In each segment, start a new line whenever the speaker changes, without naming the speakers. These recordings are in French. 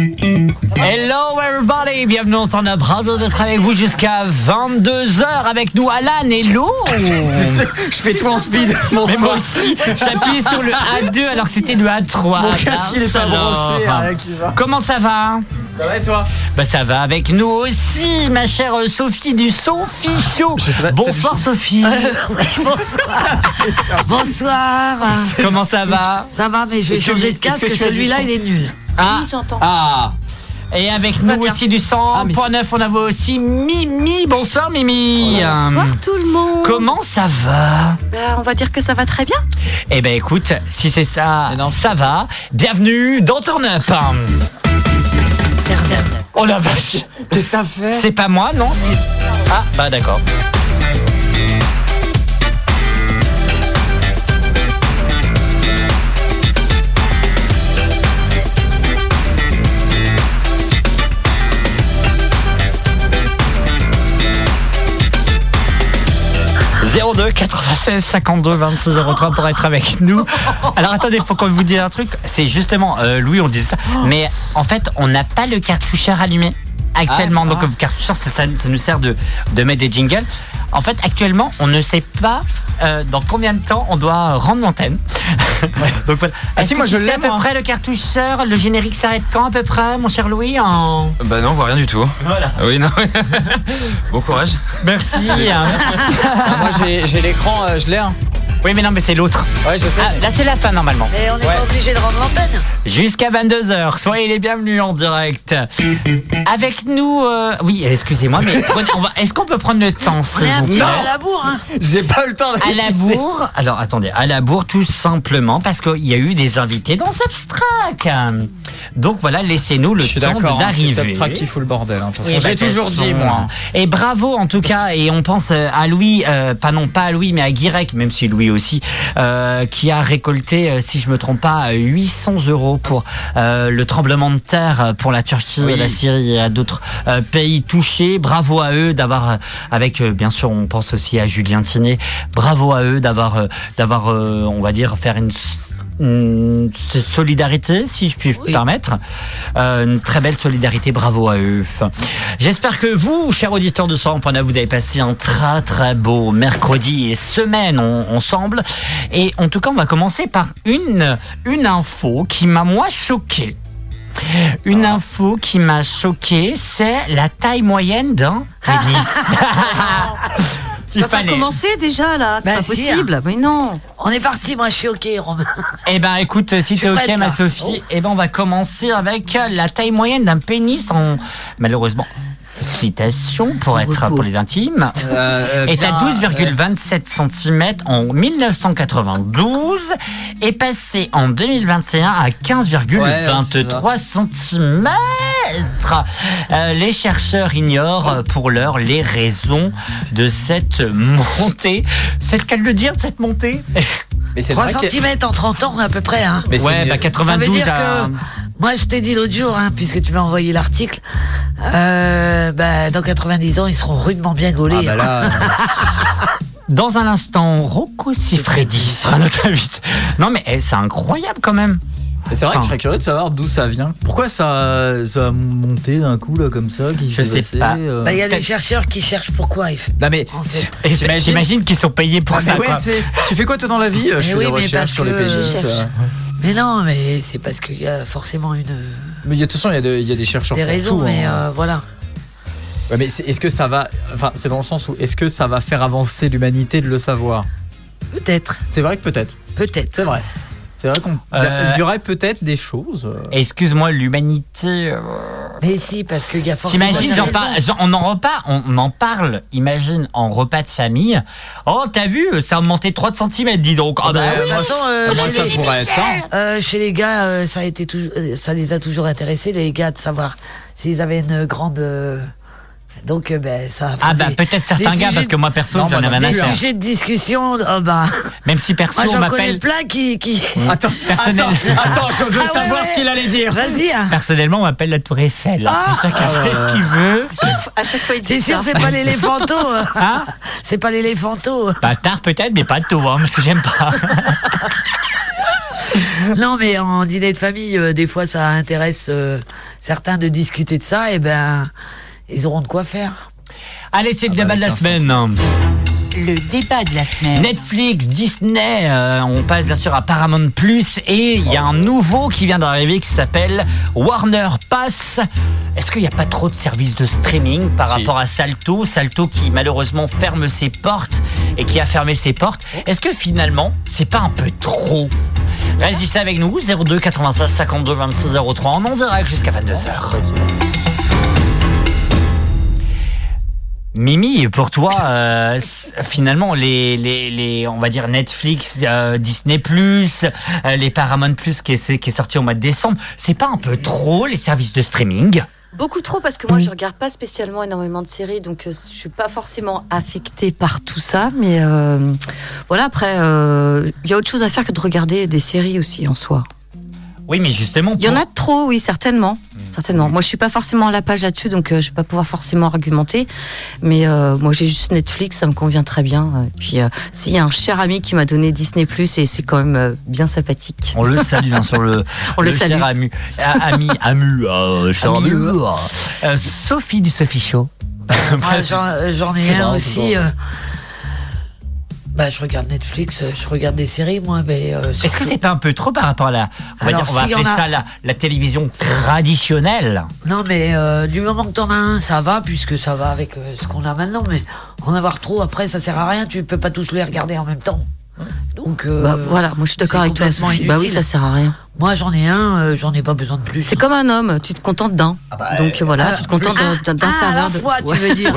Hello everybody, bienvenue, on s'en a bravo d'être avec vous jusqu'à 22h avec nous Alan et Lou
Je fais tout en speed.
Mais moi aussi, j'appuie sur le A2 alors que c'était le A3
Mon casque, il est pas
Alors,
branché, hein, qui va.
Comment ça va
Ça va et toi
Bah ça va avec nous aussi, ma chère euh, Sophie du Sophie Show
pas,
Bonsoir Sophie,
Bonsoir.
comment ça va
Ça va, mais je vais
Est-ce que
changer
vous-
de casque,
est-ce que tu as du
celui-là
son
il est nul.
Ah,
Oui, j'entends.
Ah,
Et avec
va
nous
bien.
aussi du
mais
100.9, on a aussi Mimi Bonsoir Mimi
Bonsoir
Euh,
tout le monde.
Comment ça va
Bah, on va dire que ça va très bien.
Eh ben écoute, si Eh c'est ça,
Mais non,
ça va. Bienvenue dans Turn Up. hein. Oh la vache
qu'est-ce que ça fait
C'est pas moi, non c'est- Ah, bah d'accord. « 02 96 52 26 03 pour être avec nous. Alors attendez, faut qu'on vous dise un truc. C'est justement, euh, Louis, on disait ça. Mais en fait, on n'a pas le cartoucheur allumé actuellement.
Ah, c'est
Donc le cartoucheur, ça, ça- ça nous sert de, de mettre des jingles. En fait, actuellement, on ne sait pas euh, dans combien de temps on doit rendre l'antenne. Donc voilà.
Ah,
Est-ce
si,
que
moi,
tu
je
sais
l'aime,
à peu
hein.
près le cartoucheur, le générique s'arrête quand à peu près, mon cher Louis en...
Bah non, on voit rien du tout.
Voilà.
Oui, non. bon courage.
Merci. hein.
Ah, Moi j'ai j'ai l'écran, euh, je l'ai un.
oui, mais non, mais c'est l'autre.
Ouais, je sais.
Ah, là, c'est la fin normalement.
Mais on n'est
Ouais.
pas obligé de rendre l'antenne.
Jusqu'à 22h, soyez les bienvenus en direct. Avec nous, euh, oui, excusez-moi, mais prenez- on va- est-ce qu'on peut prendre le temps,
On
s'il
est un
vous
petit
plaît
peu à la bourre. Hein.
J'ai pas eu le temps de
À la bourre, alors attendez, à la bourre tout simplement parce qu'il y a eu des invités dans Substrack. Donc voilà, laissez-nous le
Je suis
temps
d'accord, hein, c'est
d'arriver.
Subtrack qui fout le bordel. hein, de toute façon.
Oui,
J'ai
bah,
toujours
façon,
dit, moi.
Et bravo en tout cas, et on pense euh, à Louis, euh, pas non pas à Louis, mais à Guirec, même si Louis aussi, euh, qui a récolté, euh, si je me trompe pas, euh, 800 euros pour euh, le tremblement de terre euh, pour la Turquie,
Oui.
la Syrie et à d'autres euh, pays touchés. Bravo à eux d'avoir, euh, avec euh, bien sûr, on pense aussi à Julien Tinet. Bravo à eux d'avoir, euh, d'avoir, euh, on va dire, faire une s- une s- solidarité, si je puis me permettre. Euh, une très belle solidarité, bravo à eux. J'espère que vous, chers auditeurs de 100.9, vous avez passé un très très beau mercredi et semaine en- ensemble. Et en tout cas, on va commencer par une, une info qui m'a moi choqué. Une info qui m'a choqué, c'est la taille moyenne d'un pénis.
Tu vas pas commencer déjà là, c'est
Bah,
pas
si,
possible. Mais non.
On est parti, moi je suis ok, Romain.
Eh ben écoute, si t'es ok
prête,
ma
là.
Sophie, eh ben on va commencer avec la taille moyenne d'un pénis en malheureusement citation pour être pour les intimes.
Euh, euh,
Est à
bien, euh,
12,27 cm en 1992 et passé en 2021 à 15,23 cm. Euh, les chercheurs ignorent euh, pour l'heure les raisons de cette montée. C'est le cas de le dire, de cette montée
Mais c'est
3
vrai que.
cm en 30 ans à peu près. Hein.
Mais c'est
Ouais,
une-
bah
Ça veut
92
dire
à...
que moi je t'ai dit l'autre jour, hein, puisque tu m'as envoyé l'article, euh, bah, dans 90 ans ils seront rudement bien gaulés.
Ah bah
hein.
là. euh,
Dans un instant, Rocco Siffredi sera notre invité. Non mais eh, c'est incroyable quand même.
mais C'est vrai que je serais curieux de savoir d'où ça vient. Pourquoi ça, ça a monté d'un coup là comme ça qu'est-ce qui
Je
s'est
sais
passé,
pas.
euh
Bah, Il y a des chercheurs qui cherchent pourquoi. ils f-
Non mais
En fait.
Et c'est-
T'imagines
J'imagine qu'ils sont payés pour
Ah, mais
ça.
ouais,
quoi.
tu sais, tu fais quoi toi dans la vie Je
Mais
fais
oui,
des
mais parce
recherches sur les
que-
PGIS. euh.
Mais non, mais c'est parce qu'il y a forcément une, euh,
Mais il y a- de toute façon, il y a de- il y, a des chercheurs
des
pour
raisons,
tout,
mais
hein.
euh, voilà.
Ouais, mais c'est- est-ce que ça va. Enfin, c'est dans le sens où est-ce que ça va faire avancer l'humanité de le savoir
Peut-être,
C'est vrai que peut-être.
peut-être.
C'est vrai. C'est vrai qu'on. il y a-
Euh,
Il y aurait peut-être des choses. euh,
Excuse-moi, l'humanité. euh,
Mais si, parce qu'il y a forcément.
T'imagines,
des
j'en
raisons.
par- j'en- on en repas, on en parle. Imagine en repas de famille. Oh, t'as vu, ça a augmenté 3 cm, dis donc. Ah bah,
euh,
oui.
moi,
attends, euh,
moi,
je
ça
l'ai
pourrait être ça.
Euh, chez les gars, euh, ça, a été tou- euh, ça les a toujours intéressés, les gars, de savoir s'ils avaient une grande. euh, Donc, euh, ben, ça. a
Ah
fait
bah
des-
peut-être certains
des
gars
sujets-
parce que moi perso
Non,
j'en
bah,
avais un
Des
à faire.
sujets de discussion, oh bah.
Même si perso
Moi,
on
j'en connais
m'appelle Hmm.
plein qui. qui...
Attends,
Personnel.
attends, attends, je veux
Ah ouais,
savoir
ouais.
ce qu'il allait dire.
Vas-y, hein.
personnellement on m'appelle la Tour Eiffel. Chacun fait ce qu'il veut.
À chaque fois, il dit
T'es sûr,
ça.
c'est pas l'éléphanto euh. C'est pas l'éléphanto
Bâtard peut-être mais pas tout hein, parce que j'aime pas.
Non, mais en dîner de famille, euh, des fois, ça intéresse euh, certains de discuter de ça. Et ben, ils auront de quoi faire.
Allez, c'est le débat de la semaine.
Le débat de la semaine.
Netflix, Disney, euh, on passe bien sûr à Paramount Plus et il y a un nouveau qui vient d'arriver qui s'appelle Warner Pass. Est-ce qu'il n'y a pas trop de services de streaming par
Si.
rapport à Salto Salto qui malheureusement ferme ses portes et qui a fermé ses portes. Est-ce que finalement, c'est pas un peu trop Résistez avec nous, 02 96 52 26 03, on en direct jusqu'à 22h. Mimi, pour toi, euh, s- finalement, les, les, les, on va dire Netflix, euh, Disney+, euh, les Paramount+, qui est, qui est sorti au mois de décembre, c'est pas un peu trop les services de streaming
Beaucoup trop parce que moi je regarde pas spécialement énormément de séries donc euh, je suis pas forcément affectée par tout ça mais euh, voilà après euh, il y a autre chose à faire que de regarder des séries aussi en soi.
Oui, mais justement,
Il y en
pour-
a de trop oui certainement certainement. Moi je suis pas forcément à la page là-dessus donc euh, je vais pas pouvoir forcément argumenter mais euh, moi j'ai juste Netflix ça me convient très bien et puis euh, s'il y a un cher ami qui m'a donné Disney Plus et c'est quand même euh, bien sympathique.
on le salue hein, sur le,
On le salue.
cher Amu, Ah, ami, Amu, euh, cher
Ami,
Amu. Euh, Sophie du Sophie Show.
Ah, j'en- J'en ai
C'est
un
drôle,
aussi. euh, bah, je regarde Netflix, euh, je regarde des séries, moi. Mais, euh,
Est-ce que
surtout-
c'est pas un peu trop par rapport à la, on va,
Alors,
dire, on va
s'il y en
appeler
a-
ça la, la télévision traditionnelle
Non, mais euh, du moment que t'en as un, ça va, puisque ça va avec euh, ce qu'on a maintenant. Mais en avoir trop, après, ça sert à rien. Tu peux pas tous les regarder en même temps. Donc, euh,
Bah, voilà, moi je suis d'accord
c'est
avec toi.
complètement
Sophie. Bah oui, ça
inutile.
sert à rien.
moi, j'en ai un, euh, j'en ai pas besoin de plus.
C'est comme un homme, tu te contentes d'un. Donc euh, voilà,
Ah,
tu te contentes d'un- d'un d'un
Ah, à la
serveur de.
fois,
Ouais.
tu veux dire.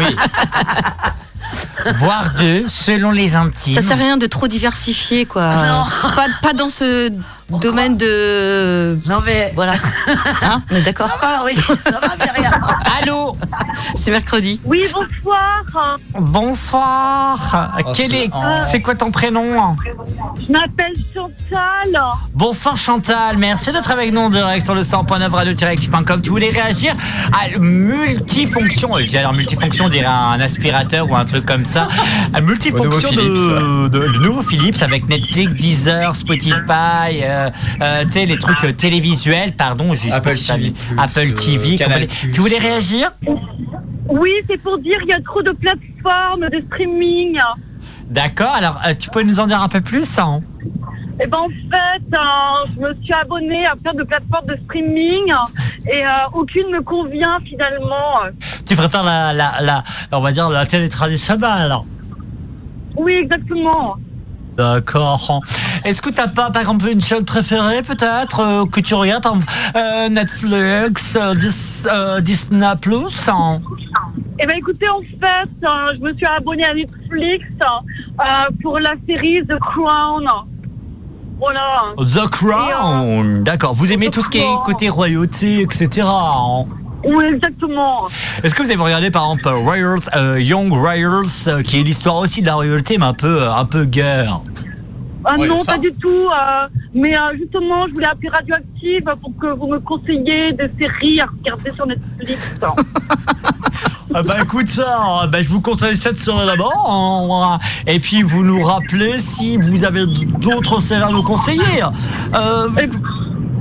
voire deux, selon les intimes.
Ça sert à rien de trop diversifier, quoi.
Ah Non.
Pas, pas dans ce domaine de.
Non, mais.
Voilà. Hein On est d'accord
Ça va, oui, ça va, Myriam.
Allô
C'est mercredi.
Oui, bonsoir.
Bonsoir.
Oh,
Quel
c'est-
est,
oh.
c'est quoi ton prénom
Je m'appelle Chantal.
Bonsoir Chantal, merci d'être avec nous en direct sur le 100.9 radio direct.com. Tu voulais réagir à multifonction, euh, je dis alors multifonction, on dirait un aspirateur ou un truc comme ça. À multifonction
Au nouveau
de, de- le nouveau Philips avec Netflix, Deezer, Spotify, euh, euh, tu sais, les trucs euh, télévisuels, pardon, juste
Apple
Spotify,
TV+,
Apple
euh,
TV.
Canal+.
compagnie. tu voulais réagir
Oui, c'est pour dire qu'il y a trop de plateformes de streaming.
D'accord, alors euh, tu peux nous en dire un peu plus hein
Et ben en fait, euh, je me suis abonnée à plein de plateformes de streaming et euh, aucune ne convient finalement.
Tu préfères la, la, la, on va dire la télé traditionnelle alors
Oui, exactement.
D'accord. Est-ce que t'as pas, par exemple, une chaîne préférée, peut-être, euh, que tu regardes, par exemple, euh, Netflix, euh, Dis- euh, Disney Plus hein
Et ben écoutez, en fait, euh, je me suis abonnée à Netflix euh, pour la série The Crown. Voilà.
The Crown. D'accord. Vous aimez tout ce qui est côté royauté, etc. hein
Oui, exactement.
Est-ce que vous avez regardé, par exemple, Royals, euh, Young Royals, euh, qui est l'histoire aussi de la royauté, mais un peu, euh, un peu guerre
Ah
Ouais,
non,
ça.
pas du tout. euh, mais euh, justement, je voulais appeler Radioactive pour que vous me conseilliez des séries à regarder sur Netflix.
Ah bah écoute ça, ah bah je vous conseille cette série d'abord. hein, voilà. Et puis vous nous rappelez si vous avez d'autres séries à nous conseiller. Euh,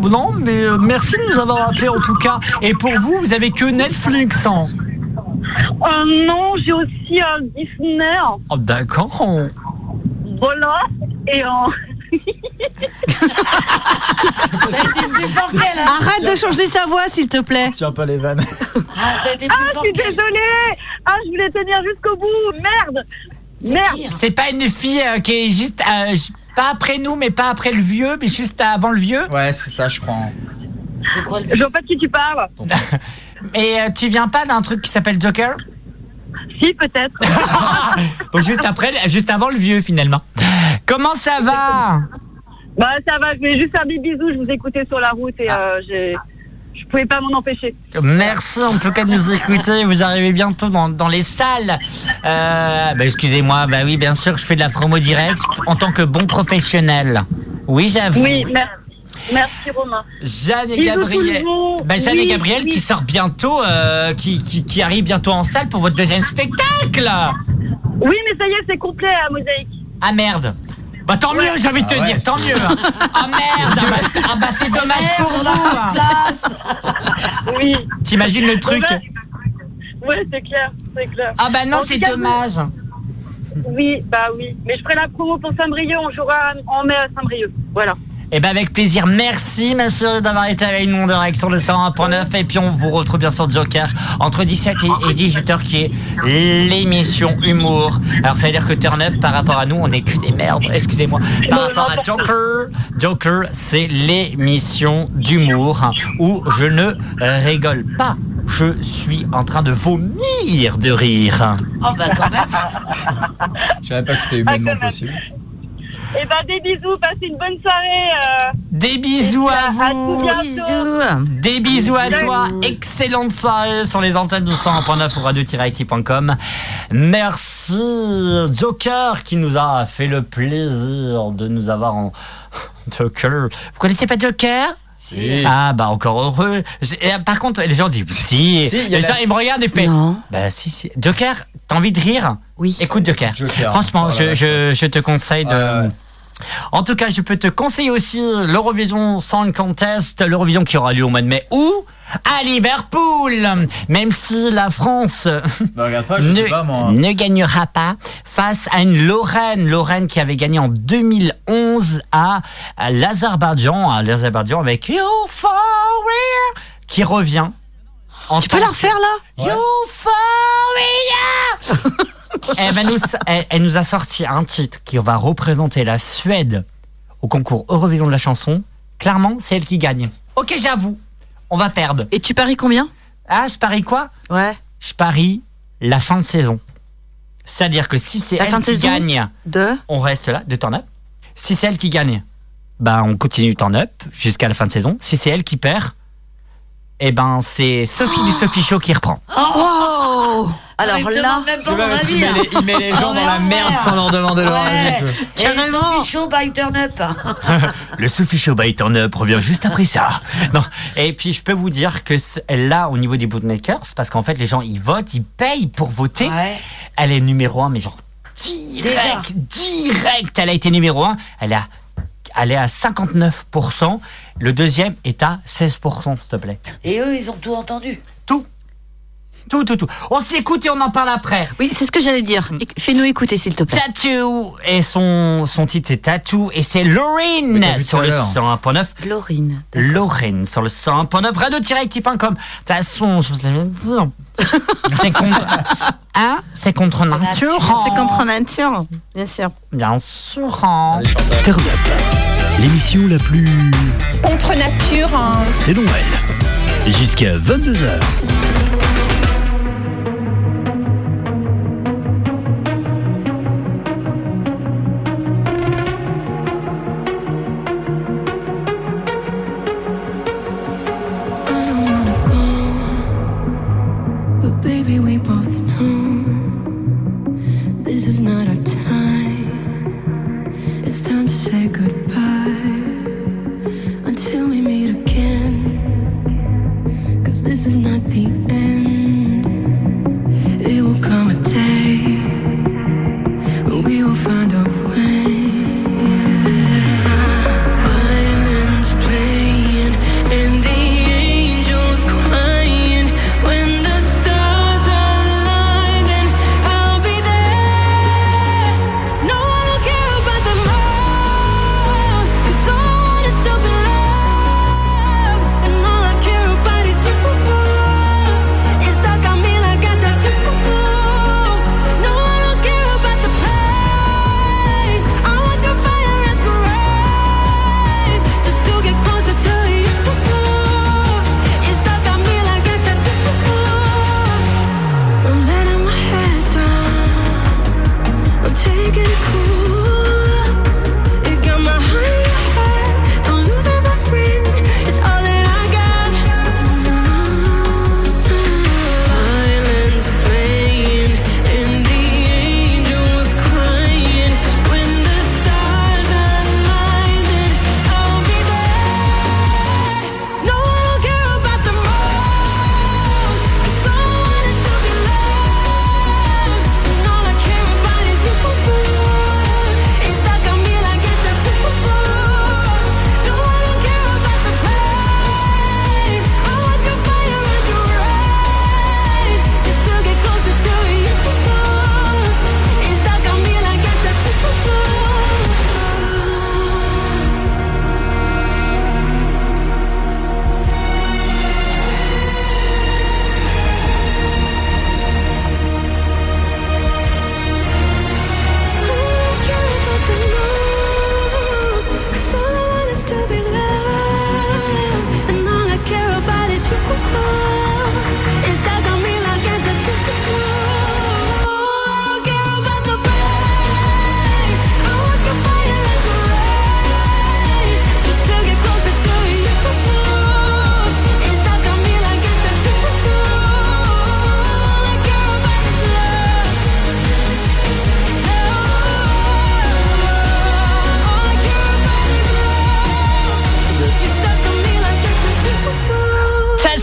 non, mais euh, merci de nous avoir appelé en tout cas. Et pour vous, vous avez que Netflix. Hein.
Euh, non, j'ai aussi euh, Disney.
Oh, D'accord.
Voilà. Et euh,
Ça a été plus fort qu'elle, hein.
Arrête de changer ta voix, s'il te plaît.
Tiens pas les vannes.
Ah, ça a été plus
je
fort
suis
qu'elle.
désolée. Ah, je voulais tenir jusqu'au bout. Merde.
C'est
Merde.
pire.
C'est pas une fille euh, qui est juste euh, j- pas après nous, mais pas après le vieux, mais juste avant le vieux.
Ouais, c'est ça, je crois. hein.
C'est quoi le.
Je vois pas de qui tu parles.
Et euh, tu viens pas d'un truc qui s'appelle Joker
Si, peut-être.
Donc Oh, juste après, juste avant le vieux finalement. Comment ça va
bah, ça va. Je vais juste faire des bisous. Je vous écoutais sur la route et euh, j'ai. Je pouvais pas m'en empêcher.
Merci en tout cas de nous écouter. Vous arrivez bientôt dans, dans les salles. Euh, bah, excusez-moi, bah oui, bien sûr, je fais de la promo directe en tant que bon professionnel. Oui, j'avoue.
Oui, merci. Merci, Romain.
Jeanne et
Bisous tout
Gabriel.
le monde.
Bah, Jeanne et
Oui,
Gabriel
oui.
qui sort bientôt, euh, qui, qui, qui arrive bientôt en salle pour votre deuxième spectacle.
Oui, mais ça y est, c'est complet à hein, Mosaïque.
Ah merde. Bah tant mieux, j'ai envie de te
Ah ouais,
dire, tant
c'est-
mieux. hein. Ah merde, ah bah, ah bah, c'est dommage pour
Merde, on a
vous.
pas de
hein.
place
Oui.
T'imagines le truc
Dommage. Ouais, c'est clair, c'est clair.
Ah bah non,
En tout
c'est
cas,
dommage.
Oui, bah oui. Mais je ferai la promo pour Saint-Brieuc. On jouera en mai à Saint-Brieuc. Voilà.
Eh ben avec plaisir, merci ma chérie d'avoir été avec nous en direct sur le 101.9 et puis on vous retrouve bien sûr Joker entre 17 et, 18h qui est l'émission humour. Alors ça veut dire que Turn Up par rapport à nous on est que des merdes, excusez-moi. Par
Non,
rapport
non,
à
pas
Joker, Joker c'est l'émission d'humour hein, où je ne rigole pas. Je suis en train de vomir de rire.
Oh bah quand même
Je savais pas que c'était humainement
Ah, quand même.
possible.
Et bah des bisous. Passez une bonne soirée. euh,
Des bisous à
à
vous.
tout bientôt.
Bisous.
Des bisous à
Bisous.
toi, excellente soirée sur les antennes de 101.9 ou radio-active.com. Merci Joker qui nous a fait le plaisir de nous avoir en Joker. Vous connaissez pas Joker
Si.
Ah bah encore heureux. C'est- et, euh, Par contre, les gens disent si.
Si, il y a
les
la-
gens ils me regardent et font
Non.
bah si si. Joker, t'as envie de rire
Oui.
Écoute Joker.
Joker.
Franchement,
Oh la
je,
vache.
je, je te conseille de.
Ah ouais.
En tout cas, je peux te conseiller aussi euh, l'Eurovision Song Contest, l'Eurovision qui aura lieu au mois de mai ou à Liverpool. Même si la France
Bah, regarde pas, je sais pas moi. hein.
ne, ne gagnera pas face à une Lorraine, Lorraine qui avait gagné en 2011 à, à l'Azerbaïdjan, à l'Azerbaïdjan avec Euphoria qui revient. En
Tu peux
tant
la refaire là
Euphoria elle, va Eh ben, nous, elle, elle nous a sorti un titre qui va représenter la Suède au concours Eurovision de la chanson. Clairement, c'est elle qui gagne. Ok, j'avoue, on va perdre.
Et tu paries combien
Ah, je parie quoi
Ouais.
Je parie la fin de saison. C'est-à-dire que si c'est
La
elle
fin de
qui
saison
gagne,
Deux.
on reste là, de turn-up. Si c'est elle qui gagne, ben on continue turn-up jusqu'à la fin de saison. Si c'est elle qui perd, eh ben c'est Sophie du Sophie Show qui reprend.
Oh Alors
Il me
là,
demande même pas
Parce que là,
mon
parce qu'il
avis
met
hein.
les- il met les
Ah,
gens
mais
dans la
l'enfer.
merde sans leur demander leur avis.
Ouais. Et
Carrément.
Sophie Show by Turn Up
Le Sophie Show by Turn Up revient juste après ça. Non. Et puis je peux vous dire que c- là, au niveau des bootmakers, parce qu'en fait les gens ils votent, ils payent pour voter.
Ouais
Elle est numéro un, mais genre direct, direct, elle a été numéro un. Elle a elle est à 59%. Le deuxième est à 16%, s'il te plaît.
Et eux ils ont tout entendu
Tout. Tout, tout, tout. On se l'écoute et on en parle après.
oui, c'est ce que j'allais dire. Éc- Fais-nous écouter s'il te plaît.
Tattoo Et son, son titre, c'est Tattoo. Et c'est Lorraine
Oui, t'as vu
sur
tout à
le
l'heure.
101.9.
Laurine.
Lorraine sur le 101.9 radio-active.com. De toute façon, je vous avais dit. C'est contre. Hein C'est contre nature. hein.
C'est contre nature, bien sûr.
Bien sûr. hein.
Allez, Chantal.
L'émission la plus.
Contre nature, hein.
C'est Noël. Jusqu'à 22h.
But baby, we both know this is not our time. It's time to say goodbye until we meet again. Cause this is not the end. It will come a day when we will find a way. Violins playing and the angels crying. When the stars align, then I'll be there. No one will care about the love. It's all is still love, and all I care about is you.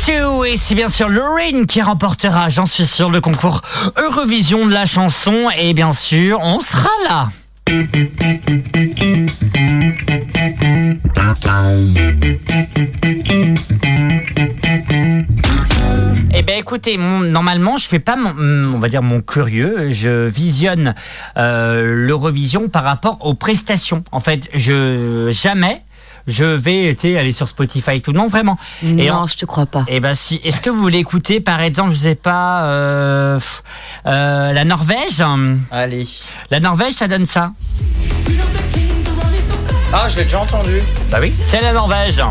you et c'est bien sûr Lorraine qui remportera, j'en suis sûr, le concours Eurovision de la chanson et bien sûr on sera là. Eh ben écoutez, mon- normalement je fais pas mon, mm, on va dire mon curieux, je visionne euh, l'Eurovision par rapport aux prestations. En fait, je jamais je vais tu sais, aller sur Spotify et tout. Non, vraiment. et
Non, je te crois pas.
Eh ben si, est-ce que vous voulez écouter par exemple, je sais pas, euh, pff, euh, la Norvège
Allez.
La Norvège, ça donne ça.
Ah, je l'ai déjà entendu.
Bah oui, c'est la Norvège.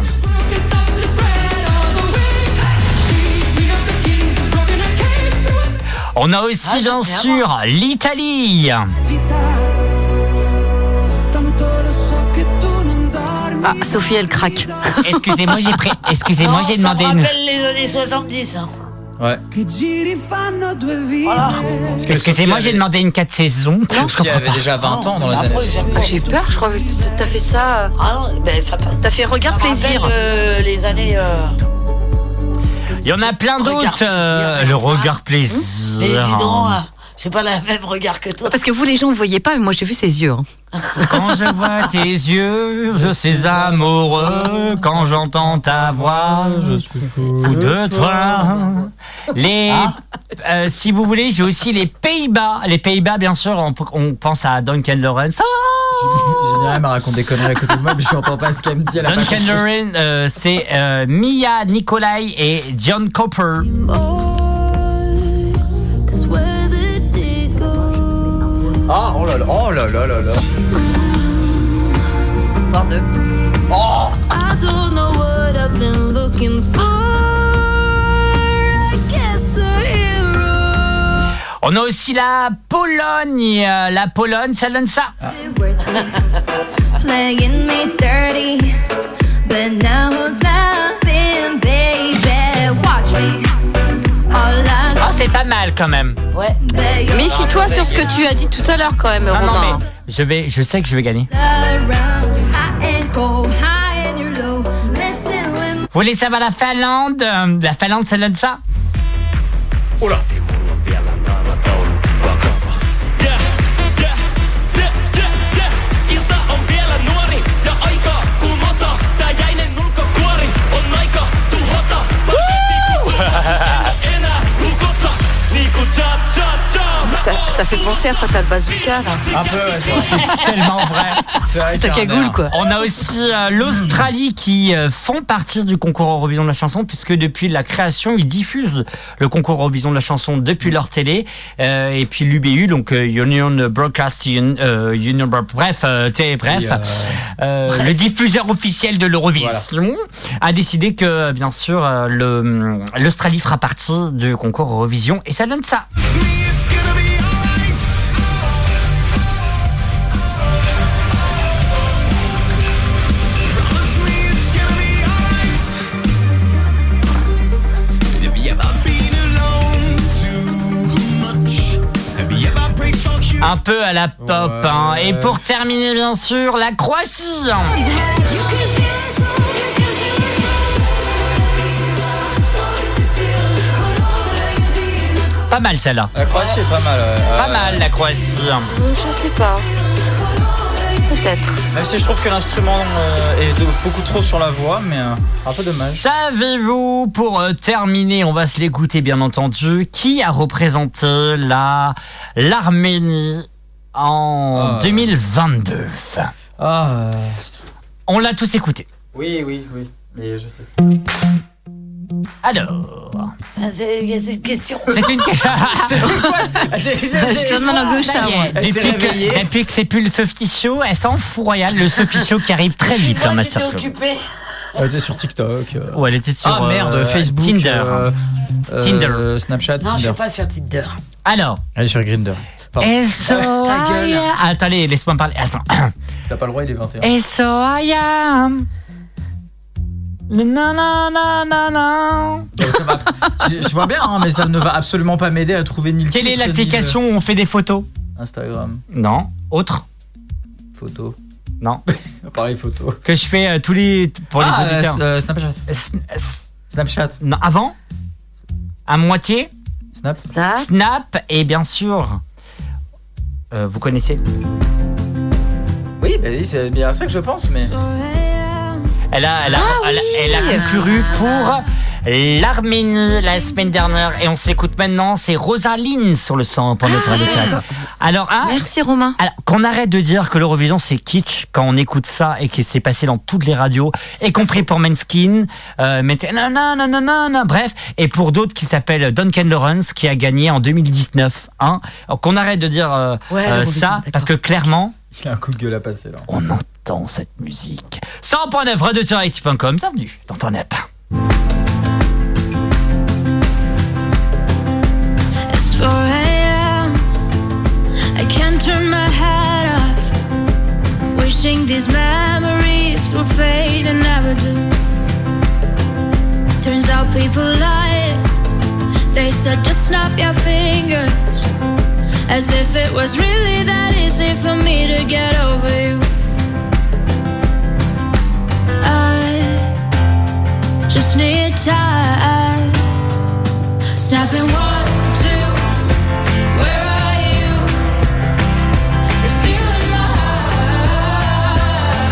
On a aussi
Ah,
bien sûr l'Italie.
Ah, Sophie, elle craque.
Excusez-moi, j'ai pris. Excusez-moi,
Non,
j'ai
ça
demandé.
me
une-
rappelle les années 70. hein.
Ouais.
Voilà.
que
Excusez-moi,
Sophie
j'ai
avait-
demandé une 4 saisons. Je
Sophie
comprends
avait
pas.
déjà 20 ans dans les années.
Après, j'aime pas.
J'ai peur, je crois que t- t'as fait ça. euh,
Ah non, ben ça peut-
T'as fait regarde
ça me
plaisir.
rappelle, euh, les années. euh,
Il y en a plein
Regard
d'autres. euh,
plaisir.
le regard
les
plaisir.
dis donc,
hein.
euh, j'ai pas la même regard que toi.
Parce que vous, les gens, vous voyez pas, mais moi, j'ai vu ses yeux. hein.
Quand je vois tes yeux, je suis amoureux. Quand j'entends ta voix, je suis fou de toi. Les, euh, si vous voulez, j'ai aussi les Pays-Bas. Les Pays-Bas, bien sûr, on, on pense à Duncan Lawrence. Ah
Génial, elle me raconte des conneries à côté de moi, mais j'entends pas ce qu'elle me dit. Elle a pas
Ah. Duncan
compris.
Lawrence, euh, c'est euh, Mia Nicolai et John Cooper.
Ah, oh là là, oh là là là là. Oh
On a aussi la Pologne. Euh, La Pologne, ça donne ça.
Playing me dirty, but now it's nothing, baby. Watch me. All I
Oh, c'est pas mal quand même.
Ouais.
Méfie-toi sur ce que tu as dit tout à l'heure, quand même,
Ah, Non, non,
Romain.
mais je vais, je sais que je vais gagner.
around, you're high and cold, high and you're low. Messing with my
Vous voulez savoir la Finlande Euh, La Finlande, ça donne ça
Ça, ça fait penser à Fatal Bazooka, là.
Un peu, ouais, c'est vrai.
Tellement vrai.
C'est vrai
Ta
qu'il y a un
cagoule,
air.
quoi.
On a aussi euh, l'Australie qui euh, font partie du concours Eurovision de la chanson puisque depuis la création ils diffusent le concours Eurovision de la chanson depuis leur télé Euh, et puis l'UBU donc euh, Union Broadcast Union, euh, Union Bro- bref euh, t'es- bref,
Et, euh,
Euh, le diffuseur officiel de l'Eurovision a décidé que bien sûr euh, le l'Australie fera partie du concours Eurovision et ça donne ça. Un peu à la pop. hein. Et pour terminer, bien sûr, la Croatie. hein. Pas mal celle-là.
La Croatie est pas mal. ouais.
Pas
Euh,
mal la Croatie. hein.
Je sais pas. Peut-être.
Euh, Même si je trouve que l'instrument euh, est de- beaucoup trop sur la voix, mais euh, un peu dommage.
Savez-vous, pour euh, terminer, on va se l'écouter bien entendu, qui a représenté la l'Arménie en
Ah.
2022
Ah. euh,
On l'a tous écouté.
Oui, oui, oui. Mais je sais.
Alors,
Ah, c'est- Il y a cette question.
c'est une question.
Je te demande à gauche, à moi.
Elle s'est
depuis, que,
réveillée.
depuis que c'est plus le Sophie Show, elle s'en fout royal. Le Sophie Show qui arrive très vite, hein,
Moi,
ma
j'étais
sœur.
occupée.
Elle était sur TikTok. euh,
Ou elle était sur
ah merde,
euh,
Facebook,
Tinder.
euh, euh,
Tinder.
Snapchat,
Non, je
Tinder.
suis pas sur Tinder.
Alors,
Elle est sur Grinder. Pardon,
SOIA. Ah, Attendez, laisse-moi me parler. Attends.
t'as pas le droit, il est 21.
SOIA. Non, non, non, non, non.
Donc, ça va- je, je vois bien, hein, mais ça ne va absolument pas m'aider à trouver ni le
Quelle est
titre, ni le-
l'application où on fait des photos
Instagram,
Non. Autre
photo,
Non.
appareil photo.
Que je fais euh, tous les. pour les
ah,
auditeurs.
euh, euh, Snapchat.
S- s-
Snapchat
Non, avant À moitié
Snap
Snap,
et bien sûr. euh, vous connaissez
Oui, bah, oui, c'est bien à ça que je pense, mais.
Elle a, elle a,
Ah
elle a- elle a concouru pour l'Arménie la semaine dernière et on se l'écoute maintenant. C'est Rosaline sur le sang pour notre radio Cannes. Alors, ah,
Ah. Merci Romain.
alors, qu'on arrête de dire que l'Eurovision c'est kitsch quand on écoute ça et que c'est passé dans toutes les radios, y compris pour Manskin, euh, mais t'es- non, non, non, non, non, non, bref, et pour d'autres qui s'appellent Duncan Lawrence qui a gagné en 2019. Hein. Alors, qu'on arrête de dire euh,
Ouais,
euh,
l'Eurovision,
ça
d'accord.
parce que clairement,
Il a un coup de gueule à passer là.
on entend cette musique. 100.9 Radio sur IT.com, bienvenue dans ton app.
It's 4 a.m. I can't turn my head off. Wishing these memories will fade and never do. Turns out people lie. They said just snap your fingers. As if it was really that easy for me to get over you. I just need time. Snapping one, two, where are you? You're stealing my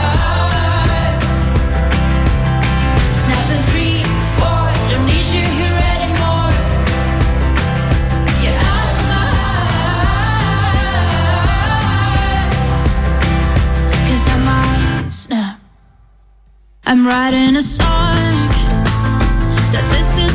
heart. Snapping three, four, don't need you here anymore. You're out of my heart. 'Cause I might snap. I'm writing a song. So this is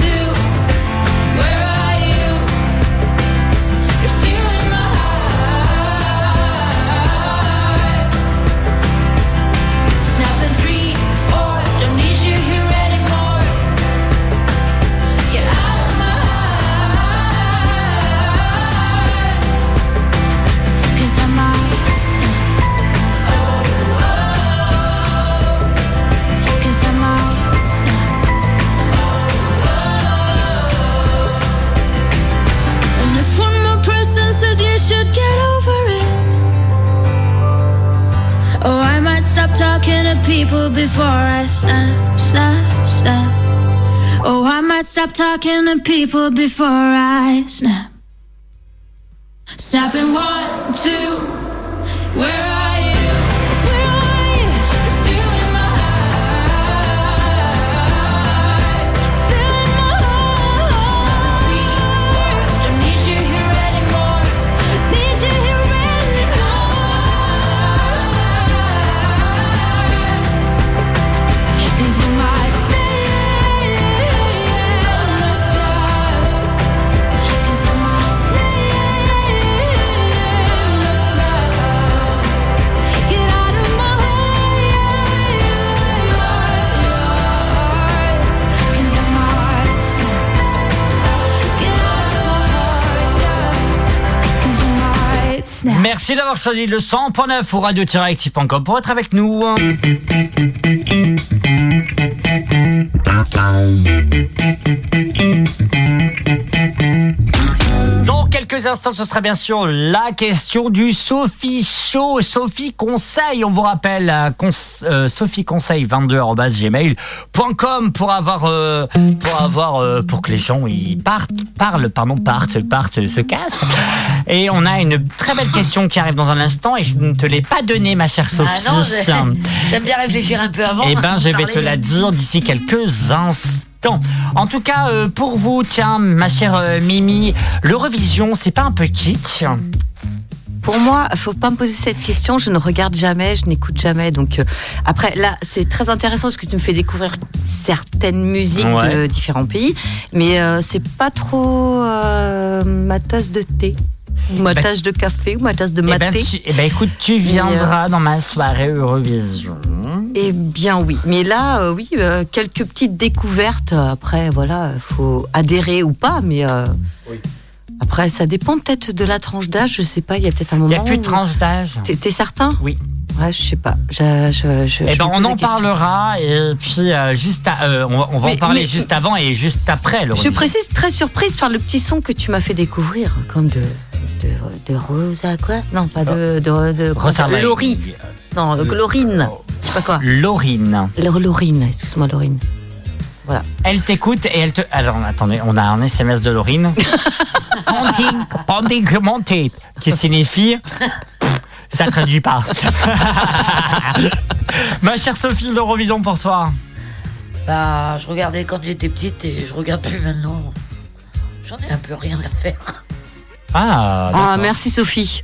two. Where are you? You're stealing my heart. Snapping three, four. Don't need you here anymore. Get out of my heart. 'Cause I might snap. Oh, oh. 'Cause I might snap. Oh, oh. And if one more person says you should get over it. Oh, I might stop talking to people before I snap, snap, snap. Oh, I might stop talking to people before I snap. Snapping one, two, where are you? Where are you? You're still in my heart. Still in my heart. Don't need you here anymore. Need you here anymore. Cause you might stay on the side. Cause you might stay on the side. Get out of my heart. Cause you might stay. Get out of my heart. Cause you might snap.
Merci d'avoir choisi le 100.9 ou radio-active.com pour être avec nous. Dans quelques instants, ce sera bien sûr la question du Sophie Show. Sophie Conseil, on vous rappelle, à cons- euh, Sophie Conseil 22@gmail.com pour avoir, euh, pour avoir, euh, pour que les gens ils partent, parlent, pardon, partent, partent, euh, se cassent. Et on a une très belle question qui arrive dans un instant et je ne te l'ai pas donnée, ma chère Sophie.
Ah non, je- j'aime bien réfléchir un peu avant.
Oh,
Eh ben, je vais
Parler.
te la dire d'ici quelques instants. En tout cas, euh, pour vous, tiens, ma chère euh, Mimi, l'Eurovision, c'est pas un peu Eh kitsch
Pour moi, faut pas me poser cette question. Je ne regarde jamais, je n'écoute jamais. Donc euh, après, là, c'est très intéressant parce que tu me fais découvrir certaines musiques de
Ouais.
différents pays, mais euh, c'est pas trop euh, ma tasse de thé, ou ma
Bah,
tasse de café, ou ma tasse de
Eh ben,
maté. euh.
tu- eh ben, écoute, tu viendras dans ma soirée Eurovision.
Eh bien oui, mais là, euh, oui, euh, quelques petites découvertes. Après, voilà, faut adhérer ou pas, mais euh,
Oui.
après, ça dépend peut-être de la tranche d'âge. Je sais pas, il y a peut-être un
Il
moment.
n'y a plus de
où-
tranche d'âge. Eh
T'es- T'es certain
Oui.
Ouais, je sais pas. Je, je, je-
Eh
je
ben, on
me pose la
en
question.
parlera et puis euh, juste à- euh, on, va- on va en
Mais-
parler
mais-
juste avant et juste après.
Je
Laurie.
suis précise, très surprise par le petit son que tu m'as fait découvrir, comme de de, de Rosa quoi Non, pas de de, de comment
Rosa
ça
Lane.
Laurie. Non,
Le- Oh.
Laurine. Je sais pas quoi.
Laurine.
Laur- Laurine, excuse-moi Laurine. Voilà.
Elle t'écoute et elle te. Alors attendez, on a un SMS de Laurine. Panting, panting, monté, qui signifie. Pff, Ça traduit pas. Ma chère Sophie, l'Eurovision pour soi.
Bah, je regardais quand j'étais petite et je regarde plus maintenant. J'en ai un peu rien à faire.
Ah,
Ah, merci Sophie.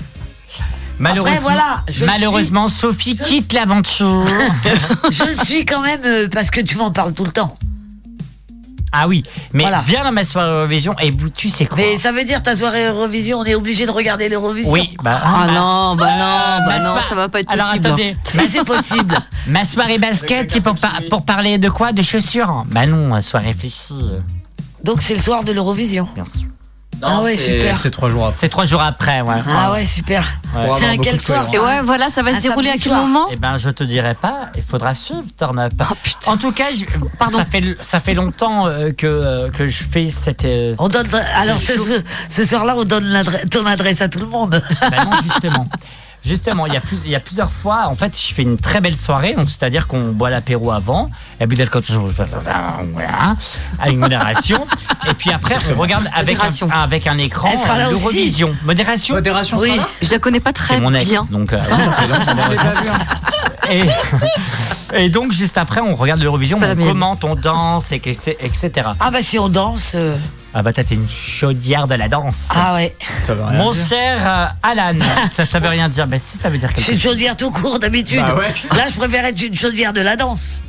Malheureusement,
voilà, je le
malheureusement Sophie quitte l'aventure.
je suis quand même euh, parce que tu m'en parles tout le temps.
ah oui, mais viens dans ma soirée Eurovision et bou- tu sais quoi
Mais ça veut dire ta soirée Eurovision, on est obligé de regarder l'Eurovision.
Oui, bah.
Ah
non, bah non,
bah non, ça
va pas être
Alors
possible.
attendez,
Si c'est possible.
Ma soirée basket, c'est pour, par- pour parler de quoi De chaussures Bah non, elle soit réfléchie.
Donc c'est le soir de l'Eurovision.
Bien sûr.
ah ouais, super.
C'est trois jours après.
C'est trois jours après, ouais.
Ah ouais, super.
Ouais.
C'est un quel soir
Et ouais, voilà, Ah, ça va
Un
se dérouler à
samedi
quel
soir.
moment
Eh ben, je te dirai pas. Il faudra suivre Turn Up.
Oh,
en tout cas, je- Ça, fait, ça fait longtemps euh, que, euh, que je fais cette. euh,
On donne, alors ce, ce- ce soir-là, on donne l'adresse- ton adresse à tout le monde.
Bah non, justement. Justement, il y, a plus, il y a plusieurs fois, en fait, je fais une très belle soirée, donc c'est-à-dire qu'on boit l'apéro avant, et puis d'alcool, voilà, à une modération, et puis après, on regarde avec un, avec un écran
Elle sera là aussi.
l'Eurovision. Modération
Modération
Oui.
Je la connais pas
ben,
très
C'est mon ex,
bien.
donc. euh,
hein.
et, et donc, juste après, on regarde l'Eurovision,
C'est pas
on
la mienne.
commente, on danse, et que- etc.
Ah bah si on danse. euh,
Ah bah, t'as t'es une chaudière de la danse.
Ah ouais.
Ça veut rien
Mon
dire.
cher euh, Alan, ça, ça veut rien dire. Bah, si, ça veut dire
Je
quelque
suis
chose.
une chaudière tout court d'habitude.
Bah ouais.
Là, je préfère être une chaudière de la danse.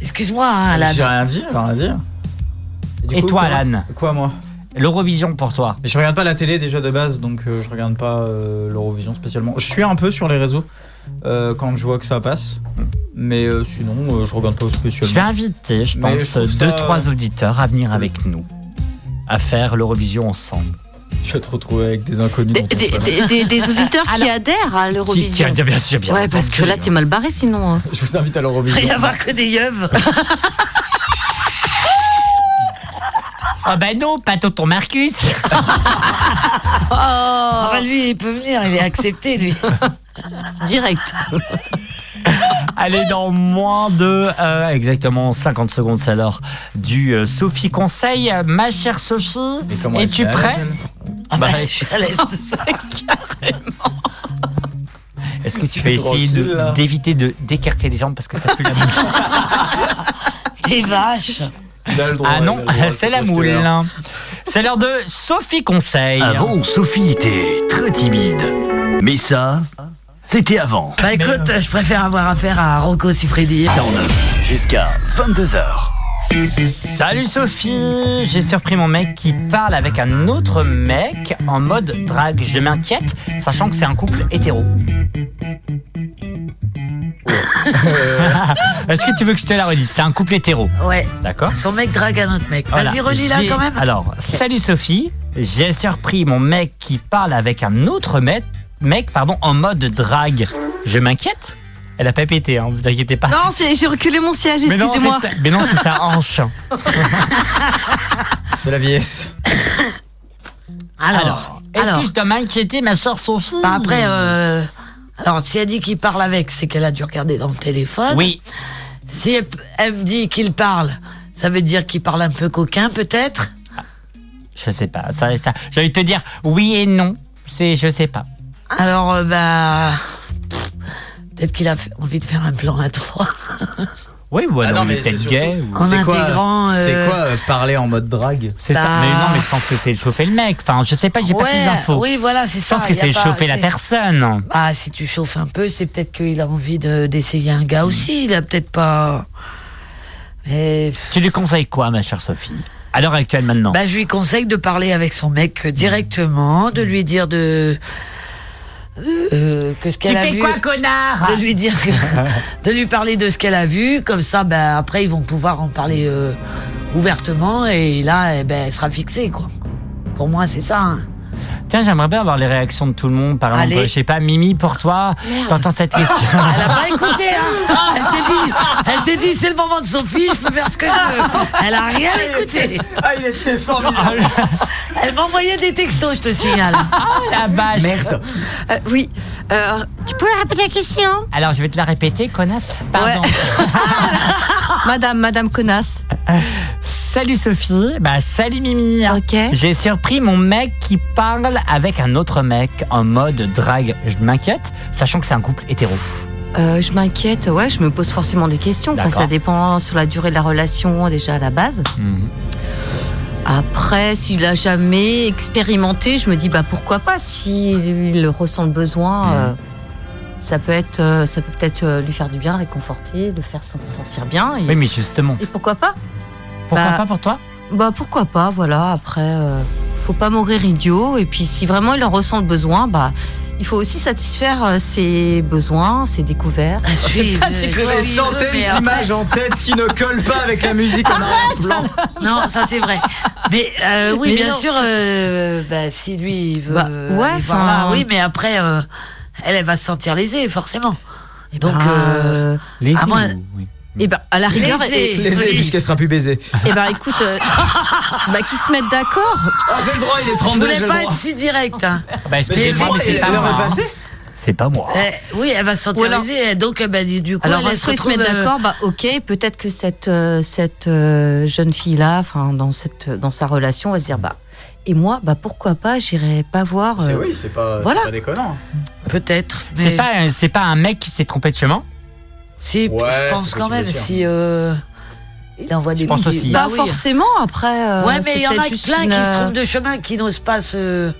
Excuse-moi, hein, Alan.
J'ai rien dit, j'ai rien dit. du
Et
coup,
toi,
comment-
Alan
Quoi, moi
L'Eurovision pour toi.
Mais je regarde pas la télé déjà de base, donc euh, je regarde pas euh, l'Eurovision spécialement. Je suis un peu sur les réseaux euh, quand je vois que ça passe, mais euh, sinon euh, je regarde pas
Je vais
spécialement.
inviter, je
Mais
pense,
je trouve
deux,
ça-
trois auditeurs à venir avec nous à faire l'Eurovision ensemble.
Tu vas te retrouver avec des inconnus.
Des,
dans ton
des-
salon.
des- des- des auditeurs qui adhèrent à
Qui- qui-
l'Eurovision.
bien sûr, bien
Ouais, parce que
entendu.
là, t'es mal barré sinon. hein.
Je vous invite à l'Eurovision.
Il va y avoir que des yeuves.
Oh.
Ah bah non, pas tonton Marcus
Ah bah lui, il peut venir, il est accepté, lui.
hein. Direct.
Allez, dans moins de euh, exactement 50 secondes, c'est l'heure du euh, Sophie Conseil. Euh, Ma chère Sophie,
Mais comment elle se
es-tu
met à
prêt
l'aise,
Ah bah,
Bah,
je suis à l'aise ce soir.
Est-ce que tu vas essayer
tranquille,
de-
là.
d'éviter de d'écarter les jambes parce que ça pue la mouche
Des vaches.
elle Il a le droit,
Ah
il a
non,
le droit,
c'est la
presque
moule.
l'heure.
C'est l'heure de Sophie Conseil.
Ah,
Avant, Sophie était très timide. Mais ça, c'était avant.
Bah écoute,
euh,
je préfère avoir affaire à Rocco Siffredi.
Turn Up, jusqu'à 22h.
Salut Sophie, j'ai surpris mon mec qui parle avec un autre mec en mode drague. Je m'inquiète, sachant que c'est un couple hétéro. Est-ce que tu veux que je te la redise C'est un couple hétéro,
Ouais.
d'accord
Son mec drague un autre mec.
Voilà.
Vas-y, relis-la
J'ai-
quand même.
Alors, salut Sophie, j'ai surpris mon mec qui parle avec un autre mec, mec pardon, en mode drague. Je m'inquiète Elle a pas pété, hein, vous inquiétez pas.
Non, c'est- j'ai reculé mon siège,
Mais non, c'est
excusez-moi.
sa- mais non, c'est sa hanche.
C'est la vieillesse.
Alors,
Est-ce
alors.
que je dois m'inquiéter, ma soeur Sophie
Bah, après, euh, alors si elle dit qu'il parle avec, c'est qu'elle a dû regarder dans le téléphone.
Oui,
Si elle, elle me dit qu'il parle, ça veut dire qu'il parle un peu coquin peut-être.
je sais pas. Ça, ça, j'allais te dire oui et non. C'est, je sais pas.
Alors, euh, bah, pff, peut-être qu'il a fait- envie de faire un plan à trois.
Oui, ou alors
Bah Ah non,
il est
mais c'est
peut-être
surtout-
gay. ou-
En
C'est quoi,
intégrant, euh,
c'est quoi euh, parler en mode drague
C'est ça.
Bah.
Mais non, mais je pense que c'est de chauffer le mec. Enfin, je sais pas, j'ai pas plus d'infos.
oui, voilà, c'est
je
ça.
pense que
y a
c'est de
pas-
chauffer la
c'est-
personne.
Ah, si tu chauffes un peu, c'est peut-être qu'il a envie de- d'essayer un gars aussi. Il a peut-être pas. Mais pff,
Tu lui conseilles quoi, ma chère Sophie À l'heure actuelle, maintenant.
bah, je lui conseille de parler avec son mec directement,
Mmh.
de lui dire de, de, euh, que ce qu'elle a vu.
connard
Ah.
de lui dire que- de lui parler de ce qu'elle a vu comme ça ben après ils vont pouvoir en parler euh, ouvertement et là eh ben elle sera fixée quoi pour moi c'est ça hein.
Tiens, j'aimerais bien avoir les réactions de tout le monde. Par exemple,
Allez.
je sais pas, Mimi, pour toi, t'entends cette question.
Ah.
Elle a pas écouté, hein. Elle s'est dit, elle s'est dit, c'est le moment de Sophie, je peux faire ce que je veux. Elle a rien écouté.
Ah, il était formidable. Ah,
Elle m'envoyait des textos, je te signale.
la vache. Oh, Merde.
Euh, oui. Euh, tu peux rappeler la question
Alors, je vais te la répéter, connasse. Pardon.
Madame, Madame Connasse.
Salut Sophie. Bah, salut Mimi.
Ok.
J'ai surpris mon mec qui parle avec un autre mec en mode drague. Je m'inquiète, sachant que c'est un couple hétéro.
Euh, je m'inquiète, ouais, je me pose forcément des questions. Enfin,
D'accord. Mhm.
ça dépend sur la durée de la relation, déjà à la base. Après, s'il a jamais expérimenté, je me dis bah pourquoi pas s'il il ressent le besoin.
Mhm.
euh, ça peut être, euh, ça peut peut-être euh, lui faire du bien, le réconforter, le faire se sentir bien. Et,
Oui, mais justement.
et pourquoi pas
Pourquoi
Bah,
pas pour toi
Bah pourquoi pas, voilà. Après, euh, faut pas mourir idiot. Et puis si vraiment il en ressent le besoin, bah il faut aussi satisfaire euh, ses besoins, ses découvertes.
suis-
J'ai pas
je
des
suis-
centaines
oui, mais après-
d'images en tête qui ne collent pas avec la musique en arrière-plan.
Non, ça c'est vrai. Mais euh, oui,
Mais
bien
non.
sûr, euh, bah, si lui il veut.
Bah,
euh,
ouais,
aller voir
enfin-
là, oui, mais après, euh, elle, elle va se sentir lésée, forcément. Donc,
Bah,
euh,
euh,
Les
Ah, moi-
îles, oui.
et ben à la rigueur,
Laissez.
et,
Lésée, puisqu'elle sera plus baisée.
et ben écoute, euh, bah qu'ils se mettent d'accord.
Ah, j'ai le droit, il est
je
32, j'ai
voulais
le
pas être
droit.
si direct. hein.
Bah, excusez-moi, mais c'est pas
l'heure
moi.
est
hein.
passée.
C'est pas moi.
Eh, oui, elle va se sentir
Ou alors-
lésée, donc euh, bah, du du coup,
Alors
elle, elle se
soit ils se
retrouve.
mettent
euh,
d'accord, bah ok, peut-être que cette euh, cette euh, jeune fille là, enfin dans cette dans sa relation, elle va se dire bah et moi bah pourquoi pas, j'irai pas voir. euh,
C'est oui, c'est pas, c'est
Voilà.
pas déconnant.
Peut-être.
C'est
mais-
pas, un- c'est pas un mec qui s'est trompé de chemin
Si,
Ouais,
je pense
c'est
quand
possible
même,
aussi, hein.
si euh, il envoie des
pense
petits-
aussi.
Bah
Pas
oui.
forcément après. euh,
Ouais, mais
c'est
il y en a
peut-être
plein qui
juste une,
se trompent
euh,
de chemin, qui n'osent pas se, qui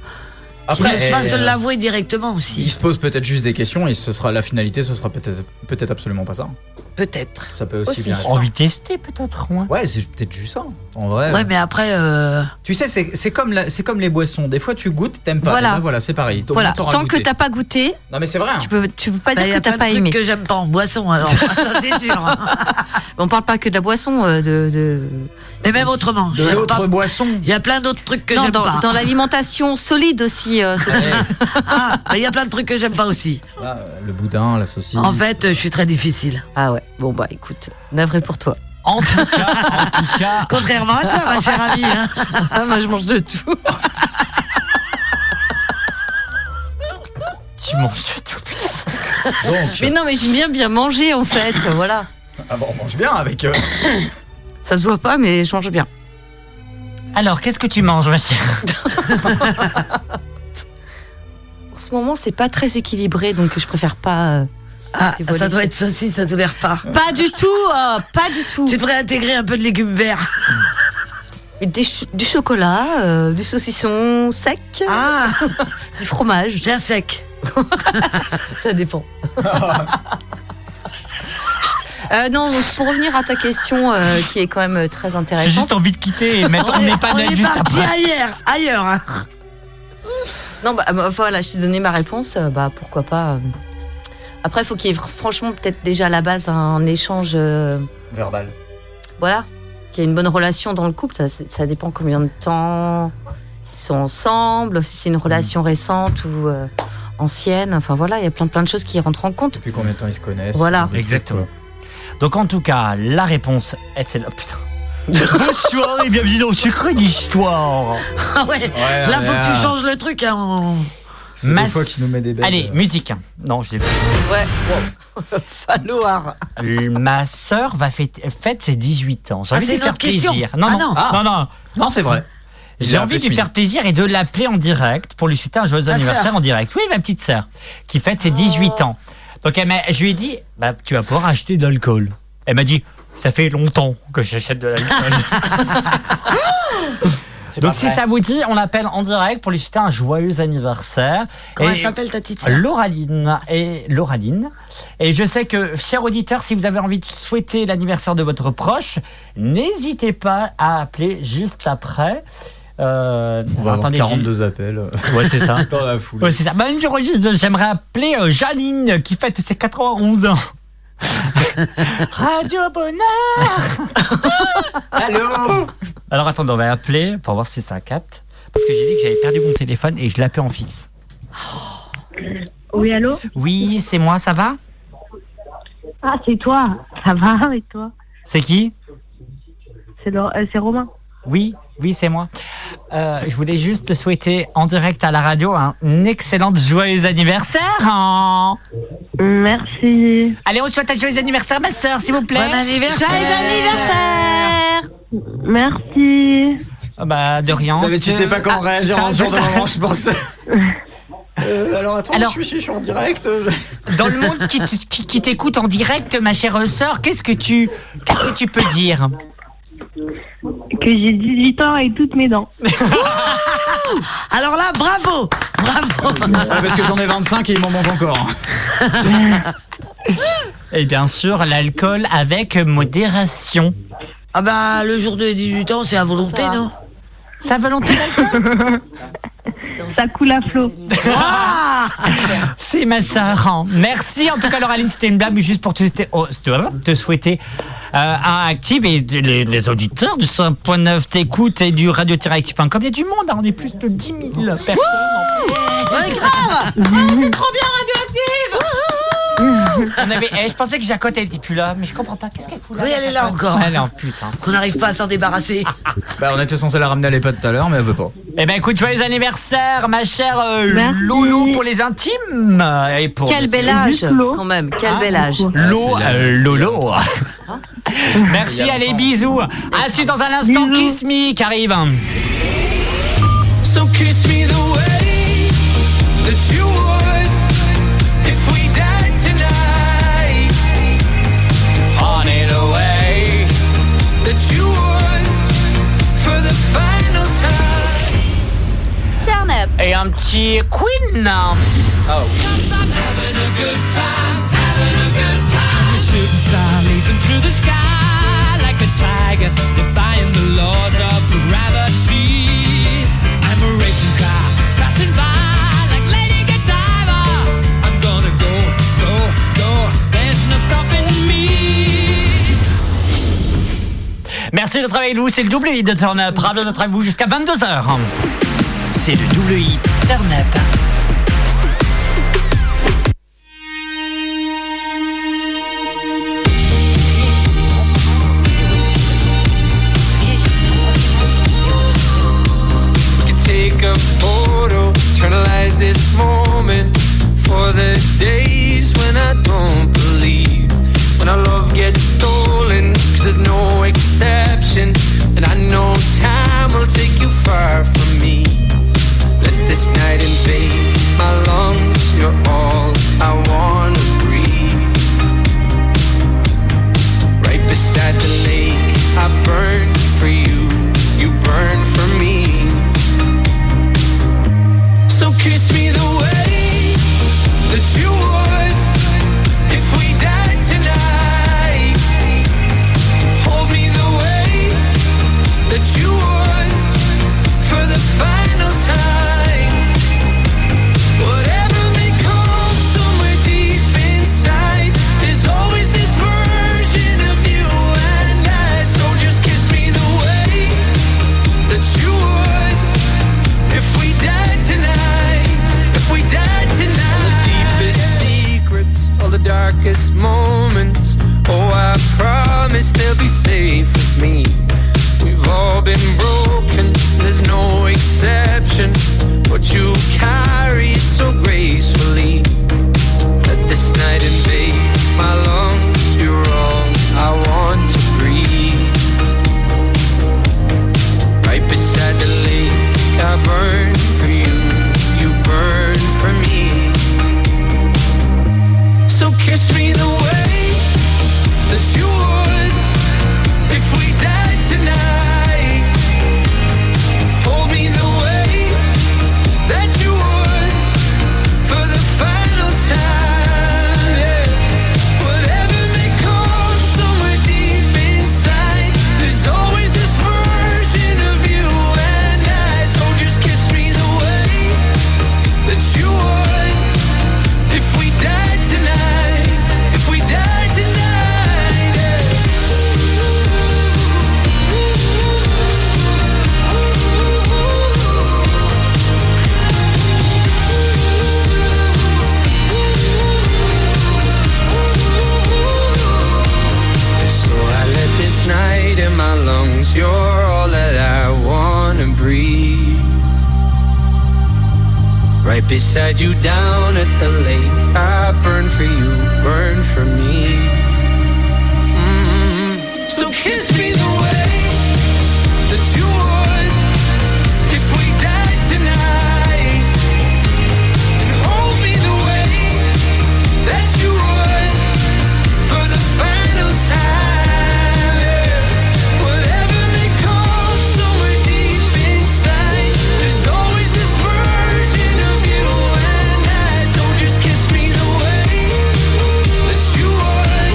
Après,
n'osent pas
euh,
se l'avouer directement
il
aussi.
se pose peut-être juste des questions et ce sera la finalité, ce sera peut-être peut-être absolument pas ça.
Peut-être.
Ça peut aussi,
Aussi.
bien être ça.
Envie de tester peut-être ouais.
Ouais, c'est peut-être juste ça. En vrai.
Ouais, mais après, euh,
Ah,
Tu sais, c'est c'est comme la- c'est comme les boissons. Des fois, tu goûtes, t'aimes pas. ben
Voilà.
Voilà, voilà c'est pareil. T'auras-
Voilà,
t'auras
tant
goûté.
que t'as pas goûté,
Non, mais c'est vrai. hein.
tu peux, tu peux pas
il bah, y
dire
a
que t'as
plein
Ah, pas
de
aimé.
trucs que j'aime pas en boisson, alors ça c'est sûr. hein.
On parle pas que de la boisson, euh, de, de-
Mais même autrement,
hein. De
j'aime
l'autre
pas-
boisson.
il y a plein d'autres trucs que
non,
j'aime
dans,
pas.
dans l'alimentation solide aussi. euh, Sophie.
Ah, mais il y a plein de trucs que j'aime pas aussi.
Ah, euh, le boudin, la saucisse.
En fait, je suis très difficile.
ah ouais, bon bah écoute, navré pour toi.
En tout cas, en tout cas,
Contrairement à toi, ma chère amie. hein.
Ah, moi je mange de tout.
tu manges de tout.
Mais non, mais j'aime bien bien manger en fait, euh, voilà.
Ah bon, on mange bien avec. euh,
Ça se voit pas, mais je mange bien.
Alors, qu'est-ce que tu manges, ma chère
En ce moment, c'est pas très équilibré, donc je préfère pas. euh,
Ah,
C'est volé,
ça doit
ça.
être saucisse à tous les repas.
Pas du tout, euh, pas du tout.
Tu devrais intégrer un peu de légumes verts.
Et des ch- du chocolat, euh, du saucisson sec,
Ah,
du fromage,
bien sec.
ça dépend. Euh, non, donc, pour revenir à ta question euh, qui est quand même euh, très
J'ai
intéressante.
juste envie de quitter et de mettre
on
on
est,
n'est pas
on
net
est
juste
parti
après.
ailleurs, ailleurs. hein.
Non, bah bah, voilà, je t'ai donné ma réponse. euh, Bah pourquoi pas. euh. Après, il faut qu'il y ait fr- franchement peut-être déjà à la base un échange, euh,
Verbal.
voilà, qu'il y ait une bonne relation dans le couple. Ça, c'est- ça dépend combien de temps ils sont ensemble, si c'est une relation récente ou euh, ancienne. Enfin voilà, il y a plein plein de choses qui rentrent en compte.
Depuis combien de temps ils se connaissent
Voilà.
des trucs,
Exactement.
quoi.
Donc, en tout cas, la réponse est celle-là. Oh, Putain. Bonsoir et bienvenue dans Sucre d'Histoire.
Ah ouais.
Ouais,
Là,
mais,
faut que
euh,
tu changes le truc. Hein. on-
ça fait des
Mass-
fois qu'il nous met des euh. bêtes.
Allez, musique. hein. Non, je l'ai pas.
Ouais. Falloir.
Ma sœur va fêter, fête ses 18 ans. J'ai
Ah,
envie de
c'est
lui faire
notre question.
plaisir.
Ah,
non,
non.
non, non.
Non, c'est vrai.
J'ai envie de lui faire plaisir et de l'appeler en direct pour lui souhaiter un joyeux
Ta
anniversaire
sœur.
en direct. Oui, ma petite sœur, qui fête ses 18 ans. Donc elle m'a- je lui ai dit, bah, tu vas pouvoir acheter de l'alcool. Elle m'a dit, ça fait longtemps que j'achète de l'alcool. Donc si ça vous dit, on l'appelle en direct pour lui souhaiter un joyeux anniversaire.
Comment
Et
elle s'appelle ta petite sœur
Lauraline et Lauraline. Et je sais que, chers auditeurs, si vous avez envie de souhaiter l'anniversaire de votre proche, n'hésitez pas à appeler juste après. Euh,
On
alors,
va avoir
attendez,
42 appels euh,
j'ai- Ouais, c'est ça.
dans la foule.
Ouais, c'est ça. Bah, j'enregistre, j'aimerais appeler euh, Jaline qui fête ses 91 ans. Radio Bonheur
Allô
Alors attendez, on va appeler pour voir si ça capte. Parce que j'ai dit que j'avais perdu mon téléphone et je l'appelais en fixe.
Oui, allô
Oui, c'est moi, ça va
Ah, c'est toi. Ça va et toi
C'est qui
C'est Laure- euh, c'est Romain.
Oui, oui, c'est moi. Euh, je voulais juste te souhaiter en direct à la radio un excellent joyeux anniversaire. hein.
Merci.
Allez, on te souhaite un joyeux anniversaire, ma soeur, s'il vous plaît.
Bon anniversaire.
Joyeux anniversaire Merci.
Ah Bah, de rien. Ah,
Putain, mais tu sais pas comment réagir en ce genre de moment, je pense. Euh, alors attends,
Alors-
je, suis, je suis en direct. je-
Dans le monde qui, t- qui- qui t'écoute en direct, ma chère sœur, qu'est-ce que tu, qu'est-ce que tu peux dire
Que j'ai 18 ans et toutes mes dents.
Alors là, bravo Bravo
Ouais, parce que j'en ai 25 et il m'en manque encore.
Et Eh bien sûr, l'alcool avec modération.
Ah bah, le jour de 18 ans, c'est à volonté, non
Sa volonté d'alcool
Ça coule à flot.
Ah C'est ma sœur. hein. Merci en tout cas, Lauraline, c'était une blague mais juste pour te, te- oh, te- te souhaiter euh, à Active et de- les, les auditeurs du 5.9 t'écoute et du radio-active.com. Il y a du monde, hein, on est plus de 10 000 personnes. Ah,
Ouais, grave Ah,
C'est trop bien radioactive on avait, eh, Je pensais que Jacotte elle était plus là, mais je comprends pas. Qu'est-ce qu'elle fout là
Oui, elle est là
Jacotte
encore.
Elle est en hein. putain.
Qu'on n'arrive pas à s'en débarrasser.
Bah on était censé la ramener à l'EHPAD tout à l'heure, mais elle veut pas.
Eh ben écoute, joyeux anniversaire, ma chère euh,
Merci.
Loulou pour les intimes. euh, Et pour
Quel bel âge, quand même. Quel bel âge.
Lo-
Ah, c'est
euh,
la-
Lolo.
Il y
Merci,
a
allez,
longtemps.
bisous. À suite dans un instant, Kiss Me qui arrive.
So kiss me the way that you would if we died tonight. On it away that you would for the final time.
Turn up. Et un petit Queen.
Having a good time, having a good time. A shooting star leaping through the sky like a tiger, defying the laws of gravity. I'm a racing car passing by like Lady Godiva. I'm gonna go, go, go. There's no stopping me.
Merci d'être avec nous. C'est le double hit de Turn Up. Ravi d'être avec vous jusqu'à 22h. C'est le double hit Turn Up.
could take a photo, eternalize this moment for the days when I don't believe. When our love gets stolen, cause there's no exception. And I know time will take you far from me. Let this night invade my lungs, you're all I wanna breathe. Right beside the lake, I burn for you, you burn for me. So kiss me the way that you would if we died tonight. Hold me the way that you would for the final time. Whatever may come somewhere deep inside, there's always this version of you and I. So just kiss me the way that you would. If we die tonight, if we die tonight, all the deepest secrets, all the darkest moments. Oh, I promise they'll be safe with me. We've all been broken, there's no exception. What you carry it so gracefully. Let this night invade my lungs. You're all I want to breathe. Right beside the lake, I burn for you, you burn for me. So kiss me the way that you would if we died tonight. Hold me the way that you would. beside you down at the lake. I burn for you, burn for me. Mm. So kiss me the way that you would if we died tonight, and hold me the way that you would for the final time. Yeah. Whatever may come somewhere deep inside, there's always this version of you and I. So just kiss me the way that you would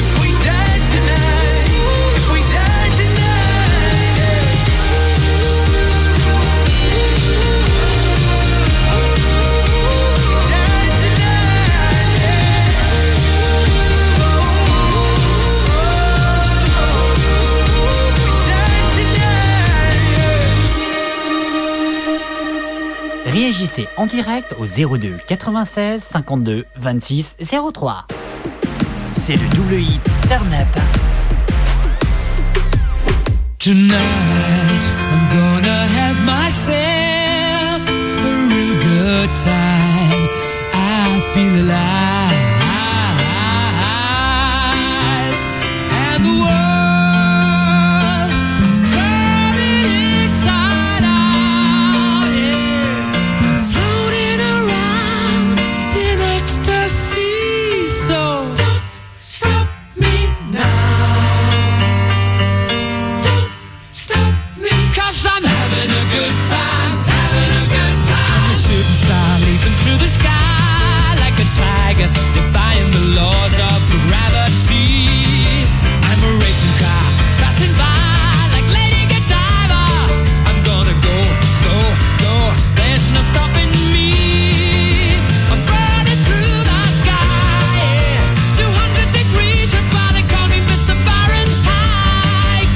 if we died tonight. If we died tonight. yeah.
Réagissez en direct au 02 96 52 26 03. C'est le double hit turn up.
Tonight, I'm gonna have myself a real good time. I feel alive. And the world, I'm turning inside out. Yeah. I'm floating around in ecstasy. So don't stop me now. Don't stop me, cause I'm having a good time, having a good time. A shooting star leaping through the sky like a tiger, defying the laws of gravity. I'm a racing car passing by like Lady Godiva. I'm gonna go, go, go, there's no stopping me. I'm burning through the sky, yeah. 200 degrees, that's why they call me Mr. Fahrenheit.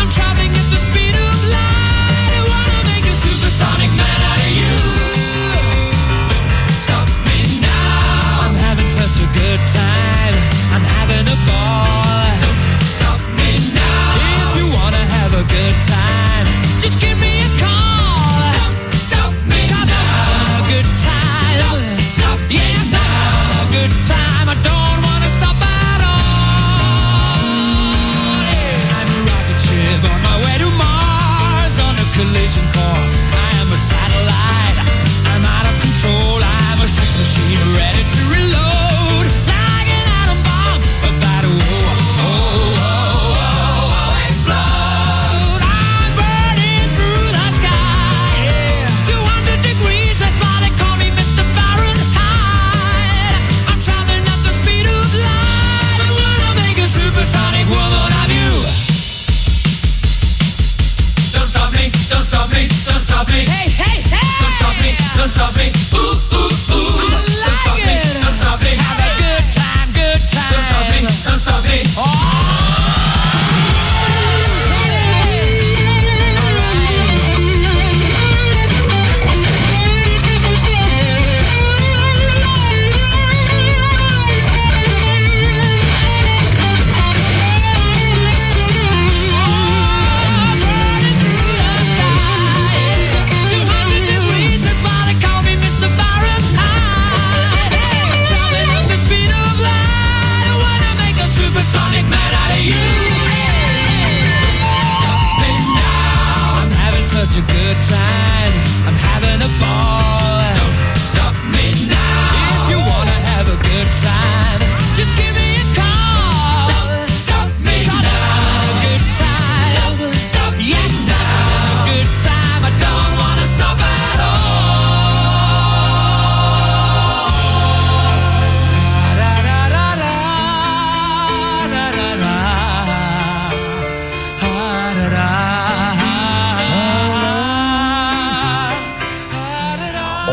I'm traveling at the speed of light. I wanna make a supersonic man out of you. Don't stop me now. I'm having such a good time. I'm having a ball. Don't stop me now. If you wanna have a good time, just give me a call. Don't stop me now. I'm having a good time. Don't stop me yes, I'm having a good time. I don't wanna stop at all. Yeah. I'm a rocket ship on my way to Mars on a collision course. I am a satellite. I'm out of control. I'm a sex machine ready to reload. Like an atom bomb about to oh, oh, oh, oh, oh, oh, explode. I'm burning through the sky. Yeah. 200 degrees, that's why they call me Mr. Fahrenheit. I'm traveling at the speed of light. I wanna make a supersonic woman of you. Don't stop me, don't stop me, don't stop me. Hey, hey, hey! Don't stop me, don't stop me. Ooh, ooh, ooh. I like don't stop it. me, don't stop me. Have a good time, good time. Don't stop me, don't stop me. Sonic man out of you. Don't stop me now. I'm having such a good time. I'm having a ball. Don't stop me now. If you wanna have a good time, just give me a call. Don't stop me now. I'm having a good time. Don't stop me yes, now. I'm having a good time. I don't wanna stop at all.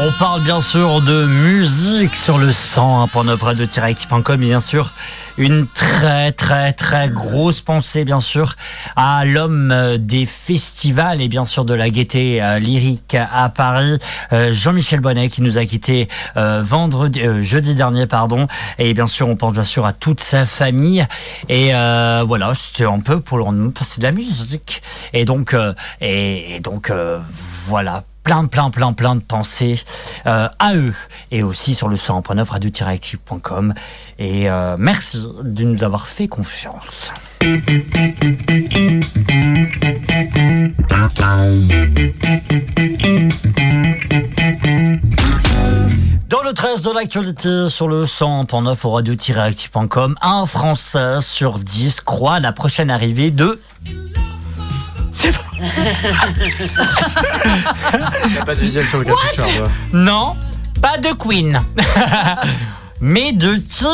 On parle bien sûr de musique sur le 101.9 radio-x.com bien sûr. Une très très très grosse pensée bien sûr à l'homme euh, des festivals et bien sûr de la gaieté euh, lyrique à Paris, euh, Jean-Michel Bonnet qui nous a quitté vendredi, euh, jeudi dernier pardon. Et bien sûr on pense bien sûr à toute sa famille. Et euh, voilà c'était un peu pour le c'est de la musique. Et donc euh, et, et donc euh, voilà plein, plein, plein, plein de pensées euh, à eux et aussi sur le 101.9 radio-active.com. Et euh, merci de nous avoir fait confiance. Dans le 13 de l'actualité, sur le 100.9 au radio-active.com, un Français sur 10 croit à la prochaine arrivée de...
Il n'y a pas de visuel sur le capuchon. moi.
Non, pas de Queen. Mais de qui,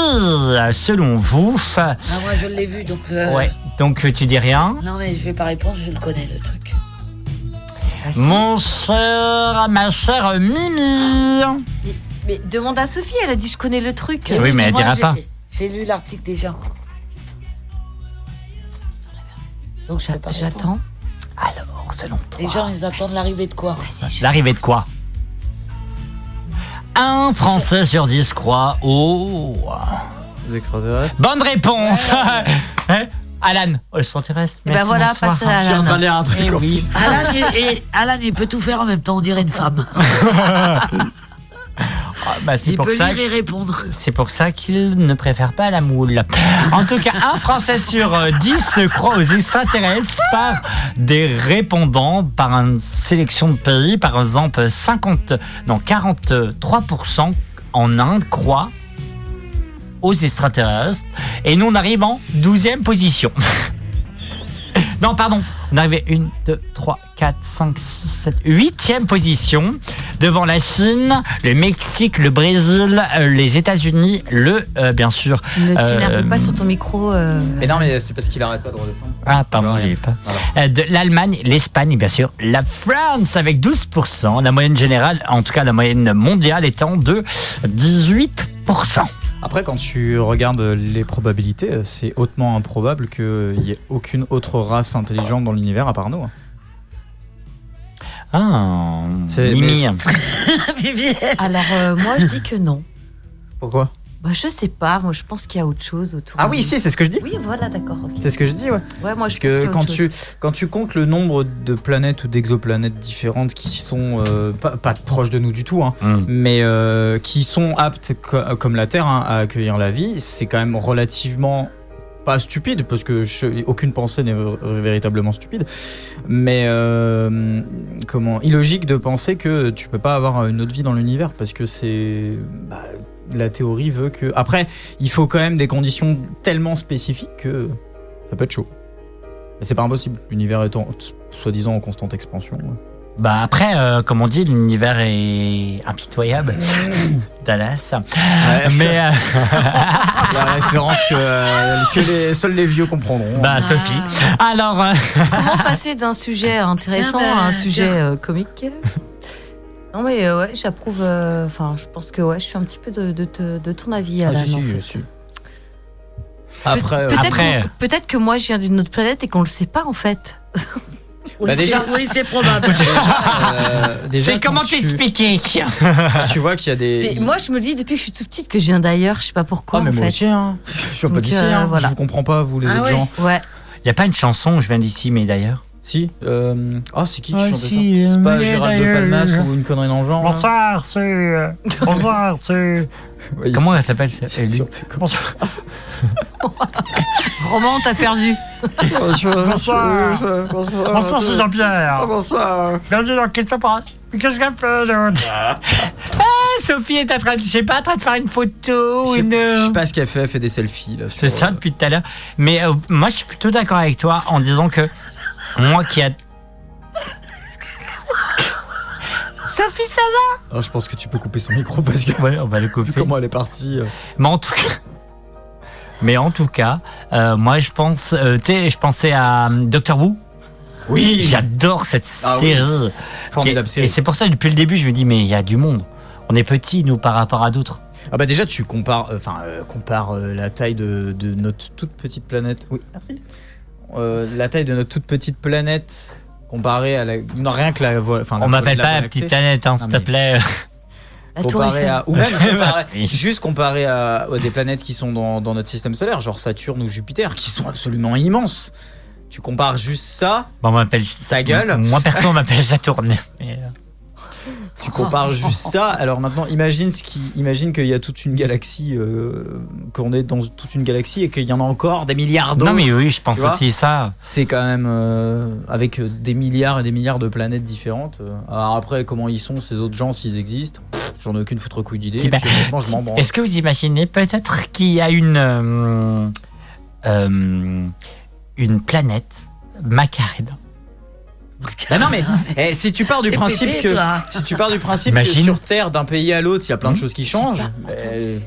selon vous
Ah, moi, je l'ai vu, donc. euh,
Ouais, donc tu dis rien.
Non, mais je vais pas répondre, je le connais, le truc.
Ah,
Mon cher, ma chère Mimi.
Mais, mais demande à Sophie, elle a dit je connais le truc.
Oui, mais elle
Moi,
dira
j'ai-
pas.
J'ai lu l'article déjà. Donc, je peux pas
J'attends.
Alors, selon toi.
Les gens, ils attendent l'arrivée de quoi
L'arrivée de quoi Un Français sur 10 croit au...
Des extraterrestres.
Bonne réponse Hein Alan, oh, extraterrestre,
Eh ben
merci,
voilà,
bonsoir.
passez à Je suis en Alan. train de lire un truc,
Eh
en
oui.
Alan, il- et- Alan, il peut tout faire en même temps, on dirait une femme.
Ah, bah, c'est
Il
pour
peut
ça
lire et
que-
répondre.
C'est pour ça qu'il ne préfère pas la moule. En tout cas, un Français sur euh, 10 se croit aux s'intéresse par des répondants, par une sélection de pays. Par exemple, 50, non, 43% en Inde croient aux extraterrestres. Et nous, on arrive en 12e position. Non, pardon. On arrivait 1, 2, 3, 4, 5, 6, 7, 8e position. Devant la Chine, le Mexique, le Brésil, euh, les États-Unis, le. euh, bien sûr.
Ne
euh,
t'énerve pas sur ton micro. euh.
Mais non, mais c'est parce qu'il arrête pas de redescendre.
Ah, pardon, j'ai eu pas. Euh, de l'Allemagne, l'Espagne et bien sûr la France avec 12%. La moyenne générale, en tout cas la moyenne mondiale, étant de 18%.
Après, quand tu regardes les probabilités, euh, c'est hautement improbable qu'il n'y ait aucune autre race intelligente dans l'univers à part nous.
Ah,
Mimi.
Alors, euh, moi, je dis que non.
Pourquoi
Bah, je sais pas, moi je pense qu'il y a autre chose autour.
Ah oui, si, c'est ce que je dis.
Oui, voilà, d'accord. ok.
C'est ce que je dis, ouais.
Ouais, moi
Parce
je pense qu'il
que
y a
quand
autre
tu,
chose.
quand tu comptes le nombre de planètes ou d'exoplanètes différentes qui sont euh, pas, pas proches de nous du tout, hein,
Hmm.
mais euh, qui sont aptes co- comme la Terre hein, à accueillir la vie, c'est quand même relativement pas stupide parce que je- aucune pensée n'est v- véritablement stupide, mais euh, comment illogique de penser que tu peux pas avoir une autre vie dans l'univers parce que c'est bah, la théorie veut que après il faut quand même des conditions tellement spécifiques que ça peut être chaud. Mais c'est pas impossible, l'univers étant soi-disant en constante expansion.
Bah après, euh, comme on dit, l'univers est impitoyable. Dallas. Mais euh,
La référence que, euh, que les, seuls les vieux comprendront.
Bah Sophie. Alors. euh,
Comment passer d'un sujet intéressant
Tiens, bah,
ben,
à un sujet
tiens.
euh, comique Non, mais euh, ouais, j'approuve. euh, Enfin, je pense que ouais, je suis un petit peu de, de te- de ton avis,
Ah,
Alan. en fait.
Après, euh,
Peut-être qu'on- peut-être que moi je viens d'une autre planète et qu'on le sait pas en fait.
Bah, déjà-
oui, c'est probable.
ah, euh,
C'est comment t'expliquer
Tu vois qu'il y a
Mais
des.
moi je me dis depuis que je suis toute petite que je viens d'ailleurs, je sais pas pourquoi
Ah, mais
en
moi
fait.
aussi, hein. Je suis pas
Donc,
d'ici,
euh,
hein.
voilà.
je vous comprends pas, vous les
Ah
autres
ouais
gens.
Ouais.
Y a pas une chanson, je viens d'ici, mais d'ailleurs.
Si. euh, Ah, c'est qui qui
Ah,
chantait
si, euh,
ça C'est pas
mais
Gérald de
d'ailleurs.
Palmas ou une connerie dans le genre là
Bonsoir, Ah, c'est. Bonsoir, c'est. Comment elle s'appelle cette élue Bonsoir.
Roman, t'as perdu.
Bonsoir. Bonsoir, c'est Jean-Pierre.
Bonsoir.
Bienvenue dans Qu'est-ce que Mais Qu'est-ce qu'elle fait, l'autre Ah, Sophie est en train de, je sais pas, en train de faire une
Je
photo,
sais-
une. euh,
je sais pas ce qu'elle fait, elle fait des selfies là. euh,
C'est ça depuis tout à l'heure. Mais euh, moi, je suis plutôt d'accord avec toi en disant que moi qui a. Sophie, ça va
Ah, je pense que tu peux couper son micro parce que.
Ouais, on va le couper.
Comment elle est partie euh.
Mais en tout cas. Mais en tout cas, euh, moi, je pense. euh, tu sais, je pensais à euh, Doctor Who.
Oui.
J'adore cette
Ah oui.
série.
Formidable
Qui-
série.
Et c'est pour ça, depuis le début, je me dis, mais il y a du monde. On est petits, nous, par rapport à d'autres.
Ah bah déjà tu compares, euh, enfin euh, compares euh, la taille de, de notre toute petite planète. Oui, merci. Euh, la taille de notre toute petite planète comparée à la, non, rien que la voie. enfin,
On m'appelle
la
pas
Voie
la petite
lactée.
planète, hein, s'il te plaît.
La hein. tour
Comparé
Eiffel.
à, ou même comparé- juste comparé à, à des planètes qui sont dans, dans notre système solaire, genre Saturne ou Jupiter, qui sont absolument immenses. Tu compares juste ça,
Bon, on m'appelle
sa gueule.
Moi, perso, on m'appelle Saturne. Mais, euh,
Tu compares juste ça. Alors maintenant, imagine ce qui, imagine qu'il y a toute une galaxie, euh, qu'on est dans toute une galaxie et qu'il y en a encore des milliards d'autres.
Non, mais oui, je pense
tu vois.
aussi ça.
C'est quand même euh, avec des milliards et des milliards de planètes différentes. Euh, Alors après, comment ils sont ces autres gens s'ils existent Pff, J'en ai aucune foutre couille d'idée.
Qui- bah-
Et puis, honnêtement, je m'en branle.
Est-ce que vous imaginez peut-être qu'il y a une, euh, euh, une planète Macarena
Bah non mais eh, si tu pars du
T'es
principe
pété,
que
toi.
si tu pars du principe que
Imagine. Hmm.
sur Terre d'un pays à l'autre il y a plein de choses qui changent, euh,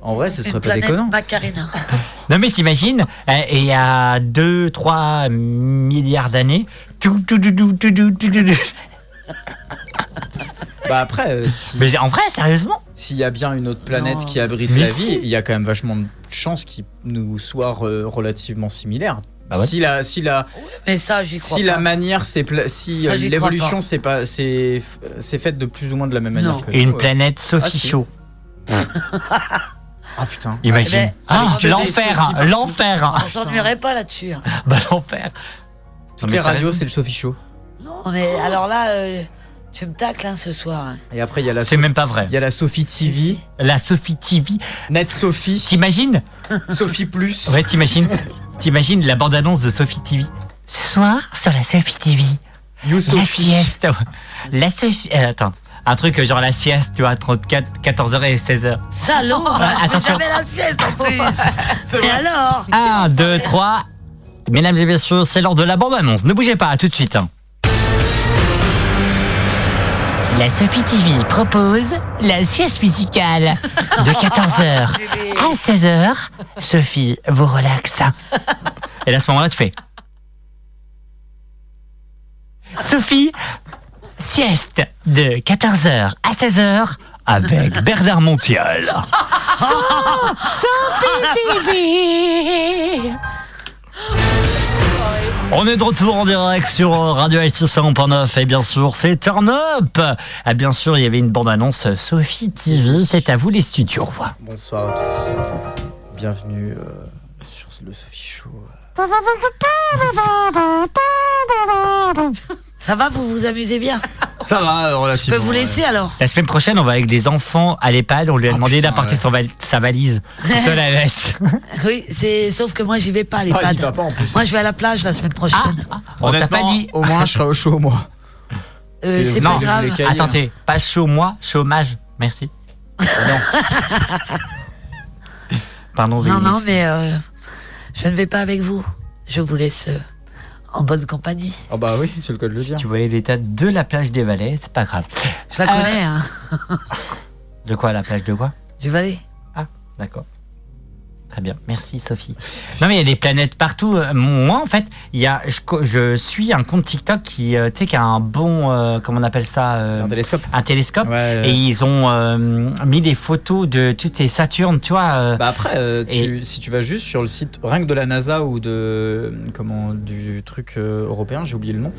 en vrai ce serait pas
planète
déconnant.
Macarena.
Non mais t'imagines, euh, et il y a 2-3 milliards d'années, tout, tout, tout, tout, tout, tout, tout, tout, tout.
Bah après, euh, si-
Mais en vrai, sérieusement
s'il y a bien une autre planète
Non.
qui abrite
Mais
la
si.
vie, il y a quand même vachement de chances qu'il nous soit re- relativement similaire.
Bah ouais.
Si la si la
mais ça j'y crois
si
pas.
la manière c'est pla- si
Ça,
euh,
j'y crois
l'évolution
pas.
c'est pas c'est f- c'est faite de plus ou moins de la même manière
Non.
que
Une
nous, euh.
planète
Ah,
Sophie
si.
Chaud.
Ah putain.
Imagine.
Eh ben,
ah,
avec des
l'enfer,
selfies
hein,
partout.
l'enfer. hein.
On s'ennuierait pas là-dessus. hein.
Bah l'enfer. Non,
Toutes
mais
les radios
sérieusement.
c'est le Sophie Show.
Non, mais alors là, euh, tu me tacles hein, ce soir. hein.
Et après il y a la
C'est
Sophie-
même pas vrai.
il y a la Sophie TV.
La Sophie TV.
Net Sophie.
T'imagines
Sophie Plus.
Ouais, t'imagines T'imagines la bande-annonce de Sophie TV Ce soir, sur la Sophie TV.
You
La
Sophie.
sieste. La Sophie. euh, attends. Un truc euh, genre la sieste, tu vois, entre 4 14h et 16h.
Salaud bah, je fais
attention.
jamais la sieste en plus. Et alors
1, 2, 3. Mesdames et messieurs, c'est l'heure de la bande-annonce. Ne bougez pas, à tout de suite. hein. La Sophie TV propose la sieste musicale de 14h à 16h. Sophie vous relaxe. Et là, à ce moment-là, tu fais Sophie, sieste de 14h à 16h avec Bernard Montiel. Sophie TV on est de retour en direct sur euh, Radio Active 100.9 et bien sûr c'est Turn Up. Ah bien sûr il y avait une bande annonce Sophie TV, c'est à vous les studios.
Bonsoir à tous. Bienvenue euh, sur le Sophie Show.
Ça va, vous vous amusez bien
Ça va,
Je
relativement.
peux vous laisser alors
La semaine prochaine on va avec des enfants à l'EHPAD, on
Ah,
lui a demandé d'apporter son val- sa valise. On te la laisse.
Oui, c'est sauf que moi j'y vais pas à
Ah,
l'EHPAD.
il y va pas, en plus.
moi je vais à la plage la semaine prochaine.
On t'a pas dit.
Au moins, je serai au chaud, moi.
Euh, c'est
non,
pas grave.
attendez, pas chaud moi, chômage. Merci. Pardon.
Non,
Vélinis.
non, mais euh, je ne vais pas avec vous. Je vous laisse euh, en bonne compagnie.
Ah bah oui, c'est le cas de le
Si
dire.
tu voyais l'état de la plage des Valais, c'est pas grave.
Je la connais, hein.
De quoi la plage de quoi
Du Valais.
Ah, d'accord. Très bien, merci Sophie. Non mais il y a des planètes partout. Euh, Moi en fait, il y a, je, co- je suis un compte TikTok qui, euh, tu sais, qui a un bon, euh, comment on appelle ça euh,
Un télescope.
Un télescope.
Ouais,
Et
ouais.
ils ont euh, mis des photos de, tu sais, Saturne, tu vois. euh,
Bah après, euh, tu-
Et-
si tu vas juste sur le site rien que de la NASA ou de comment du truc euh, européen, j'ai oublié le nom,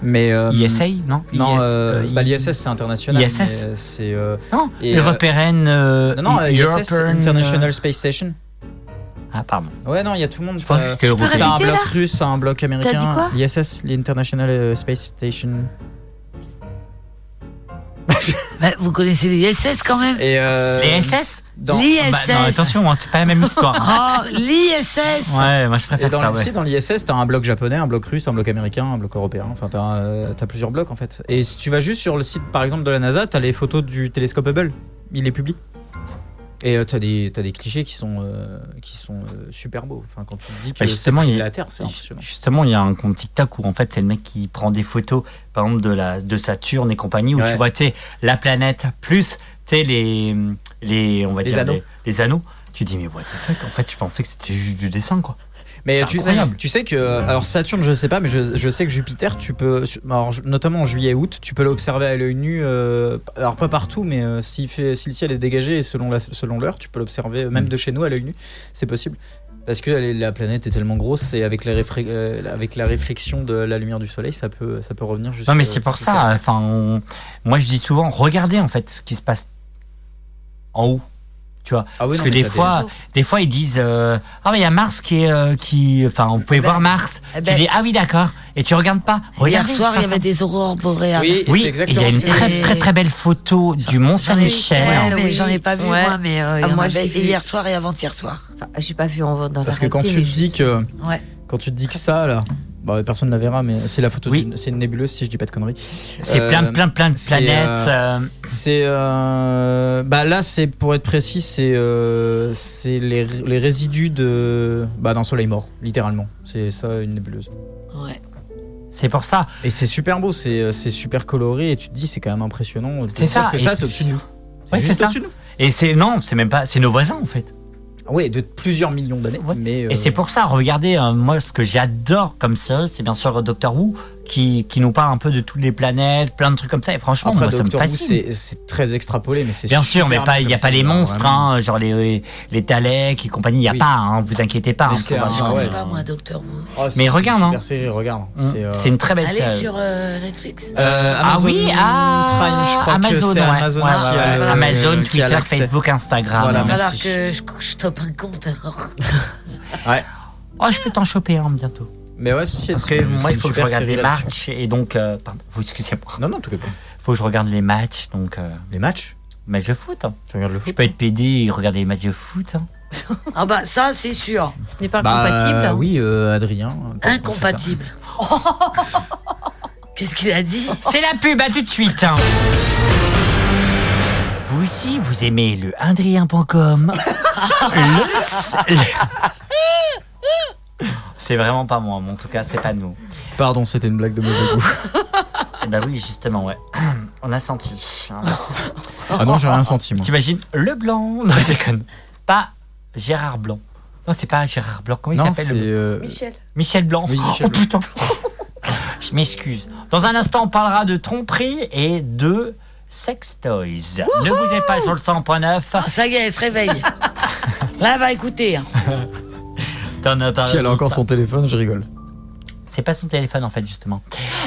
mais euh,
ISA, non
Non,
IS,
euh,
euh,
bah, l'ISS c'est international.
ISS.
mais, euh, c'est euh,
Non,
et, euh,
Européenne. euh,
non, non, euh, ISS
European, euh,
International Space Station.
Ah pardon.
Ouais, non, il y a tout le monde. euh, Je
pense que Tu peux
T'as un
répéter, là
bloc russe, un bloc américain.
dit quoi
L'ISS, l'International euh, Space Station.
Mais vous connaissez l'ISS quand même
Et euh,
Les SS
dans-
L'ISS.
Bah, non, attention, hein, c'est pas la même histoire. hein.
Oh, l'ISS
ouais, moi je préfère
Et dans,
ça.
le-
ouais.
si, dans l'ISS, t'as un bloc japonais, un bloc russe, un bloc américain, un bloc européen. Enfin, t'as euh, t'as plusieurs blocs en fait. Et si tu vas juste sur le site, par exemple, de la NASA, t'as les photos du télescope Hubble. Il les publie. Et euh, t'as des, t'as des clichés qui sont, euh, qui sont euh, super beaux. Enfin, quand tu te dis que
Bah, justement,
c'est
il-
la Terre, c'est impressionnant.
Justement, il y a un compte TikTok où en fait c'est le mec qui prend des photos, par exemple de la de Saturne et compagnie, où
Ouais.
tu vois tu sais, la planète plus tu sais, les les on va
Les
dire
anneaux.
Les, les anneaux. Tu dis mais what the fuck En fait, je pensais que c'était juste du dessin quoi.
Mais
C'est
tu,
incroyable.
tu sais que. Alors, Saturne, je sais pas, mais je, je sais que Jupiter, tu peux. su- alors, ju- notamment en juillet-août, tu peux l'observer à l'œil nu. euh, alors, pas partout, mais euh, s'il fait, si le ciel est dégagé et selon la- selon l'heure, tu peux l'observer euh,
Mm.
même de chez nous à l'œil nu. C'est possible. Parce que elle est- la planète est tellement grosse, c'est avec, les réfré- euh, avec la réflexion de la lumière du soleil, ça peut, ça peut revenir jusqu'à.
Non mais c'est pour
jusqu'à-
ça. Enfin, on- moi je dis souvent regardez en fait ce qui se passe en haut. tu vois.
Ah oui,
Parce
non,
que
mais
des
t'as des
fois,
raisons.
des fois ils disent euh, ah mais il y a Mars qui est euh, qui, enfin vous pouvez voir Mars.
eh ben-
tu dis ah oui d'accord et tu regardes pas.
Hier
Regardez,
soir,
ça
il y avait
ressemble-
des aurores boréales.
Oui, et c'est exactement ce que je voulais dire. belle photo du Mont
Ah,
Saint-Michel.
Mais j'en ai pas vu
Ouais.
moi, mais euh, il y
Ah,
en
moi,
avait
j'ai vu.
hier soir et avant-hier soir.
Ah,
Enfin, j'ai pas vu en dans
Parce que
la
quand
réalité, mais
tu te
je
dis
sais.
que
Ouais.
quand tu te dis que ça là, bah, personne ne la verra, mais c'est la photo, d'une- c'est une nébuleuse si je dis pas de conneries.
C'est plein, plein, plein de
c'est,
planètes, euh,
C'est euh, bah là c'est pour être précis, c'est euh, c'est les, les résidus de bah d'un soleil mort littéralement. C'est ça une nébuleuse.
Ouais.
C'est pour ça.
Et c'est super beau, c'est euh, c'est super coloré et tu te dis c'est quand même impressionnant.
C'est ça,
Sauf que
et
ça
puis-
c'est au-dessus de nous.
Ouais,
juste
c'est ça.
au-dessus de nous.
Et c'est non, c'est même pas, c'est nos voisins en fait.
Oui, de plusieurs millions d'années. Mais euh,
Et c'est pour ça, regardez, euh, moi ce que j'adore comme série, c'est bien sûr Doctor Who, qui, qui nous parle un peu de toutes les planètes, plein de trucs comme ça, et franchement,
après
moi, ça me
Doctor Who
fascine.
c'est c'est très extrapolé, mais c'est
Bien
super
sûr, mais pas,
beau
il n'y a
comme
pas
ça,
les
vraiment.
monstres, hein, genre les, les Daleks et compagnie, il n'y a
Oui.
pas, hein, vous inquiétez pas.
Mais
hein,
c'est
tout va
un-
bien.
ah ouais.
Pas moi, Docteur Who.
Ah, c'est-
Mais
c'est
regarde,
une
hein.
super série, regarde.
Mm. C'est une très belle
Allez
série.
sur euh, Netflix.
Euh,
ah
Amazon
oui, ah,
Prime, je crois que
Amazon,
c'est
ouais.
Amazon
Ouais,
qui a
ouais,
le-
ouais. Amazon,
Euh, qui a
Twitter,
l'accès.
Facebook, Instagram.
Voilà,
Il va falloir
merci.
que je, je top un compte alors.
Ouais.
Oh, je peux t'en choper un bientôt.
Mais ouais, si, si,
Parce
c'est-
que
c'est
moi, il
une
faut que je
super
regarde
série
les
là-dessus.
matchs et donc. euh, pardon, vous, excusez-moi.
Non, non, tout cas pas.
Faut que je regarde les matchs donc.
Les matchs
Matchs de foot. hein.
Tu regardes le
Je
foot
peux être PD et regarder les matchs de foot. hein.
Ah bah ça c'est sûr.
Ce n'est pas
Bah,
compatible. hein.
Oui, euh, Adrien.
Incompatible. Qu'est-ce qu'il a dit
Oh.
C'est la pub, à tout de suite. hein. Vous aussi, vous aimez le indrien.com Le- le- C'est vraiment pas moi, mais en tout cas, c'est pas nous.
Pardon, c'était une blague de mauvais goût.
Eh ben oui, justement, ouais. On a senti. hein.
Ah non, j'ai rien senti, moi.
T'imagines le blanc Non, je déconne. Pas Gérard Blanc. Non, c'est pas Gérard Blanc. Comment il
Non,
s'appelle
c'est,
le blanc
euh,
Michel.
Michel Blanc.
Oui, Michel
oh putain. je m'excuse. Dans un instant, on parlera de tromperie et de sex toys. ne
Wouhou
vous êtes pas sur le 100.9.
Ah, Ça y est, elle se réveille. Là, elle va écouter. hein.
T'en as parlé
Si elle a
tout
encore
ça.
son téléphone, je rigole.
C'est pas son téléphone en fait, justement.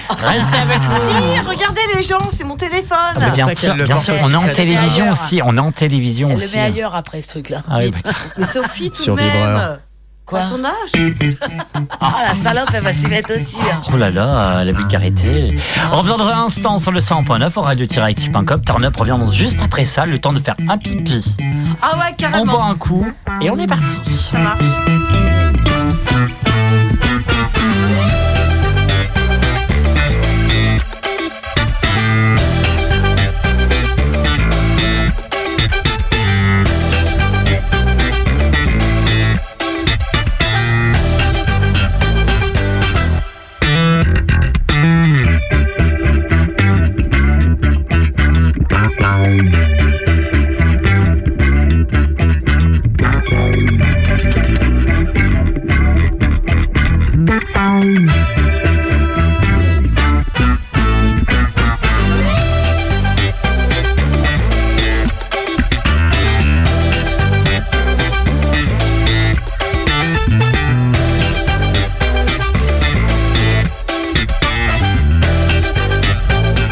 Restez avec
Si,
nous.
regardez les gens, c'est mon téléphone.
Ah.
Ah,
Mais bien sûr, bien sûr, on est en télévision aussi. On est en télévision
Elle le
aussi.
met
hein.
ailleurs après ce truc-là.
Ah oui, bah,
Mais Sophie, tout de
Sur
même.
vibreur.
Quoi
À ton âge
Ah la salope, elle va s'y mettre aussi. hein.
Oh là là, la vulgarité. On revient dans un instant sur le 100.9 au radio-active.com. Turn Up revient dans- juste après ça, le temps de faire un pipi.
Ah ouais, carrément.
On boit un coup et on est parti. Ça
marche.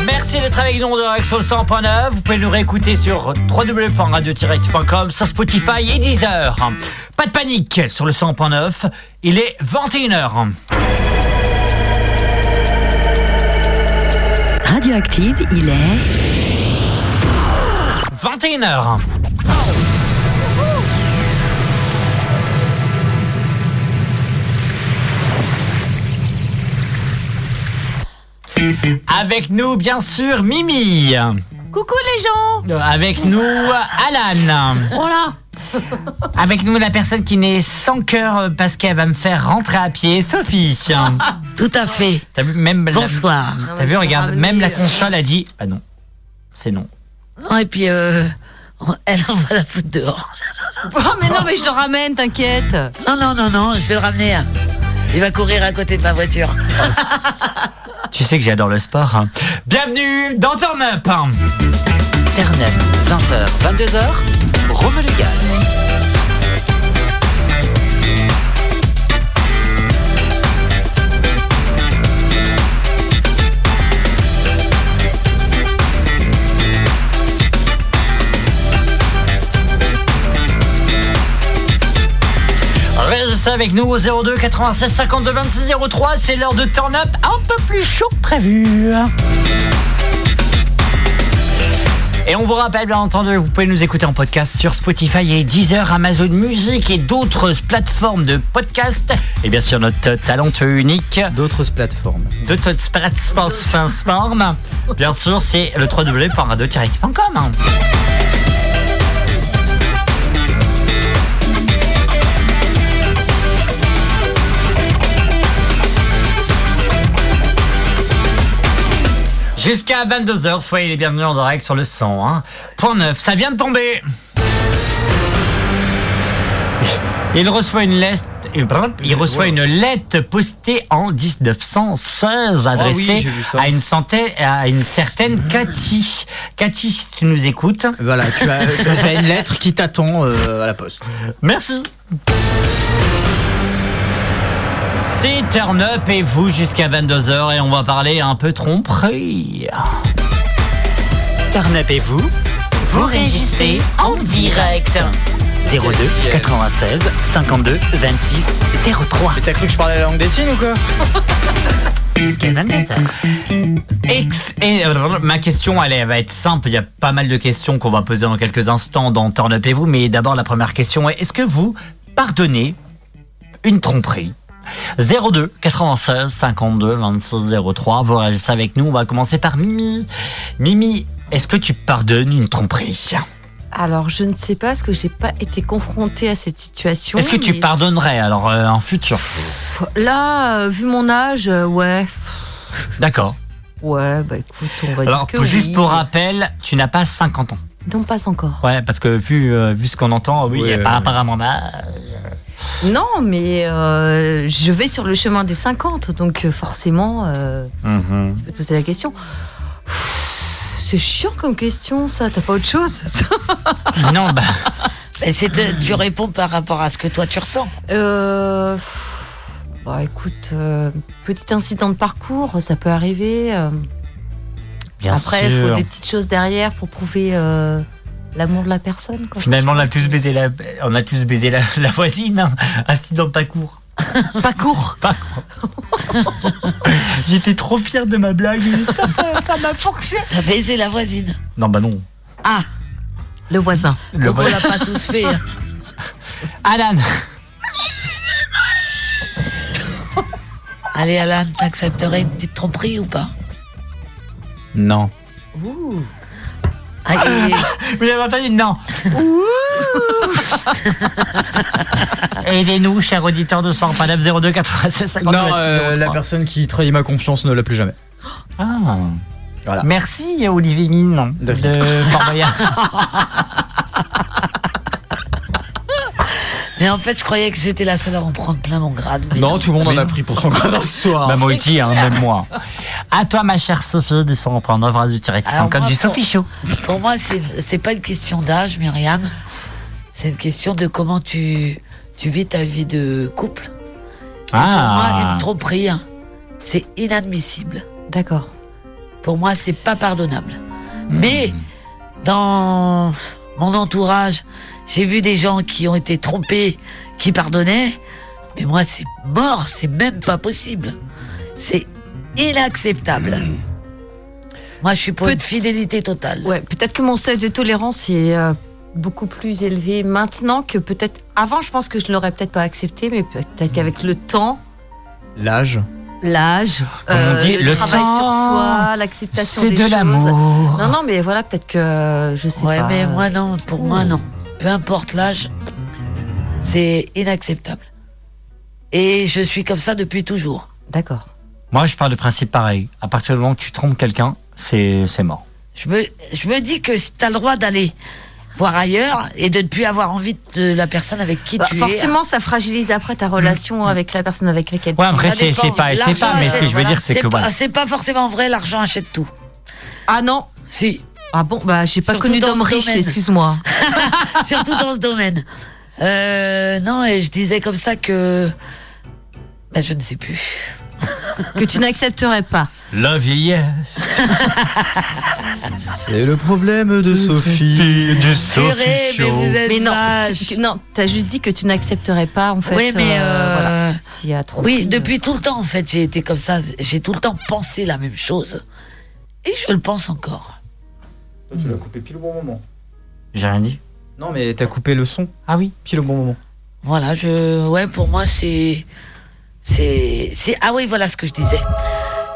Merci d'être avec nous en direct sur le 100.9. Vous pouvez nous réécouter sur www.radio-active.com, sur Spotify et Deezer. Pas de panique sur le 100.9. Il est 21h.
Radioactive, il est
21h. Avec nous, bien sûr, Mimi.
Coucou les gens
Avec nous, Alan.
Voilà
Avec nous, la personne qui n'est sans cœur parce qu'elle va me faire rentrer à pied, Sophie.
Tout à fait.
T'as vu, même la-
Bonsoir.
T'as vu, regarde, même la console a dit Ah non, c'est non.
Non, et puis, euh, on- elle on va la foutre dehors.
Oh, mais non, mais je le ramène, t'inquiète.
Non, non, non, non, je vais le ramener. hein. Il va courir à côté de ma voiture.
Tu sais que j'adore le sport. hein. Bienvenue dans Turn Up. Turn Up, 20h, 22h, Rome
Thank
avec nous au 02 96 52 26 03. C'est l'heure de turn up un peu plus chaud que prévu. Et on vous rappelle, bien entendu, vous pouvez nous écouter en podcast sur Spotify et Deezer, Amazon Music et d'autres plateformes de podcast. Et bien sûr, notre talentueux unique.
D'autres plateformes.
D'autres plateformes. plateformes. Bien sûr, c'est le www.radio-com. hein. Jusqu'à 22h, soyez les bienvenus en direct sur le 101.9. ça vient de tomber Il reçoit une lettre, il- pardon, il reçoit une lettre postée en 1916 adressée
Ah oui, j'ai vu ça.
à une centaine, à une certaine Cathy. Cathy, si tu nous écoutes.
Voilà, tu as, tu as une lettre qui t'attend euh, à la poste.
Merci. C'est Turn Up et vous jusqu'à 22h et on va parler un peu tromperie. Turn Up et vous, vous régissez en direct. 02 96 52 26 03.
T'as cru que je parlais la langue des signes ou quoi
Jusqu'à 22h. Ex- et, euh, ma question, elle, elle va être simple. Il y a pas mal de questions qu'on va poser dans quelques instants dans Turn Up et vous. Mais d'abord, la première question est est-ce que vous pardonnez une tromperie 02 96 52 26 03. Vous réagissez avec nous. On va commencer par Mimi. Mimi, est-ce que tu pardonnes une tromperie
Alors, je ne sais pas, parce que j'ai pas été confrontée à cette situation.
Est-ce que tu
mais
pardonnerais alors euh, un futur
pff, Là, euh, vu mon âge, euh, ouais.
D'accord.
Ouais, bah écoute, on va
Alors,
dire que
pour- juste
oui.
pour rappel, tu n'as pas 50 ans.
Non, pas encore.
Ouais, parce que vu, euh, vu ce qu'on entend, oui, il y a euh, pas apparemment là.
Non, mais euh, je vais sur le chemin des 50, donc euh, forcément, euh,
Mhm.
je vais te poser la question. Pff, C'est chiant comme question, ça. T'as pas autre chose
Non, bah.
Mais c'est de- tu réponds par rapport à ce que toi tu ressens.
Euh, pff, bah, écoute, euh, petit incident de parcours, ça peut arriver. euh.
Bien
Après, il faut
sûr.
des petites choses derrière pour prouver euh, l'amour de la personne. Quoi.
Finalement, on a tous baisé la, on a tous baisé la, la voisine, hein, assis dans ta cour.
Pas court.
Pas court. J'étais trop fier de ma blague. mais ça- Ça m'a fourché.
T'as baisé la voisine.
Non, bah non.
Ah
Le voisin.
Le
Donc
voisin.
on l'a pas tous fait. hein.
Alan.
Allez Alan, t'accepterais une petite tromperie ou pas
Non.
Allez.
Vous avez entendu Non. Aidez-nous, chers auditeurs de 100, Paname 02 96 50
Non,
26
euh,
03.
la personne qui trahit ma confiance ne l'a plus jamais.
Ah.
Voilà.
Merci Olivier Mine de, Fort Boyard.
Mais en fait, je croyais que j'étais la seule à en prendre plein mon grade. mais
Non, tout le monde en a pris pour son grade ce soir.
Bah, moi aussi, hein, même moi. À toi, ma chère Sophie, de s'en reprendre œuvre du tiré
Alors,
comme
moi,
du
pour-
Sophie Show.
Pour moi, c'est c'est pas une question d'âge, Myriam. C'est une question de comment tu, tu vis ta vie de couple. Et Pour
Ah.
moi, une tromperie, hein, c'est inadmissible.
D'accord.
Pour moi, c'est pas pardonnable. Mais dans mon entourage, j'ai vu des gens qui ont été trompés, qui pardonnaient. Mais moi, c'est mort, c'est même pas possible. C'est inacceptable. Moi, je suis pour une fidélité totale.
Hmm. Ouais, peut-être que mon seuil de tolérance est euh, beaucoup plus élevé maintenant que peut-être avant. Je pense que je l'aurais peut-être pas accepté, mais peut-être qu'avec le temps,
L'âge.
l'âge, euh,
Comme on dit,
le,
le
travail
temps,
sur soi, l'acceptation
c'est
des
de
choses.
l'amour.
Non, non, mais voilà, peut-être que euh, je sais
Ouais,
pas. Hmm.
mais moi non, pour moi non. Peu importe l'âge, c'est inacceptable. Et je suis comme ça depuis toujours.
D'accord.
Moi, je pars du principe pareil. À partir du moment que tu trompes quelqu'un, c'est c'est mort.
Je me, je me dis que si t'as le droit d'aller voir ailleurs et de ne plus avoir envie de la personne avec qui
Bah,
tu Mm.
forcément, ça fragilise après ta relation avec la personne avec laquelle.
Ouais,
tu-
après,
Ça
c'est-
dépend.
c'est pas-
es.
c'est pas, mais ce que je veux
L'argent,
dire, c'est que
pas-
bon.
C'est pas forcément vrai, l'argent achète tout.
Ah non.
Si.
Ah bon, bah j'ai pas
Surtout
connu
dans
d'homme
ce
riche,
domaine.
excuse-moi.
Surtout dans ce domaine. Euh, non, et je disais comme ça que. Bah, je ne sais plus.
que tu n'accepterais pas.
La vieillesse.
C'est le problème de Sophie. Du
Purée, mais vous êtes
mais non,
vache.
tu- non, t'as juste dit que tu n'accepterais pas en fait.
oui, mais
euh, voilà.
euh,
S'il y a trop
oui,
de-
depuis tout le temps en fait, j'ai été comme ça. J'ai tout le temps pensé la même chose et je le pense encore.
Toi, tu l'as coupé pile au bon moment.
J'ai rien dit.
Non, mais t'as coupé le son.
Ah oui.
Pile au bon moment.
Voilà, je, ouais, pour moi c'est, c'est, c'est, ah oui, voilà ce que je disais.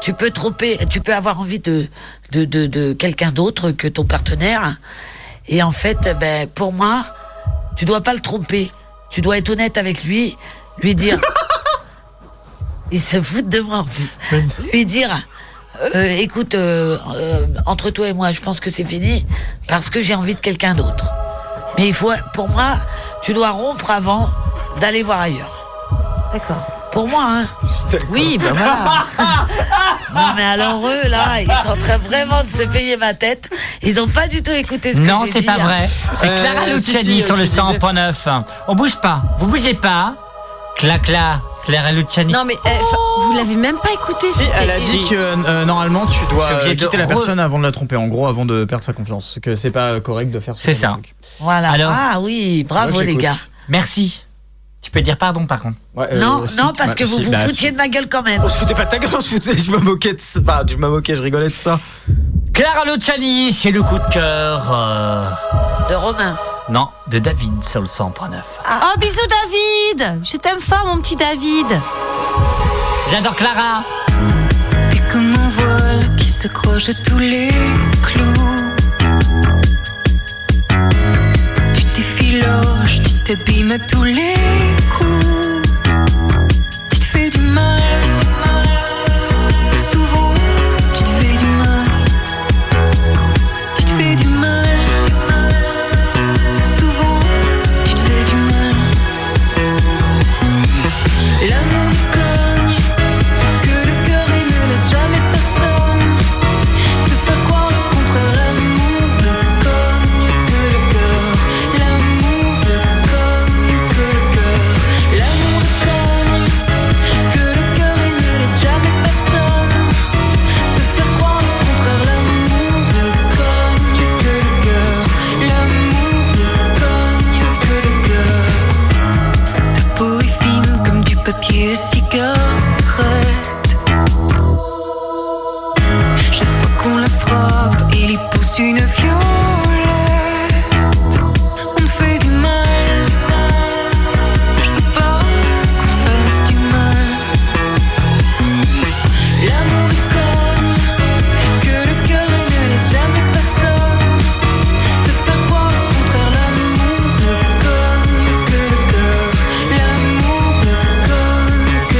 Tu peux tromper, tu peux avoir envie de, de, de, de quelqu'un d'autre que ton partenaire, et en fait, ben pour moi, tu dois pas le tromper. Tu dois être honnête avec lui, lui dire. Il se fout de moi en plus. Lui dire, euh, écoute, euh, euh, entre toi et moi, je pense que c'est fini parce que j'ai envie de quelqu'un d'autre. Mais il faut, pour moi, tu dois rompre avant d'aller voir ailleurs.
D'accord.
Pour moi, hein.
Oui, ben voilà.
Non, mais alors eux, là, ils sont en train vraiment de se payer ma tête. Ils n'ont pas du tout écouté ce que j'ai
Non, c'est
dit,
pas
hein.
vrai. C'est Clara Luciani sur le 100.9. On bouge pas. Vous bougez pas. Cla cla. Clara Luciani.
non, mais eh, enfin, vous l'avez même pas écouté.
Si,
c'était-
elle a dit que euh, normalement tu dois
Je suis
euh,
obligé de
quitter la
re-
personne avant de la tromper, en gros, avant de perdre sa confiance. Que c'est pas correct de faire ça.
C'est ça.
Voilà.
Alors,
ah oui, bravo
moi,
les
j'écoute.
gars.
Merci. Tu peux dire pardon par contre.
Ouais, euh,
non,
si,
non, parce
bah,
que vous
si,
vous
bah,
foutiez de ma gueule quand même.
On se foutait pas de ta gueule, on se foutait, je me moquais de ça. Bah, je me moquais, je rigolais de ça.
Clara Luciani, c'est le coup de cœur. euh,
De Romain.
Non, de David sur le 100.9.
Ah.
Oh, bisous David Je t'aime fort, mon petit David
J'adore Clara.
Et comme un voile qui s'accroche à tous les clous. Tu t'effiloches, tu t'abîmes à tous les coups. Tu te fais du mal. Souvent, tu te fais du mal. Tu te fais du mal. Souvent, tu te fais du mal. L'amour nous cogne, que le cœur il ne laisse jamais personne Te faire croire le contraire, l'amour le cogne, que le cœur L'amour le cogne, que le cœur L'amour le cogne, que le cœur il ne laisse jamais personne Te faire croire le contraire, l'amour le cogne, que le cœur L'amour le cogne, que le cœur ta peau est fine comme du papier à cigarette. Chaque fois qu'on la frappe, il y pousse une violette. On te fait du mal. Je veux pas qu'on fasse du mal. L'amour nous cogne, que le cœur il ne laisse jamais personne. Te faire croire le contraire, l'amour ne cogne que le cœur. L'amour ne cogne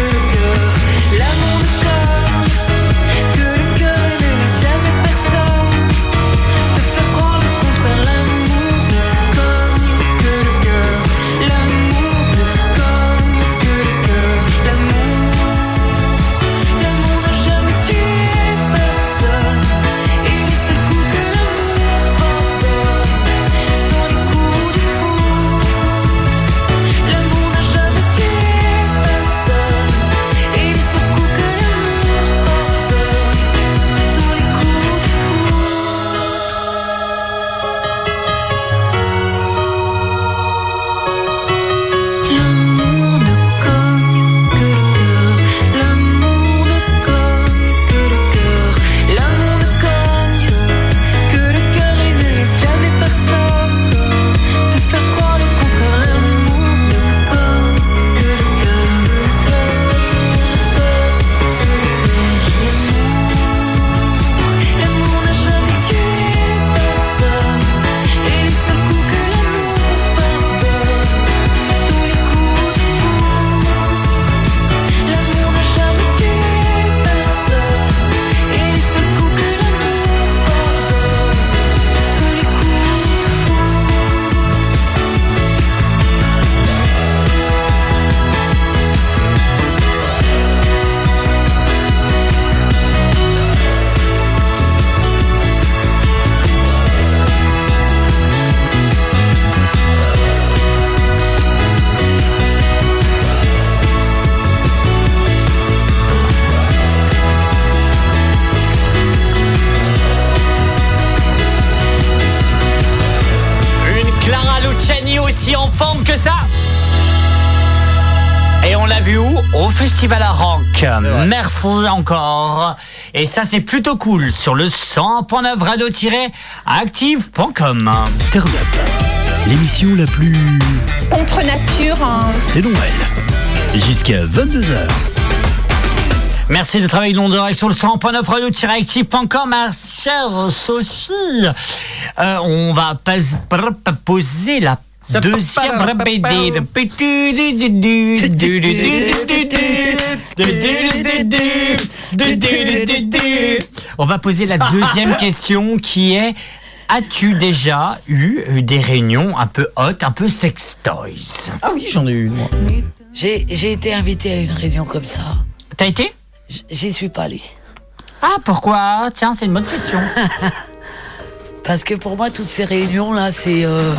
vu où Au Festival à Rock. Merci encore. Et ça, c'est plutôt cool sur le 100.9 radio-active.com.
L'émission la plus.
Contre nature.
C'est Noël. Jusqu'à 22h.
Merci de travailler non direct sur le 100.9 radio-active.com, ma chère Sophie. Euh, on va pas- pas- poser la deuxième BD de On va poser la deuxième question qui est As-tu déjà eu des réunions un peu hautes, un peu sextoys
Ah oui, j'en ai eu une, moi.
J'ai j'ai été invité à une réunion comme ça.
T'as été
J'y suis pas allée.
Ah, pourquoi Tiens, c'est une bonne question.
Parce que pour moi, toutes ces réunions-là, c'est. euh,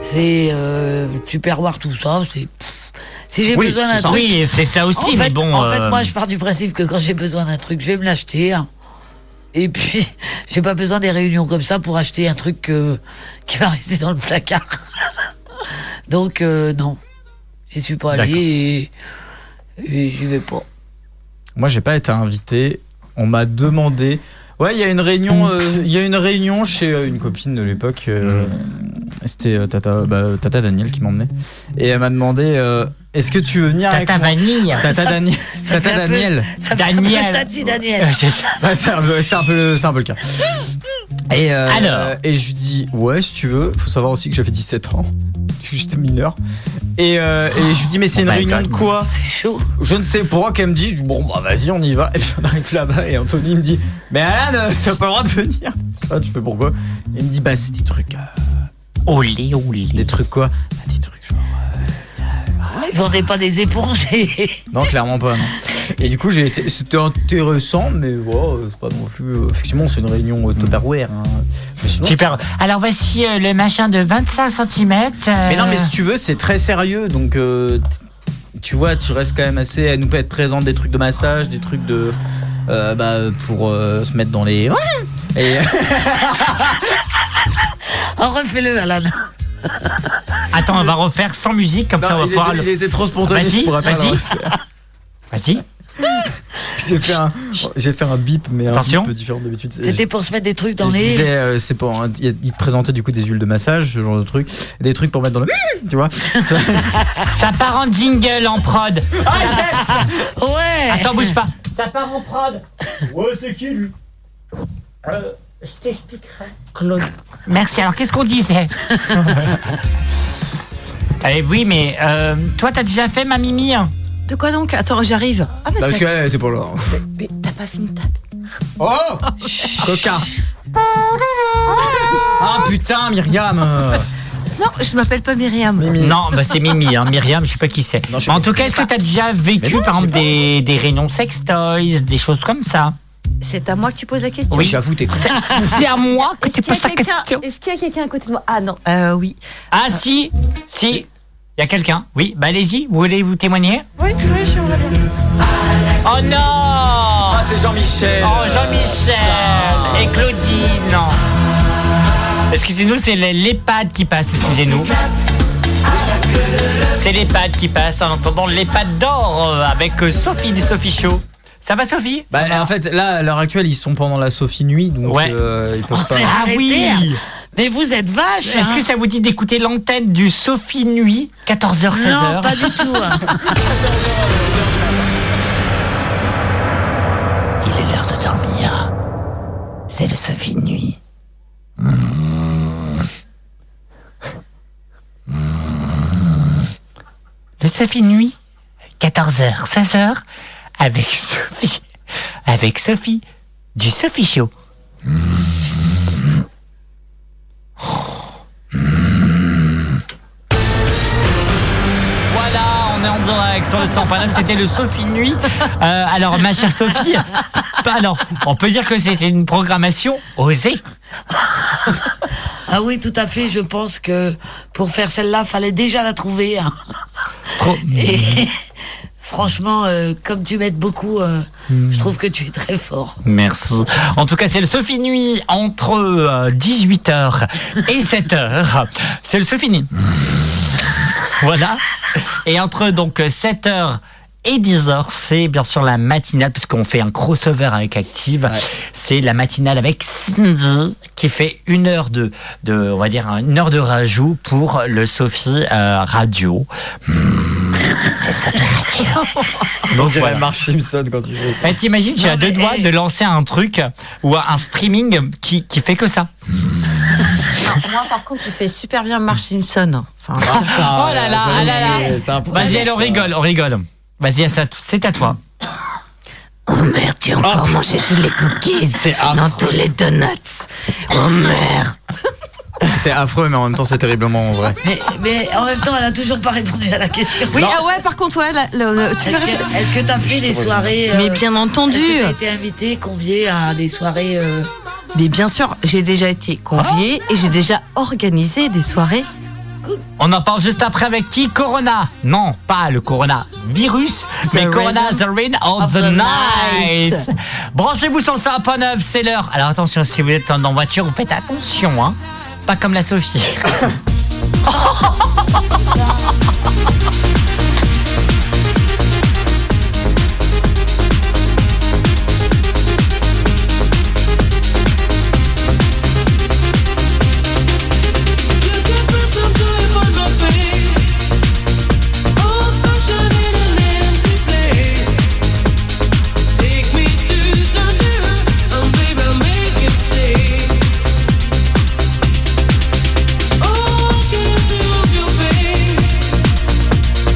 c'est. euh, tu pervoires tout ça. C'est. pff, Si j'ai
Oui,
besoin
c'est
d'un
ça.
truc.
Oui, c'est ça aussi,
En
mais
fait-
bon,
En
euh,
fait, moi, je pars du principe que quand j'ai besoin d'un truc, je vais me l'acheter. hein. Et puis, j'ai pas besoin des réunions comme ça pour acheter un truc euh, qui va rester dans le placard. Donc, euh, non. J'y suis pas allé et. et j'y vais pas.
Moi, j'ai pas été invité. On m'a demandé. Ouais, il y a une réunion. euh, Il y a une réunion chez euh, une copine de l'époque. euh, C'était euh, Tata, bah, Tata Daniel qui m'emmenait. Et elle m'a demandé. euh, est-ce que tu veux venir avec
Tata
moi
Vanille.
Tata,
Ça-
Dani-
ça
Tata
fait un peu-
Daniel.
ça fait un peu Daniel. Tati Daniel.
Ouais, c'est ça. Ouais, c'est un, peu- c'est un peu, c'est un peu le cas. Et, euh,
Alors.
et je lui dis ouais si tu veux. Faut savoir aussi que j'avais 17 ans. Parce que j'étais mineur. Et, euh, et je lui dis mais c'est une
Oh my
réunion de
God.
quoi Je ne sais pourquoi qu'elle me dit, je dis, bon bah vas-y on y va. Et puis on arrive là-bas et Anthony me dit, mais Alan, euh, t'as pas le droit de venir. Je fais, Ah, tu fais pourquoi Il me dit, bah c'est des trucs... Euh,
olé, olé.
Des trucs quoi
Ils vendaient pas des éponges. et-
Non, clairement pas. non. Et du coup, j'ai été... c'était intéressant, mais wow, c'est pas non plus... euh, Effectivement, c'est une réunion euh, Tupperware. hein. Mais sinon,
Super. Alors voici euh, le machin de euh, 25 cm.
Mais non, mais si tu veux, c'est très sérieux, donc euh, t- tu vois, tu restes quand même assez. Elle nous peut être présente des trucs de massage, des trucs de. euh, bah, pour euh, se mettre dans les. Ouais Et-
Oh, refais-le, Alan.
Attends, on va refaire sans musique, comme
Non,
ça on va
il
pouvoir.
était-
le-
il était trop spontané, je
Vas-y,
pourrais pas le
vas-y. Vas-y.
j'ai fait un, j'ai fait un bip, mais
Attention.
un bip différent d'habitude.
C'était pour se mettre des trucs dans
Je
les.
disais, euh, c'est pour, un- il il te présentait du coup des huiles de massage, ce genre de trucs, des trucs pour mettre dans le, Mmh, tu vois.
Ça part en jingle en prod.
Ouais.
Attends, bouge pas. Ça part en prod. Ouais, c'est qui lui Je t'expliquerai. Claude. Merci. Alors, qu'est-ce qu'on disait Allez, oui, mais euh, toi, t'as déjà fait ma mimi hein
De quoi donc Attends, j'arrive. Ah, mais
Parce
ça-
qu'elle était pas là.
Mais t'as pas fini ta.
Oh, coca. Ah putain, Myriam. euh.
Non, je m'appelle pas Myriam.
Non, bah c'est Mimi, hein. Myriam, je sais pas qui c'est. Mais en tout cas, est-ce que t'as déjà vécu,
non,
par
je sais
exemple, des, des réunions sextoys, des choses comme ça
C'est à moi que tu poses la question.
t'es con.
C'est à moi que tu
Est-ce qu'il y a
poses la
quelqu'un-
question.
Est-ce qu'il y a quelqu'un à côté de moi Ah non, euh, oui.
Ah si, si, il y a quelqu'un. Oui, bah allez-y, vous voulez vous témoigner
Oui, oui, je suis en
Oh non Ah,
c'est Jean-Michel
Oh, Jean-Michel Et Claudine Excusez-nous, c'est les- l'EHPAD qui passe, excusez-nous. C'est l'EHPAD qui passe en entendant l'EHPAD d'or euh, avec euh, Sophie du Sophie Show. Ça va, Sophie
Bah, en fait, là, à l'heure actuelle, ils sont pendant la Sophie nuit, donc euh, ils peuvent pas.
Ah oui
Mais vous êtes vache hein.
Est-ce que ça vous dit d'écouter l'antenne du Sophie Nuit, 14h, 16h
Non, pas du tout. hein.
Il est l'heure de dormir. C'est le Sophie de nuit. Le Sophie de nuit, 14h, 16h, avec Sophie. Avec Sophie du Sophie Show. Voilà, on est en direct sur le 100 Paname, c'était le Sophie de Nuit. Euh, alors, ma chère Sophie, pas- alors, on peut dire que c'était une programmation osée.
Ah oui, tout à fait. Je pense que pour faire celle-là, fallait déjà la trouver. hein.
Mmh.
Et franchement, euh, comme tu m'aides beaucoup, euh,
Mmh.
je trouve que tu es très fort.
Merci. En tout cas, c'est le Sophie Nuit entre euh, 18h et 7h. C'est le Sophie Nuit. voilà. Et entre donc 7h et 10h, c'est bien sûr la matinale, puisqu'on fait un crossover avec Active. C'est la matinale avec Cindy, qui fait une heure de, de on va dire, une heure de rajout pour le Sophie euh, Radio. Hmm. C'est Sophie Radio.
On dirait Mark Simpson quand tu fais ça.
Eh, T'imagines, tu
Non,
as
mais,
deux doigts
eh.
de lancer un truc ou un streaming qui, qui fait que ça.
Alors, Moi, par contre, tu fais super bien Marge Simpson. Enfin,
oh là là, ah là là. Vas-y,
hein.
elle, on rigole, on rigole. Vas-y, à ça, c'est à toi.
Oh merde, j'ai encore
Ah.
mangé tous les cookies. Dans tous les donuts. Oh merde.
C'est affreux, mais en même temps, c'est terriblement vrai.
Mais, mais en même temps, elle a toujours pas répondu à la question.
Oui, ah ouais, par contre, ouais, la- la- la- tu
Est-ce que- est-ce que t'as fait des soirées euh,
Mais bien entendu.
Est-ce que t'as été invité, convié à des soirées euh,
Mais bien sûr, j'ai déjà été conviée
Oh,
et j'ai déjà organisé des soirées.
On en parle juste après avec qui Corona. Non, pas le Corona virus, mais
Rhythm
Corona The Rain of,
of
the,
the
Night.
Night.
Branchez-vous sur le 101.9, c'est l'heure. Alors attention, si vous êtes en voiture, vous faites attention, hein. Pas comme la Sophie.
oh,
Oh,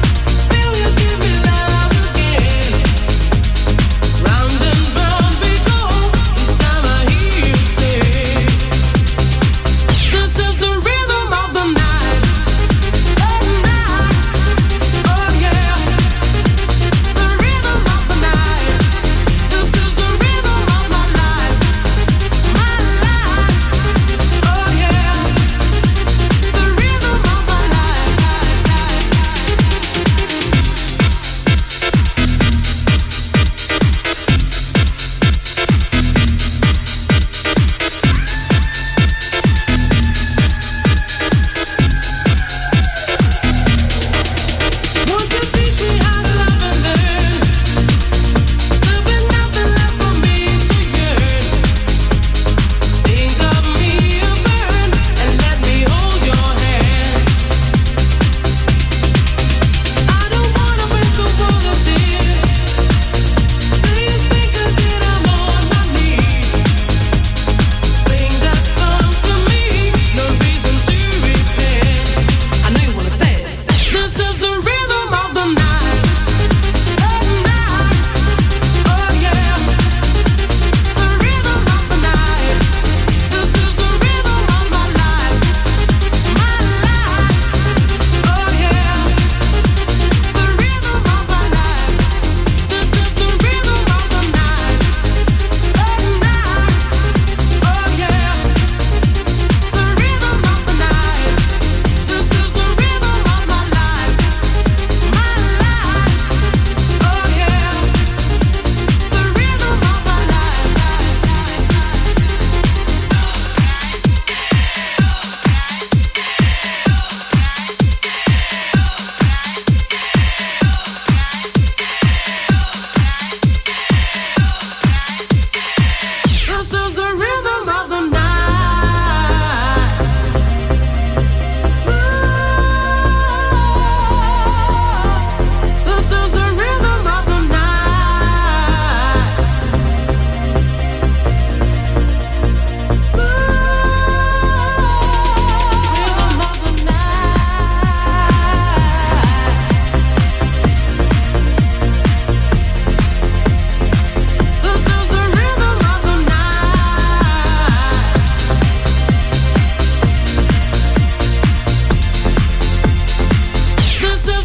Oh, Oh, Oh, Oh, Oh, Oh,
Summer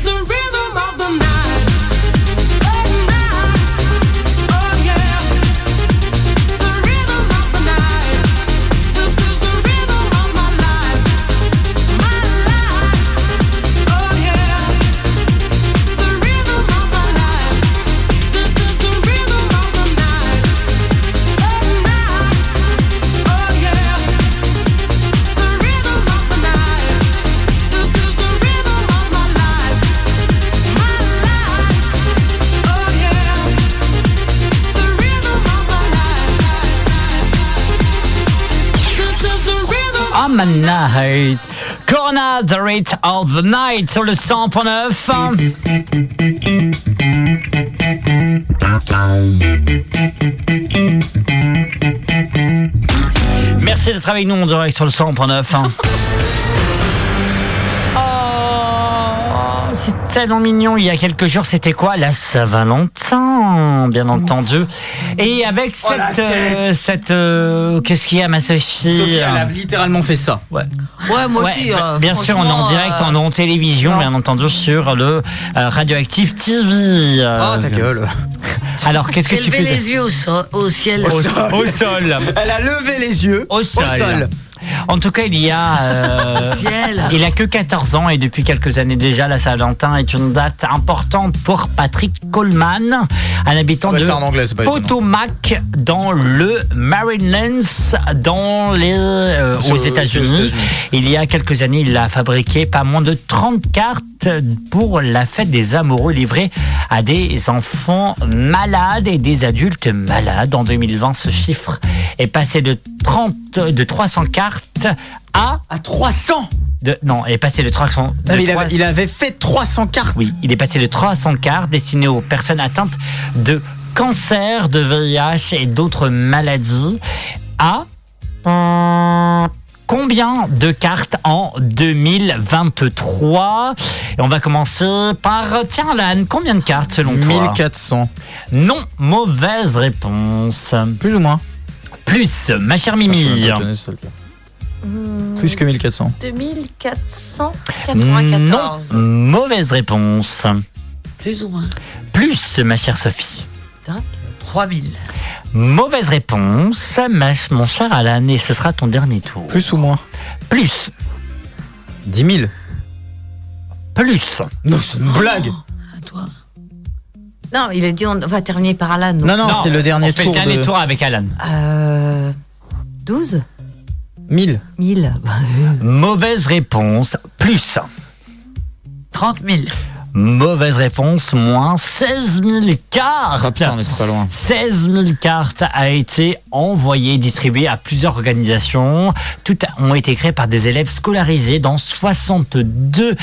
Night. Corona, the Rate of the Night sur le 100.9. Merci d'être avec nous en direct sur le 100.9. hein. Oh, c'est tellement mignon. Il y a quelques jours, c'était quoi La Saint-Valentin, bien entendu. Et avec
Oh, la
cette... euh, cette euh, Qu'est-ce qu'il y a, ma Sophie
Sophie, elle a littéralement fait ça.
Ouais.
Ouais, moi
Ouais,
aussi.
bah,
euh,
bien sûr, on est en
franchement,
direct,
euh,
on est en télévision, bien entendu, sur le euh, Radioactive TV.
Ah, ta gueule.
Alors, qu'est-ce que
J'ai
tu
levé
fais
les yeux au, so- au ciel.
au, au sol.
Elle a levé les yeux
au sol.
sol.
En tout cas, il y a. euh,
Ciel.
il a que 14 ans et depuis quelques années déjà, la Saint-Valentin est une date importante pour Patrick Coleman, un habitant
Ah bah,
de
c'est en anglais, c'est pas étonnant.
Potomac dans le Maryland, dans les, euh,
C'est
aux
aux- c'est aux
États-Unis.
États-Unis.
Il y a quelques années, il a fabriqué pas moins de 30 cartes pour la fête des amoureux livrées à des enfants malades et des adultes malades. En 2020, ce chiffre est passé de 30, de 300 cartes à
à 300.
De, non, est passé de 300. de
Non, Ah, mais il, avait,
300
il avait fait 300 cartes.
oui, il est passé de 300 cartes destinées aux personnes atteintes de cancer, de VIH et d'autres maladies à euh, combien de cartes en 2023 Et on va commencer par tiens Alan, combien de cartes selon toi
1400.
Non, mauvaise réponse.
Plus ou moins
Plus, ma chère Mimi.
Plus que 1400.
Non,
2494.
mauvaise réponse.
Plus ou moins.
Plus, ma chère Sophie.
3000.
Mauvaise réponse, ma- mon cher Alan, et ce sera ton dernier tour.
Plus ou moins
Plus,
10 000.
plus.
Non, c'est une blague.
Non, il a dit on va terminer par Alan. donc.
Non, non, c'est le dernier
on fait
tour
le dernier
de- Ah.
tour avec Alan.
Euh, 12
1000.
1000.
Mauvaise réponse, plus.
30 000.
Mauvaise réponse, moins 16 000
Ah
cartes.
putain, on est pas loin.
16 000 cartes a été envoyées, distribuées à plusieurs organisations. Toutes ont été créées par des élèves scolarisés dans 62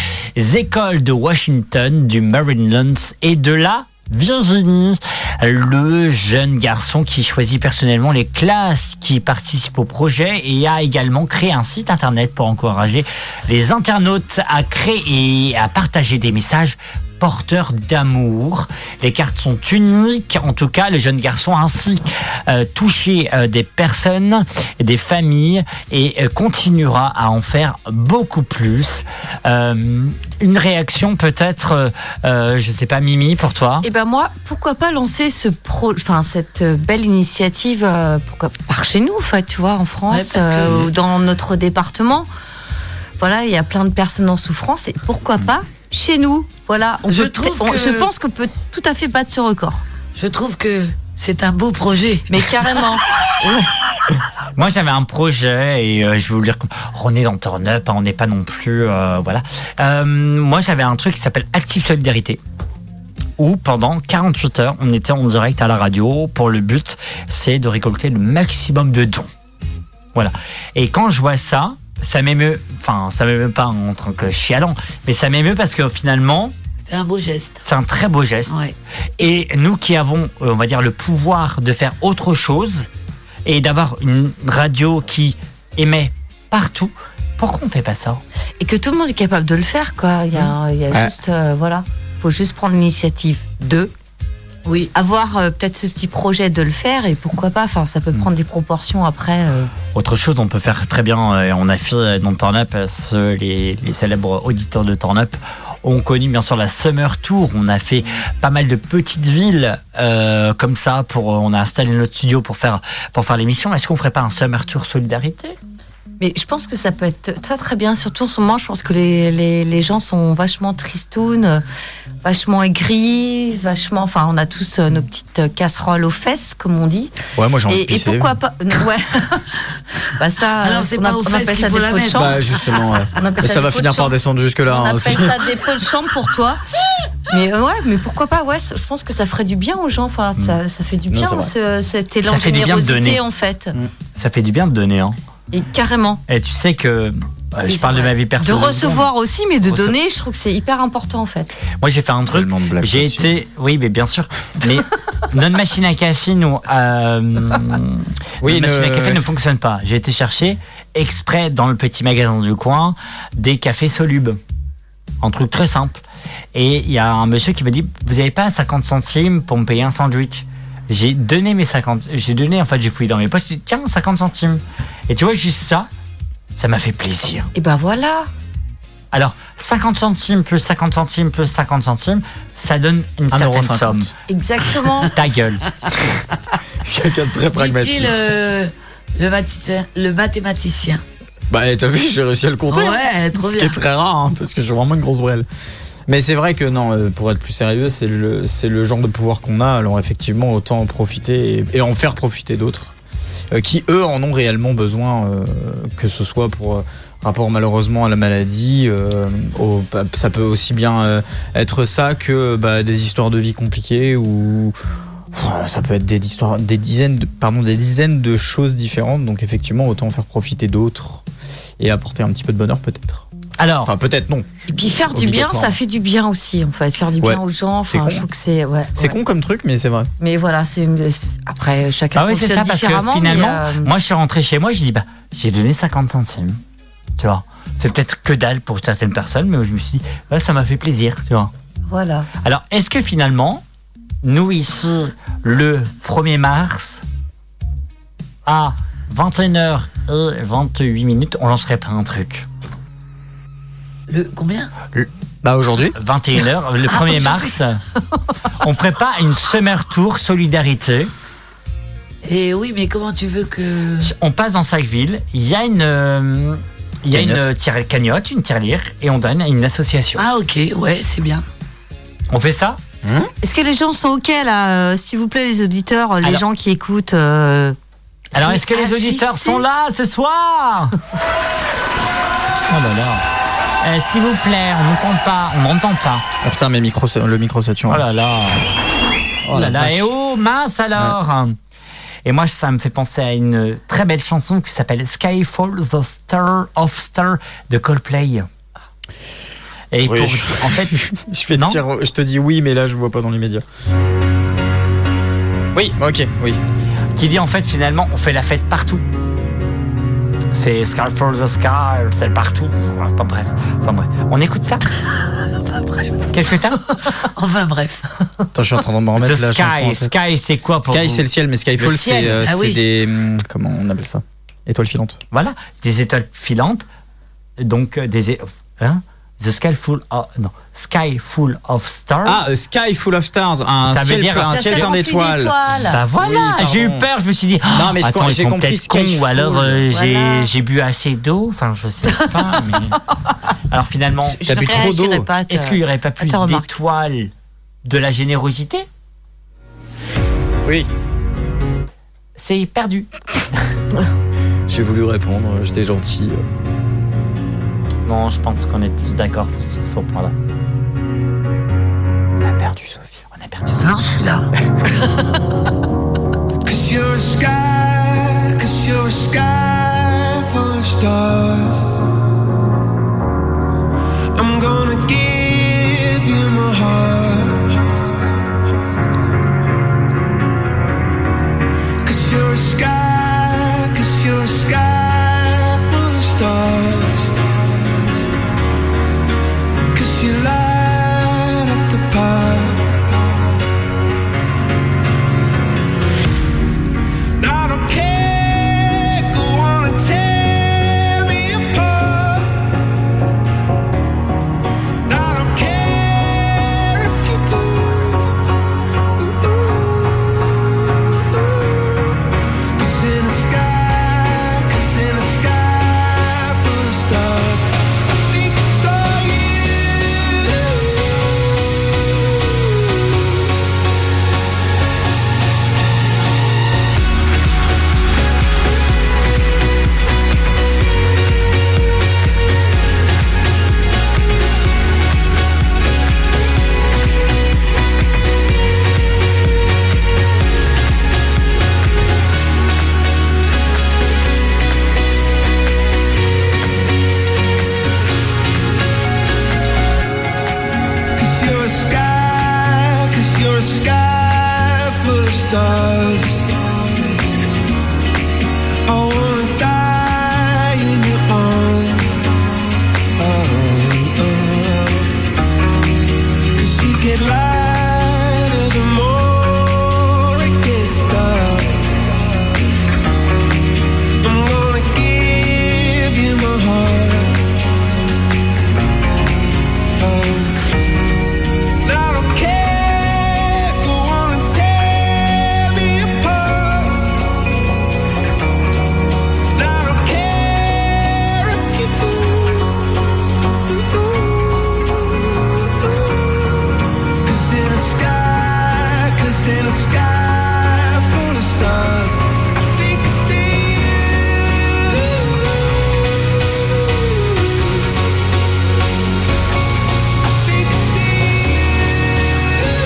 écoles de Washington, du Maryland et de la Virginie, le jeune garçon qui choisit personnellement les classes qui participent au projet et a également créé un site internet pour encourager les internautes à créer et à partager des messages porteur d'amour. Les cartes sont uniques, en tout cas, le jeune garçon a ainsi euh, touché euh, des personnes, des familles et euh, continuera à en faire beaucoup plus. Euh, une réaction peut-être, euh, euh, je sais pas, Mimi, pour toi
Et ben moi, pourquoi pas lancer ce pro, enfin cette euh, belle initiative, euh, pourquoi par chez nous, en fait, tu vois, en
Ouais,
France,
parce que-
euh, ou dans notre département. Voilà, il y a plein de personnes en souffrance et pourquoi pas chez nous. Voilà, on
Mm. Je
peut-
trouve
on-
que-
je pense qu'on peut tout à fait battre ce record.
Je trouve que c'est un beau projet.
Mais carrément.
Moi, j'avais un projet et euh, je vais vous le dire. On est dans Turn Up, hein, on n'est pas non plus. euh, voilà. Euh, moi, j'avais un truc qui s'appelle Active Solidarité. Où pendant 48 heures, on était en direct à la radio pour le but, c'est de récolter le maximum de dons. Voilà. Et quand je vois ça, ça m'émeut. Enfin, ça m'émeut pas en tant que chialant, mais ça m'émeut parce que finalement,
C'est un beau geste.
c'est un très beau geste.
Ouais.
Et nous qui avons, euh, on va dire, le pouvoir de faire autre chose et d'avoir une radio qui émet partout, pourquoi on fait pas ça
et que tout le monde est capable de le faire, quoi. Il y a, il y a
Ouais.
juste, euh, voilà, faut juste prendre l'initiative de
Oui.
avoir euh, peut-être ce petit projet de le faire et pourquoi pas. Enfin, ça peut
Mm.
prendre des proportions après. euh.
Autre chose, on peut faire très bien, euh, on a fait euh, dans Turn Up, euh, ce- les, les célèbres auditeurs de Turn Up ont connu bien sûr la Summer Tour, on a fait pas mal de petites villes euh, comme ça, pour, on a installé notre studio pour faire, pour faire l'émission, est-ce qu'on ferait pas un Summer Tour Solidarité
Mais je pense que ça peut être très très bien, surtout en ce moment. Je pense que les, les, les gens sont vachement tristounes, euh, vachement aigris, vachement. Enfin, on a tous euh, nos petites euh, casseroles aux fesses, comme on dit.
Ouais, moi j'ai envie de
Et, et
pisser.
pourquoi pas. Ouais. bah, ça.
Alors, c'est
on
pas
a-
aux
on
fesses
appelle
qu'il
ça
faut
des
la
pots de
mettre.
chambre.
Bah justement, ouais.
On appelle
Et
ça
ça va
des pots
finir par
de chambre.
descendre hein, jusque là.
hein,
On appelle ça des pots de chambre pour toi. Mais euh, ouais, mais pourquoi pas Ouais, c- je pense que ça ferait du bien aux gens. Enfin,
Mm.
ça, ça fait du
Non,
bien
c'est vrai.
ce, cet élan
Ça
de
fait du bien de
générosité
donner. Mm.
en fait.
Ça fait du bien de donner, hein
Et carrément.
Et tu sais que euh, je parle de ma vie personnelle.
De recevoir aussi, mais de
Recevoir.
donner, je trouve que c'est hyper important en fait.
Moi, j'ai fait un truc.
Tellement de blagues
J'ai
là-dessus.
été. Oui, mais bien sûr. Mais notre machine à café, nous. euh,
Oui,
notre machine à
le-
café ne fonctionne pas. J'ai été chercher exprès dans le petit magasin du coin des cafés solubes. Un truc très simple. Et il y a un monsieur qui me dit Vous n'avez pas 50 centimes pour me payer un sandwich J'ai donné mes 50. J'ai donné, en fait, j'ai fouillé dans mes poches. J'ai dit Tiens, 50 centimes. Et tu vois, juste ça, ça m'a fait plaisir.
Et ben voilà.
Alors, 50 centimes plus 50 centimes plus 50 centimes, ça donne une certaine
1,50.
somme.
Exactement.
Ta gueule.
Quelqu'un de très pragmatique.
Dit-il euh, le, mathématicien, le mathématicien.
Bah, t'as vu, j'ai réussi à le
Oh,
compter.
Ouais, trop
Ce
bien.
qui est très rare, hein, parce que j'ai vraiment une grosse brêle.
Mais c'est vrai que non, euh, pour être plus sérieux, c'est le, c'est le genre de pouvoir qu'on a. Alors effectivement, autant en profiter et, et en faire profiter d'autres euh, qui, eux, en ont réellement besoin, euh, que ce soit pour euh, rapport malheureusement à la maladie. euh, au- bah, ça peut aussi bien euh, être ça que bah, des histoires de vie compliquées ou... Ouah, Ça peut être des, histoires, des, dizaines de, pardon, des dizaines de choses différentes, donc effectivement autant en faire profiter d'autres et apporter un petit peu de bonheur peut-être.
Alors,
enfin peut-être non.
Et puis faire du bien, ça fait du bien aussi en fait. Faire du bien
Ouais.
aux gens,
C'est con.
enfin, je trouve que c'est. Ouais,
C'est
ouais.
con comme truc, mais c'est vrai.
Mais voilà, c'est une... après chacun
Bah oui, c'est
fonctionne
ça, parce que
différemment. mais,
finalement,
euh,
moi, je suis rentré chez moi, je dis, bah, j'ai donné 50 centimes. Tu vois C'est peut-être que dalle pour certaines personnes, mais je me suis dit, ouais, ça m'a fait plaisir, tu vois.
Voilà.
Alors, est-ce que finalement, nous ici, le 1er mars, à 21h et 28 minutes, on lancerait pas un truc
Le, combien
Bah aujourd'hui
21h, le
Ah,
1er
aujourd'hui.
mars, on ferait pas une summer tour solidarité
Et oui, mais comment tu veux que.
On passe dans Sacville, il y a une. euh, il y a une
Cagnotte.
euh, tire- cagnotte, une tirelire, et on donne à une association.
Ah, ok, ouais, c'est bien.
On fait ça
Est-ce que les gens sont OK là euh, S'il vous plaît, les auditeurs, euh, les
Alors-
gens qui écoutent. euh,
Alors, est-ce que les
agissez.
auditeurs sont là ce soir Oh là là. Euh, S'il vous plaît, on n'entend pas, on n'entend pas.
Ah putain, mais micro, le micro saturé.
Oh là là. Oh là là. Et oh mince alors. Et moi, ça me fait penser à une très belle chanson qui s'appelle Skyfall, The Star of Star de Coldplay. Et
Oui.
pour dire- en fait,
je fais tir- je te dis oui, mais là je vois pas dans les médias. Oui, ok, oui.
qui dit en fait finalement on fait la fête partout. C'est Sky for the Sky, c'est partout. Enfin bref, enfin bref. On écoute ça Qu'est-ce que t'as
Enfin bref.
Attends, je suis en train de me remettre
The
la
Sky,
chanson en tête.
Sky, c'est quoi pour
Sky,
vous
c'est le ciel, mais Skyfall,
Le ciel.
c'est euh,
Ah
c'est
oui.
des. hum, Comment on appelle ça Étoiles filantes.
Voilà, des étoiles filantes, donc euh, des. é- Hein The Sky Full of. Non, Sky Full of Stars.
Ah, a Sky Full of Stars, un
Ça veut
ciel,
dire-
plein, un
Ça
ciel
s'est
plein
rempli
d'étoiles.
d'étoiles. Bah voilà,
pardon.
j'ai eu peur, je me suis dit.
Non, mais je
Attends,
com-
ils
j'ai
sont
compris
peut-être cons,
Sky
ou alors euh,
Full.
j'ai- j'ai bu assez d'eau, enfin je sais pas. mais- Alors finalement,
Je- je T'as bu ne trop d'eau. réagirai pas à ta-
Est-ce qu'il n'y aurait pas plus
ta remarque.
d'étoiles de la générosité
Oui.
C'est perdu.
J'ai voulu répondre, j'étais gentil.
Non, je pense qu'on est tous d'accord sur ce point-là.
On a perdu Sophie.
Non, je suis là.
Cause you're a sky, cause you're a sky full of stars. I'm gonna give you my heart. Cause you're a sky, cause you're a sky full of stars. Cause you light up the path. a sky full of stars. I wanna die in your arms. Oh, oh. 'Cause you get lighter the more it gets dark. I'm gonna give you my heart. Oh. I don't care, go on and tear me apart. I don't care if you do. Cause in the sky, cause in the sky full of stars, I think I see you. I think I see you.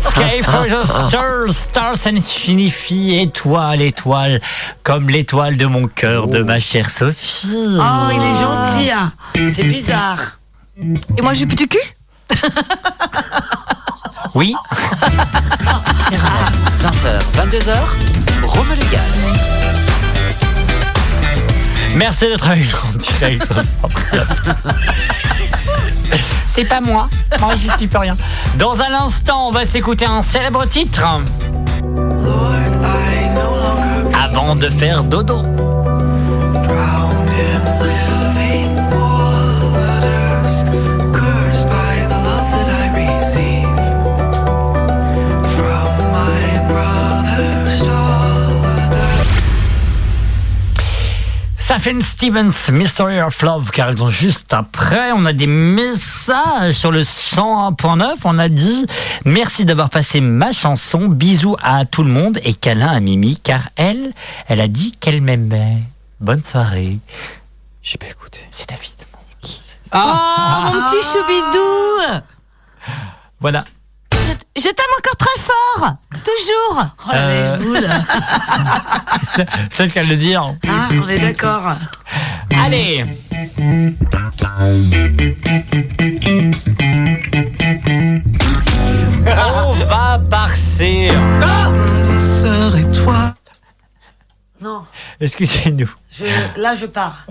Sky for the stars, stars and signifie étoile, étoile, comme l'étoile de mon cœur, de ma chère Sophie.
Oh, il est gentil, hein. C'est bizarre.
Et moi, j'ai plus du cul
Oui. 20h, 22h, Rome Légal. Merci d'être avec nous en direct sur le centre. C'est pas moi, moi j'y suis pas rien. Dans un instant, on va s'écouter un célèbre titre. Avant de faire dodo.
Cursed by the love that I receive from my brother's
Ça fait une Stevens, Mystery of Love, car ils ont juste après. On a des messages sur le 101.9. On a dit merci d'avoir passé ma chanson. Bisous à tout le monde et câlin à Mimi, car elle, elle a dit qu'elle m'aimait. Bonne soirée. J'ai pas écouté. C'est David.
Oh, mon petit choubidou
Voilà.
Je t'aime encore très fort Toujours
Oh,
Euh, c'est- C'est le cas de le dire.
Ah, on est d'accord.
Allez On va parser.
Tes sœurs et toi.
Non,
Excusez-nous.
je- là, je pars.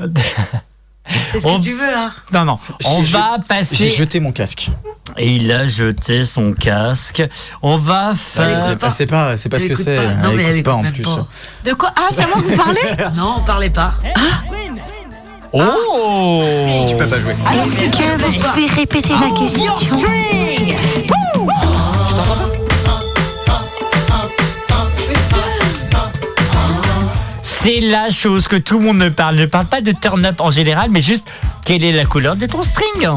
C'est ce que
On-
tu veux, hein.
Non, non. On
J'ai-
va
j'ai-
passer.
J'ai jeté mon casque.
Et il a jeté son casque. On va
Elle
faire.
écoute pas. C'est pas- c'est pas ce Elle que écoute c'est. pas. Non, Elle mais elle écoute pas écoute en même plus. pas.
De quoi Ah, c'est à moi que vous parlez
Non, on parlait pas.
Oh
Tu peux pas jouer.
Est-ce que vous pouvez répéter
Oh,
la question
C'est la chose que tout le monde ne parle. Ne parle pas de turn up en général, mais juste quelle est la couleur de ton string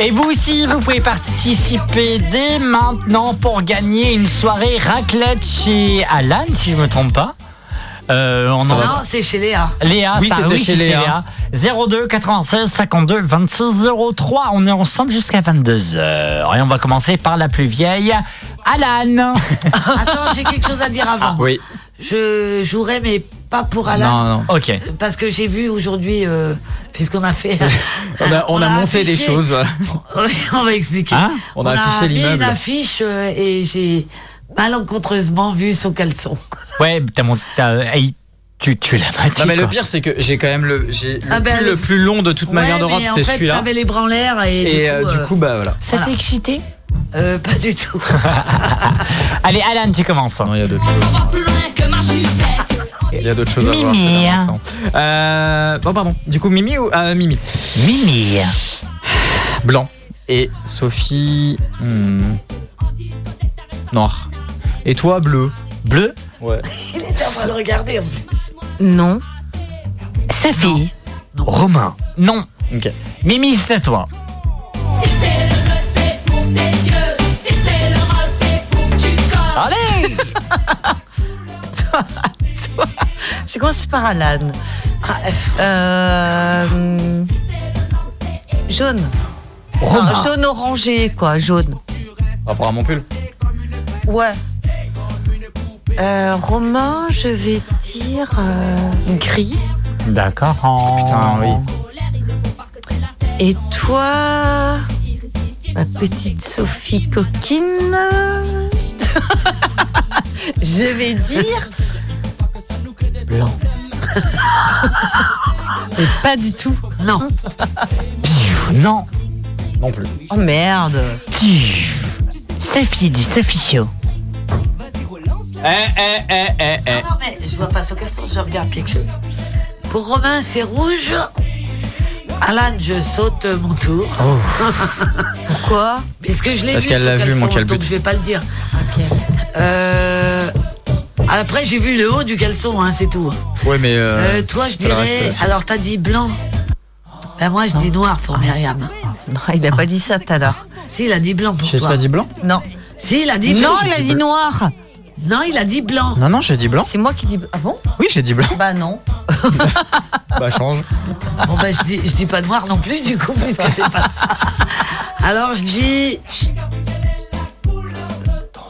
Et vous aussi, vous pouvez participer dès maintenant pour gagner une soirée raclette chez Alan, si je me trompe pas. Euh, on
non,
en-
c'est chez Léa.
Léa,
Oui,
pardon,
c'était chez
c'est
Léa.
02 96 52 26 03. On est ensemble jusqu'à 22h. Et on va commencer par la plus vieille, Alan.
Attends, j'ai quelque chose à dire avant.
oui.
Je jouerai, mais pas pour Alan.
Non, non. Ok.
Parce que j'ai vu aujourd'hui, euh, puisqu'on a fait.
On a, on a monté
affiché-
des choses. Hein
Oui, on va expliquer.
on, a affiché
mis
l'immeuble.
une affiche euh, et j'ai malencontreusement vu son caleçon.
Ouais, t'as mon. t'as- euh, hey, tu, tu l'as maté.
Non mais le
quoi.
pire c'est que j'ai quand même le j'ai le,
Ah ben,
pull
le-
le plus long de toute ma
Ouais,
garde-robe,
mais en
c'est
fait,
celui-là.
T'avais les bras en l'air et,
Et euh, du coup bah voilà.
Ça t'a excité euh, Pas du tout.
Allez, Alan, tu commences.
Non, il y a d'autres choses. Il y a d'autres choses à voir.
Mimi.
c'est dans l'accent. Euh, bon pardon. Du coup Mimi ou euh, Mimi
Mimi.
Blanc et Sophie hmm, noir. Et toi bleu.
Bleu
Ouais.
Il était en train de regarder en plus.
Non. Sa fille.
Romain. Non.
Ok.
Mimi, c'est à toi.
Allez Toi, toi. Je commence par Alan. Euh, jaune.
Romain.
Enfin, jaune orangé, quoi, jaune.
Par rapport à mon pull.
Ouais. Euh, Romain, je vais dire euh, gris.
D'accord.
Putain oui.
Et toi, ma petite Sophie coquine, je vais dire blanc. Mais pas du tout.
Non.
Eh.
Non.
Non plus.
Oh merde.
Sophie du Sophie Show.
Eh eh eh eh eh.
Non, mais je vois pas son caleçon, je regarde quelque chose. Pour Romain, c'est rouge. Alan, je saute mon tour.
Pourquoi
Parce que je l'ai vu.
Parce qu'elle
son
l'a vu,
caleçon,
mon calbut.
Donc je vais pas le dire. Euh, après, j'ai vu le haut du caleçon, hein, c'est tout.
Ouais mais euh,
Euh, toi, je
ça leur reste,
dirais.
euh,
Alors, t'as dit blanc. Ben, moi, je dis noir pour Myriam.
Non, il n'a pas dit ça tout à l'heure.
Si, il a dit blanc pour
J'ai
toi.
pas dit blanc
Non.
Si, il a dit
Non,
blanc.
il a dit noir.
Non, il a dit blanc.
Non non, j'ai dit blanc.
C'est moi qui dis. Ah bon
Oui, j'ai dit blanc.
Bah non.
Bah change.
Bon ben je dis, je dis pas noir non plus du coup puisque c'est pas ça. Alors je dis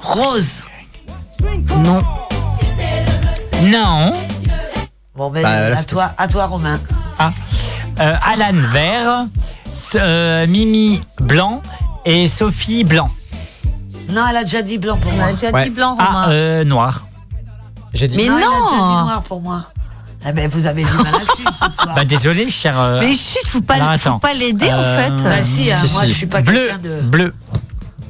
rose.
Non.
Non.
Bon ben
Bah, là,
à
c'était-
toi, à toi Romain.
Ah. Euh, Alan vert, S- euh, Mimi blanc et Sophie blanc.
Non elle a déjà dit blanc pour
On
moi.
a déjà dit
Ouais.
blanc, Romain.
Ah, euh, noir.
J'ai
Mais
Elle Ah, a déjà dit
non.
noir pour moi. Ah ben vous avez du mal à suivre ce soir.
Bah désolé, cher. euh,
Ah. Mais chut, faut pas,
Alors,
faut
attends.
pas l'aider en
Euh,
fait.
Bah si, hein,
si,
moi
si.
je suis pas
bleu,
quelqu'un de.
bleu.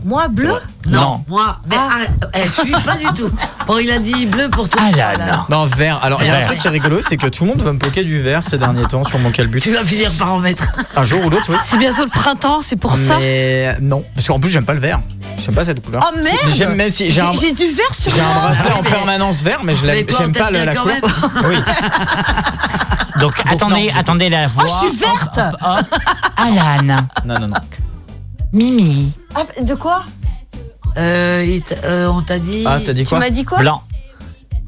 Moi bleu.
Non.
Moi, mais ah, eh, je suis pas du tout. Bon il a dit bleu pour toi. Alan.
Non, Bah, vert. Alors, il y a un
Vert.
truc qui est rigolo, c'est que tout le monde va me poquer du vert ces derniers temps sur mon calbut.
Tu vas finir par en mettre.
Un jour ou l'autre, oui.
C'est bientôt le printemps, c'est pour ça.
Mais non, parce qu'en plus, j'aime pas le vert. J'aime pas cette couleur.
Oh merde
C'est- J'aime même si j'ai
J'ai
un,
j'ai du vert sur
j'ai un
moi.
bracelet en permanence vert, mais je l'aime-
Mais toi,
j'aime
on
pas
t'aime
le- la
bien quand
couleur.
même.
Oui.
Donc,
Ah,
attendez,
non, donc-
attendez la
Oh,
voix.
je suis verte
Hop, Alan,
Non, non, non.
Mimi
Ah, De quoi
Euh, il t- euh, on t'a dit.
Ah, t'as dit
Tu
quoi
m'as dit quoi
blanc.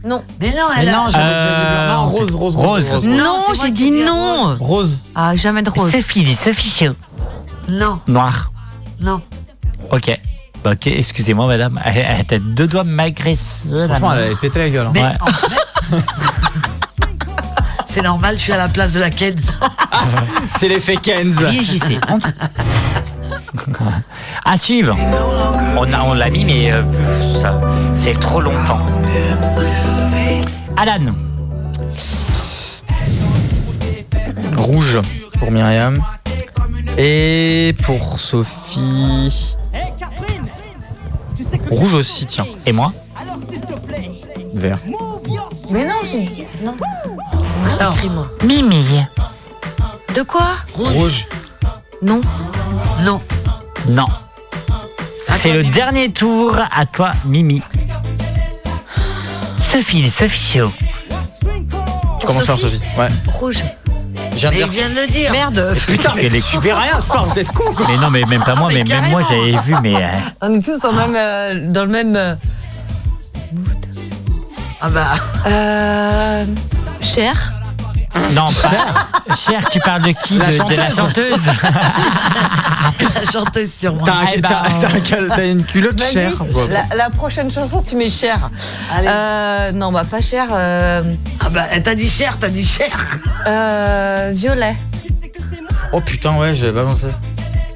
Non.
Mais non elle
Mais
a.
non, j'avais déjà dit blanc. Non,
Euh,
rose, rose,
rose.
rose. Rose.
Non,
c'est moi
j'ai
qui
dit
ai dit
non.
Rose.
Ah, jamais de rose.
Sophie du Sophie Show.
Non,
Noir.
non.
Ok. Bah, Ok, excusez-moi, madame. Elle, elle t'a deux doigts m'agresser.
Franchement, elle avait pété la gueule. hein.
Mais
Ouais.
en fait, c'est normal, je suis à la place de la Kenz.
C'est l'effet Kenz.
JJC. à suivre. On a- on l'a mis, mais euh, ça- c'est trop longtemps. Alan,
Rouge pour Myriam. Et pour Sophie. Rouge aussi, tiens.
et moi
Vert.
Mais non, j'ai dit. Non.
Alors,
Mimi.
De quoi
rouge,
Rouge.
Non.
non.
Non. C'est
Attends,
le
Mimi.
dernier tour. À toi, Mimi. Sophie, le Sophie Show.
Tu commences par
Sophie
Sophie. Ouais.
Rouge.
Mais il vient de le dire.
Merde.
Putain, mais
tu verras rien ce soir, vous êtes con quoi.
Mais non, mais même pas moi,
Ah,
mais,
mais
même moi j'avais
carrément.
vu, mais. euh,
On est tous en même, euh, dans le même. euh,
Ah bah.
Euh, cher.
Non, pas. Cher, tu parles de qui de, de la chanteuse
La chanteuse sur moi.
T'as un-
Eh ben,
t'as- t'as un cal- t'as une culotte
Vas-y,
chère. Ouais, bon.
la, la prochaine chanson, tu mets cher.
Allez.
Euh, non, bah pas cher. Euh,
Ah bah, t'as dit cher, t'as dit cher.
euh, violet.
Oh putain, ouais, j'avais pas pensé.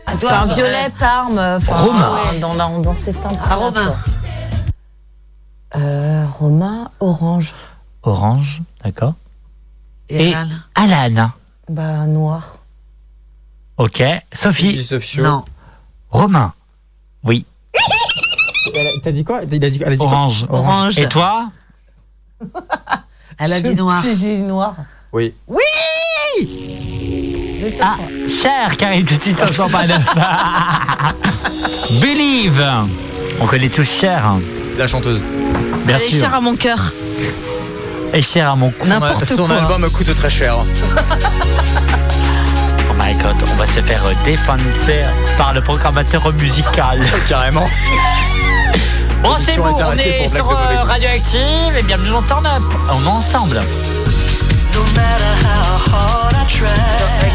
À toi.
Enfin,
euh,
violet, Parme. Enfin,
Romain.
ouais, Dans, la- dans ces teintes.
À Romain.
Euh, Romain, orange.
Orange, d'accord.
Et,
Et-
Alan
Alan.
Bah, noir.
Ok. Sophie.
Non.
Romain. Oui.
Elle a- T'as dit quoi Il a dit, elle a dit quoi
Orange.
Orange.
Et toi
Elle a
Je-
dit noir.
J'ai dit noir.
Oui.
Deux sur
Ah,
trois.
cher, car il te dit 509. Believe. On connaît tous cher, hein,
La chanteuse.
bien
Elle est
sûr.
chère à mon cœur.
Et cher à mon cou.
Son,
N'importe
son
quoi.
album coûte très cher.
Oh my god, on va se faire euh, défoncer par le programmateur musical.
Carrément.
Bon, c'est
L'émission
bon,
est
on
arrêtée
est
pour Black
sur
Dog
euh,
Holiday.
Radioactive et bienvenue dans Turn Up. On est ensemble.
No matter how hard I try,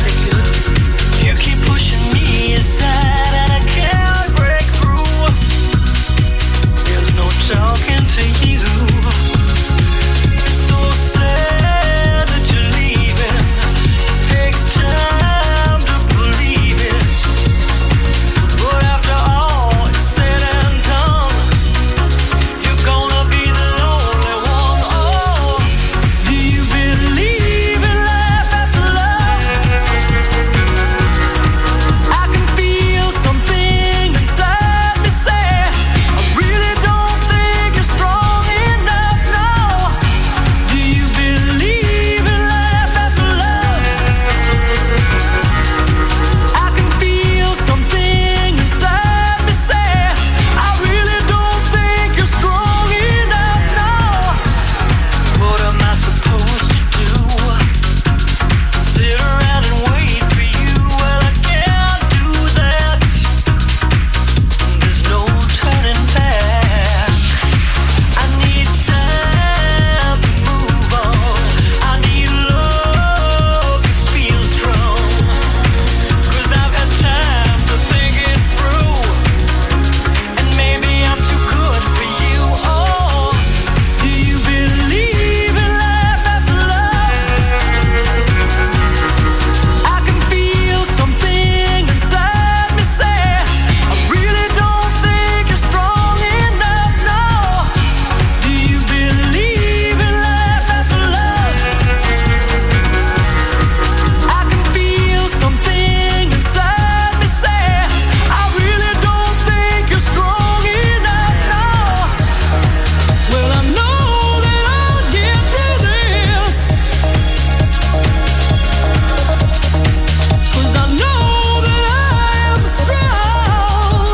you keep pushing me aside, and I can't break through. There's no talking to you. It's so sad that you're leaving. It takes time to believe it, but after all is said and done, you're gonna be the lonely one. Oh. Do you believe in life after love? I can feel something inside me say I really don't think you're strong enough now. Do you believe in life after love? I can feel something inside me say I really don't think you're strong enough now. What am I supposed to do? Sit around and wait for you? Well, I can't do that. There's no turning back. I need time to move on. I need love to feel strong. i I've had time to think it through. And maybe I'm too good for you. Oh, do you believe in life after love? I can feel something inside me say I really don't think you're strong enough now. Do you believe in life after love? I can feel something inside me say I really don't think you're strong enough now. Well, I know that I'll get through this, 'cause I know that I am strong,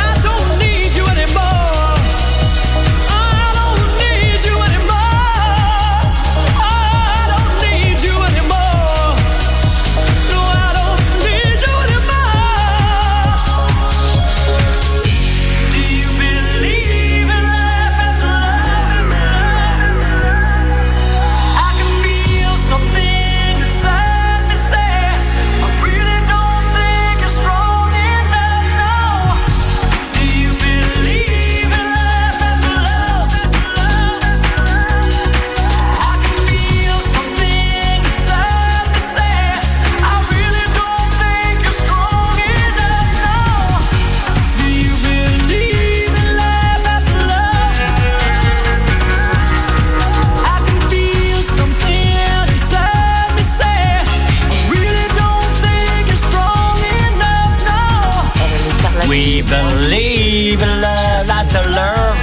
and I don't need you anymore. I don't need you anymore. I don't need you anymore. No, I don't need you anymore. Do you believe in life after love? I can feel something inside me say I really don't think you're strong enough now. Do you believe in life after love? I can feel something inside me say I really don't think you're strong enough now. Do you believe in life after love? I can feel something inside me say I really don't think you're strong enough now.
We believe in love after love.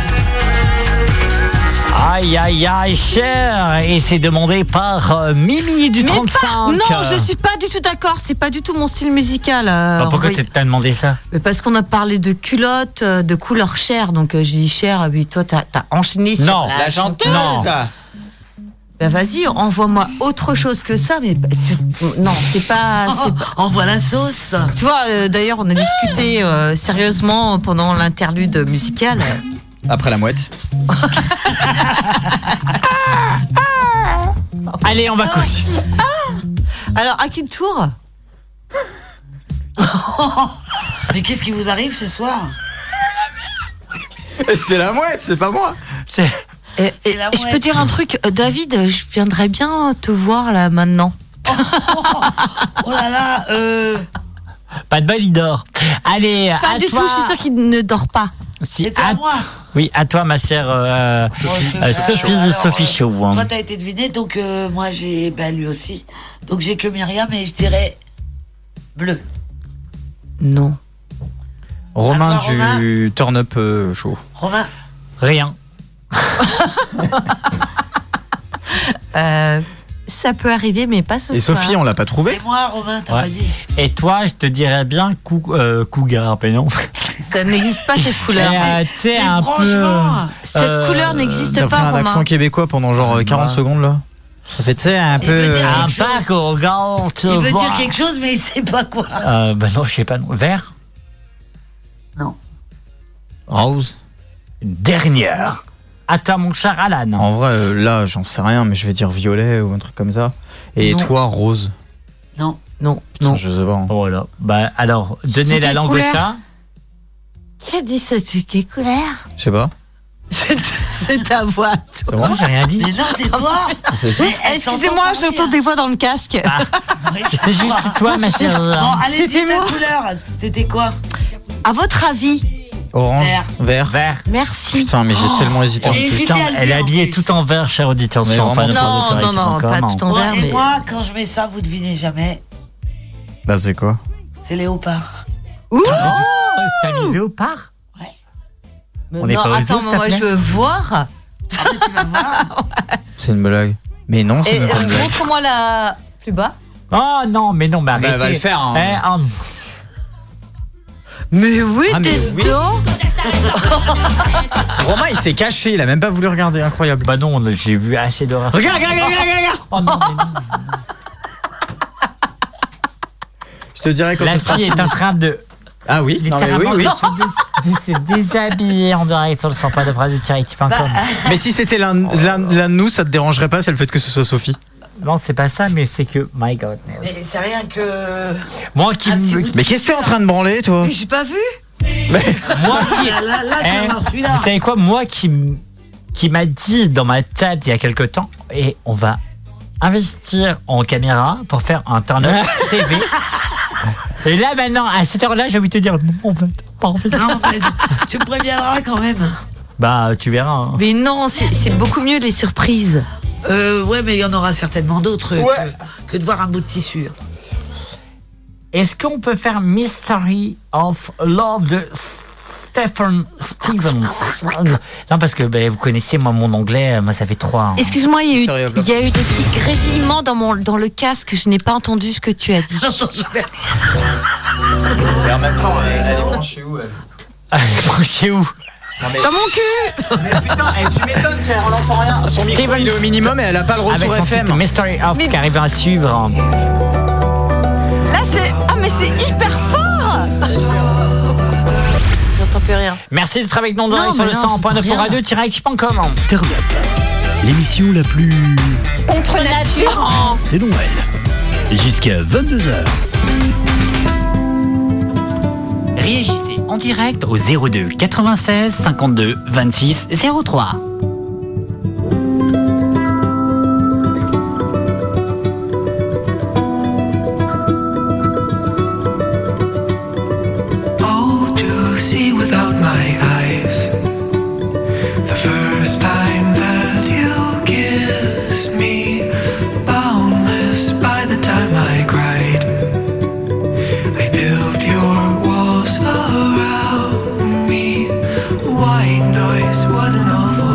Aïe aïe aïe cher et c'est demandé par euh, Mimi du
Mais
35.
Ah,
pas, non, je
Euh,
suis pas du tout d'accord. C'est pas du tout mon style musical. euh,
bah, pourquoi
Roy.
t'as- t'as demandé ça
Mais Euh, parce qu'on a parlé de culottes, euh, de couleur euh, chair, donc euh, j'ai dit chair, et puis toi t'as t'as enchaîné sur
Non,
la,
la
chanteuse.
Non.
Ça.
Ben vas-y, envoie-moi autre chose que ça, mais bah, tu- non, c'est pas,
Envoie la Oh, sauce.
Tu vois, euh, d'ailleurs, on a discuté euh, sérieusement pendant l'interlude musicale.
Après la mouette.
Allez, on va coucher.
Alors, à qui le tour
Mais qu'est-ce qui vous arrive ce soir
C'est la mouette, c'est pas moi.
C'est
Et, et-
la
et je peux
mouette.
dire un truc, euh, David, je viendrais bien te voir là maintenant.
Oh là là, euh,
Pas de bol, il dort. Allez,
Pas
à
du
toi.
tout, je suis sûre qu'il ne dort pas.
Si,
c'était à moi.
Oui, à toi, ma chère euh,
Sophie.
euh, Sophie,
Alors,
Sophie Chauve, hein.
Toi, t'as été deviné, donc euh, moi, j'ai. Bah, lui aussi. Donc, j'ai que Myriam et je dirais. Bleu.
Non.
Romain
À toi,
du Turn Up euh, Show.
Romain
Rien.
Euh, ça peut arriver, mais pas ce
Et
soir.
Sophie, on l'a pas trouvé
Et moi, Romain, t'as
Ouais.
pas dit
Et toi, je te dirais bien cou euh, cougar, mais non.
Ça n'existe pas cette couleur.
Mais, euh, tu sais,
Mais
un peu.
franchement,
Cette
euh,
couleur n'existe
T'as fait
pas,
un accent
Romain.
québécois pendant genre euh, 40
Ouais.
secondes là. Ça fait, tu sais, un
Il
peu.
veut dire-
euh,
Un
quelque chose.
pack au gant, te
Il veut
voir.
dire quelque chose, mais il sait pas quoi.
Euh, bah non, je sais pas. non. Vert
Rose.
Dernière. À toi, mon cher Alan.
Oh.
En vrai, euh, là, j'en sais rien, mais je vais dire violet ou un truc comme ça. Et
Non.
toi, rose.
Non.
Non,
Putain,
non.
Je sais pas. hein.
Voilà. Bah, alors, donnez la
quelle
langue au
couleur
chat.
Qui a dit ça C'est quelle couleur
Je sais pas.
C'est c'est ta voix. toi.
C'est vrai
j'ai rien dit.
Mais non, c'est toi
C'est tout.
Mais elle s'entend
Excusez-moi,
parler,
j'entends
hein.
des voix dans le casque.
Ah.
Oui.
C'est juste toi, ma chère.
Bon, allez, dis
C'était
ta
moi.
couleur. C'était quoi
À votre avis
Orange, vert.
euh, Vert. Oh,
Merci.
Putain, mais j'ai tellement hésité.
J'ai hésité
Putain,
à le
elle est
dire, en
habillée
plus.
tout en vert, cher auditeur. Mais
Sûrement.
on va pas nous faire
Non,
d'autres
non,
réactions
non,
encore,
pas
non.
tout en
Moi,
vert,
Et
mais
moi, quand je mets ça, vous devinez jamais.
Bah, c'est quoi
C'est léopard.
Oh, T'as mis léopard On est
non,
pas aux
attends,
deux,
mais moi
s'il te
je veux voir.
Après, tu vas voir.
C'est une blague. Mais non, c'est
Et
même pas
euh,
une blague.
montre-moi la plus bas.
Oh non, mais non, mais arrêtez.
elle va le faire, hein.
Eh, ah,
Mais oui,
Ah, mais
t'es
oui.
dedans.
Romain, il s'est caché, il a même pas voulu regarder, incroyable.
bah non, j'ai vu assez d'horreur.
Regarde, regarde, regarde, regarde, regarde
Oh non, mais non.
Je te dirai quand
La
ce sera.
fille est en train de.
Ah oui, non mais oui,
littéralement,
oui.
de- de se déshabiller en direct sur le sympa de Radio Tirek qui fait un
Bah.
com.
Mais si c'était l'un l'un- l'un de nous, ça te dérangerait pas, c'est le fait que ce soit Sophie.
Non, c'est pas ça, mais c'est que. My God.
Mais c'est rien que. euh,
Moi qui.
Un
me-
petit bout de-
Mais qu'est-ce que t'es en train de branler, toi
Mais j'ai pas vu.
Moi qui.
Ah, Là, là, là,
Eh,
tu vas celui-là.
Vous savez quoi Moi qui, m- qui m'a dit dans ma tête il y a quelque temps, et on va investir en caméra pour faire un turn-up TV. Et là maintenant, à cette heure-là, j'ai envie de te dire non, en fait, pas en fait.
Non, mais tu me préviendras quand même.
Bah, tu verras. hein.
Mais non, c'est c'est beaucoup mieux les surprises.
Euh, ouais, mais il y en aura certainement d'autres
Ouais.
que, que de voir un bout de tissu.
Est-ce qu'on peut faire Mystery of Love de Stephen Stevens Non, parce que ben, vous connaissez, moi, mon anglais, moi, ça fait trois. hein.
Excuse-moi, il y a
Story
eu,
of love.
il y a eu des petits grésillements dans, mon, dans le casque. Je n'ai pas entendu ce que tu as dit.
Mais en même temps, elle est branchée où elle
Chez où
Dans mon cul
Mais putain, eh, tu m'étonnes qu'elle n'entend rien. Son micro il est au minimum et elle a pas le
Avec
retour
son
FM.
titre Mystery of
Mais-
qui arrive à suivre.
Là, c'est. Ah, mais c'est hyper fort J'entends plus rien.
Merci d'être avec nous dans
Non,
sur
mais
le
non,
100 point
j'entends rien.
activecom
L'émission la plus...
Contre nature
C'est long, elle. Jusqu'à 22h.
Réagissez en direct au 02 96 52 26 03.
Oh, to see without my eyes. The first time that you kissed me, boundless by the time I cried. I built your walls around me. White noise, what an awful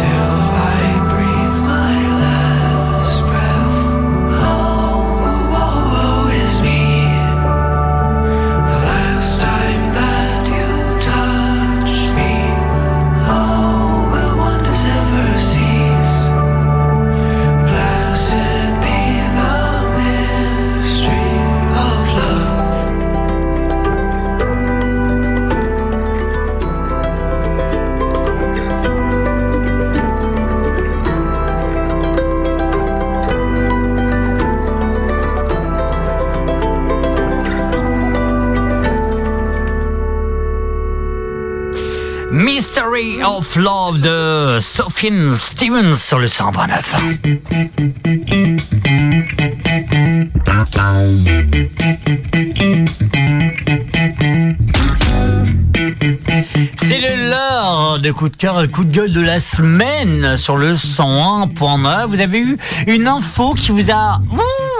Oh, Oh,
Story of Love de Sophie Stevens sur le 129. C'est le l'heure de coup de cœur et coup de gueule de la semaine sur le 101.9. Vous avez eu une info qui vous a...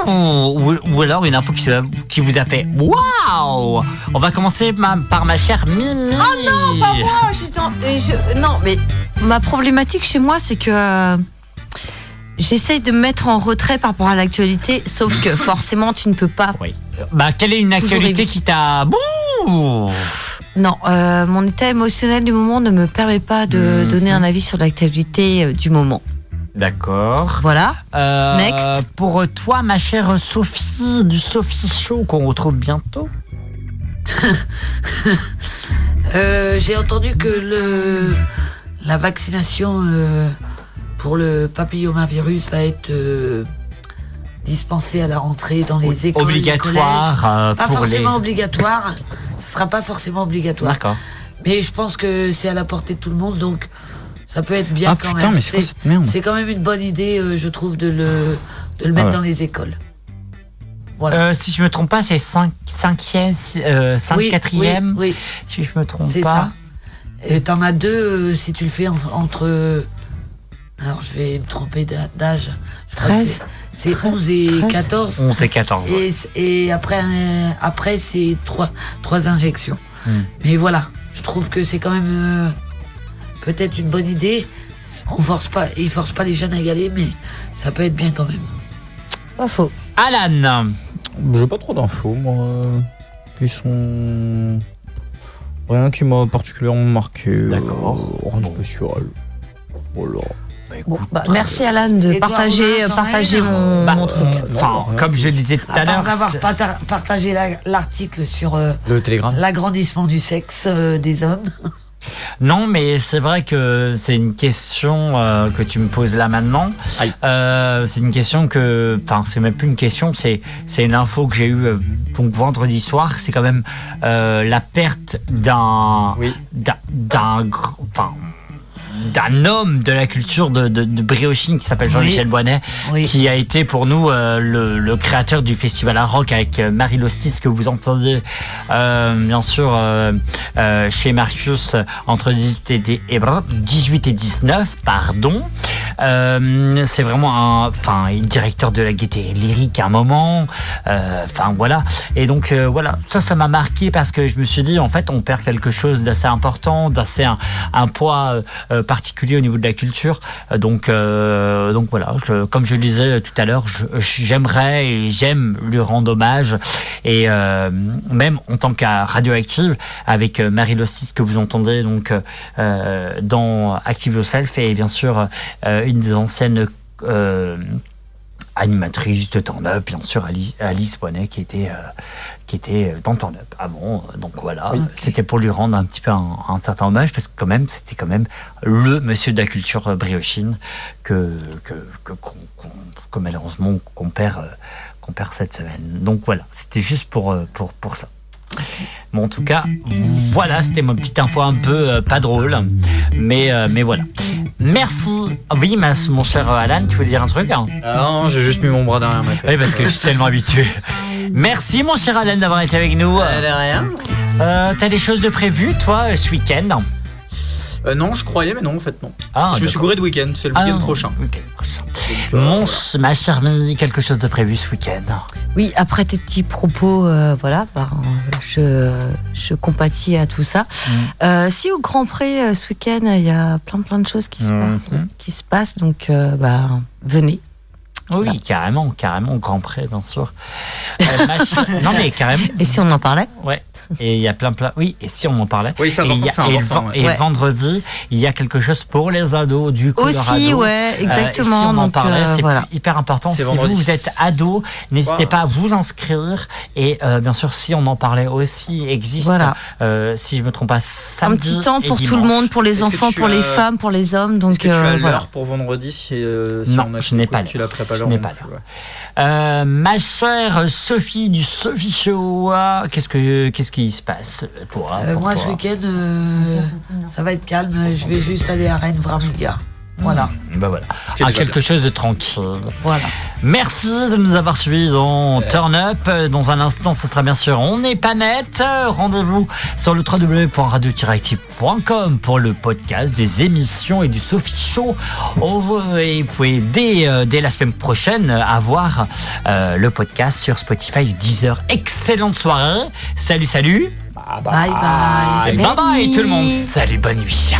Ou, ou alors une info qui, vous a- qui vous a fait... Waouh On va commencer ma- par ma chère Mimi.
Oh non, pas moi j'étais en- et euh, je- Non, mais ma problématique chez moi, c'est que euh, j'essaye de me mettre en retrait par rapport à l'actualité, sauf que forcément, tu ne peux pas.
Bah, quelle est une
Toujours
actualité
éviter.
qui t'a... Bouh
Non, euh, mon état émotionnel du moment ne me permet pas de donner un avis sur l'actualité euh, du moment.
D'accord.
Voilà.
Euh,
Next.
Pour toi, ma chère Sophie du Sophie Show qu'on retrouve bientôt.
Euh, J'ai entendu que le, la vaccination euh, pour le papillomavirus va être euh, dispensée à la rentrée dans les écoles. les
obligatoire,
collèges.
euh,
pas
pour
forcément
les-
obligatoire. Ce sera pas forcément obligatoire.
D'accord.
Mais je pense que c'est à la portée de tout le monde, donc ça peut être bien
Ah,
quand
putain,
même.
mais c'est quoi cette
C'est
merde
c'est quand même une bonne idée, euh, je trouve, de le, de le mettre
Ah ouais.
dans les écoles.
Euh, si je me trompe pas, c'est 5 cinquième, euh, cinq
Oui,
quatrième.
oui, oui.
Si je me trompe
C'est
pas.
ça. Et t'en as deux euh, si tu le fais en- entre. euh, Alors je vais me tromper d'a- d'âge. Je crois que
13,
C'est c'est 11 et
13.
14.
11 et 14, ouais.
Et, c- et après, euh, après c'est trois, trois injections.
Hmm.
Mais voilà, je trouve que c'est quand même euh, peut-être une bonne idée. On force pas, ils forcent pas les jeunes à y aller, mais ça peut être bien quand même.
Pas faux.
Alan
J'ai pas trop d'infos, moi. Puis sont. Rien qui m'a particulièrement marqué. D'accord. rien de spécial. Voilà.
Bon, bah, merci Alan de
Et toi,
partager, euh,
Romain, sans
partager
rien
mon,
Bah,
mon truc.
enfin, comme je le disais tout à
À part
l'heure.
d'avoir
c'est-
pata- partagé la- l'article sur euh,
Le Telegram.
l'agrandissement du sexe euh, des hommes.
Non, mais c'est vrai que c'est une question euh, que tu me poses là maintenant. Euh, c'est une question que, enfin, c'est même plus une question, c'est c'est une info que j'ai eue euh, donc vendredi soir. C'est quand même euh, la perte d'un d'un d'un gr- enfin d'un homme de la culture de, de, de Briochine qui s'appelle Jean-Michel Boinet, qui a été pour nous euh, le, le créateur du festival à rock avec euh, Marie Lostis que vous entendez euh, bien sûr euh, euh, chez Marcus euh, entre 18 et, dé- et brr, 18 et 19 pardon. Euh, c'est vraiment un enfin il est directeur de la gaieté lyrique à un moment euh, enfin voilà et donc euh, voilà ça ça m'a marqué parce que je me suis dit en fait on perd quelque chose d'assez important d'assez un, un poids euh, euh, particulier au niveau de la culture Euh, donc euh, donc voilà je- comme je le disais tout à l'heure je- je- j'aimerais et j'aime lui rendre hommage et euh, même en tant qu'à radioactive avec euh, Marie Lostis que vous entendez donc euh, euh, dans Active Yourself et bien sûr euh, une des anciennes euh, animatrice de Turn Up, bien sûr Alice, Alice Bonnet qui était, euh, qui était dans Turn Up avant. Donc voilà,
Ok.
c'était pour lui rendre un petit peu un, un certain hommage parce que quand même c'était quand même le monsieur de la culture euh, briochine que, que, que- qu'on, qu'on- que malheureusement qu'on perd, euh, qu'on perd cette semaine. Donc voilà, c'était juste pour, euh, pour, pour ça. Bon, en tout cas, voilà, c'était ma petite info un peu euh, pas drôle, mais, euh, mais voilà. Merci. Ah Oui, ma- mon cher Alan, tu voulais dire un truc hein
Ah non, j'ai juste mis mon bras derrière ma tête.
Oui, parce que je suis tellement habitué. Merci, mon cher Alan, d'avoir été avec nous. Euh, T'as des choses de prévues, toi, euh, ce week-end
Euh, non, je croyais, mais non, en fait, non.
Ah,
je me suis
d'accord.
gouré de week-end, c'est le
Ah,
week-end
non,
prochain.
Mon, ma chère Mimi, quelque chose de prévu ce week-end
Oui, après tes petits propos, euh, voilà, bah, euh, je, je compatis à tout ça.
Mm.
Euh, si au Grand Pré, euh, ce week-end, il y a plein plein de choses qui, se,
Mhm.
passent, qui se passent, donc euh, bah, venez.
Oui, carrément, carrément, Grand Pré, bien sûr. Euh, ma chère- non, mais carrément.
Et si on en parlait
Ouais. Et il y a plein plein. Oui, et si on en parlait.
Oui, c'est
Et il y a-
important, c'est
et le
important,
ven-
ouais.
Et
Ouais.
vendredi, il y a quelque chose pour les ados du Colorado.
ouais,
Euh, et si
exactement,
on en
donc,
parlait,
euh,
c'est
voilà.
hyper important. Si
C'est
vous,
vendredi.
vous êtes ado, n'hésitez
Voilà.
pas à vous inscrire. Et euh, bien sûr, si on en parlait aussi, existe,
Voilà.
euh, si je me trompe pas, samedi
un petit temps
et
pour tout
dimanche.
le monde, pour les enfants, pour les femmes, pour les hommes. Donc
Est-ce que tu
euh,
as
voilà.
l'heure pour vendredi si, euh, si
Non,
on a
je n'ai pas
Tu la prépares
je n'ai pas l'heure. Euh, ma chère Sophie du Sophie Show, ah, qu'est-ce que qu'est-ce qui se passe toi
Euh,
pour
moi,
toi
ce week-end, euh, ça va être calme. Je vais juste aller à Rennes voir mes gars. Voilà.
Ben voilà.
qui est
Ah,
déjà
quelque chose de tranquille.
Voilà.
Merci de nous avoir suivis dans Turn Up. Euh, Dans un instant, ce sera bien sûr On n'est pas net. Euh, Rendez-vous sur le www.radio-active.com pour le podcast des émissions et du Sophie Show. On vous- Et vous pouvez dès, euh, dès la semaine prochaine euh, avoir euh, le podcast sur Spotify 10h. Excellente soirée. Salut, salut.
Bye bye.
Bye bye tout le monde. Salut, bonne nuit.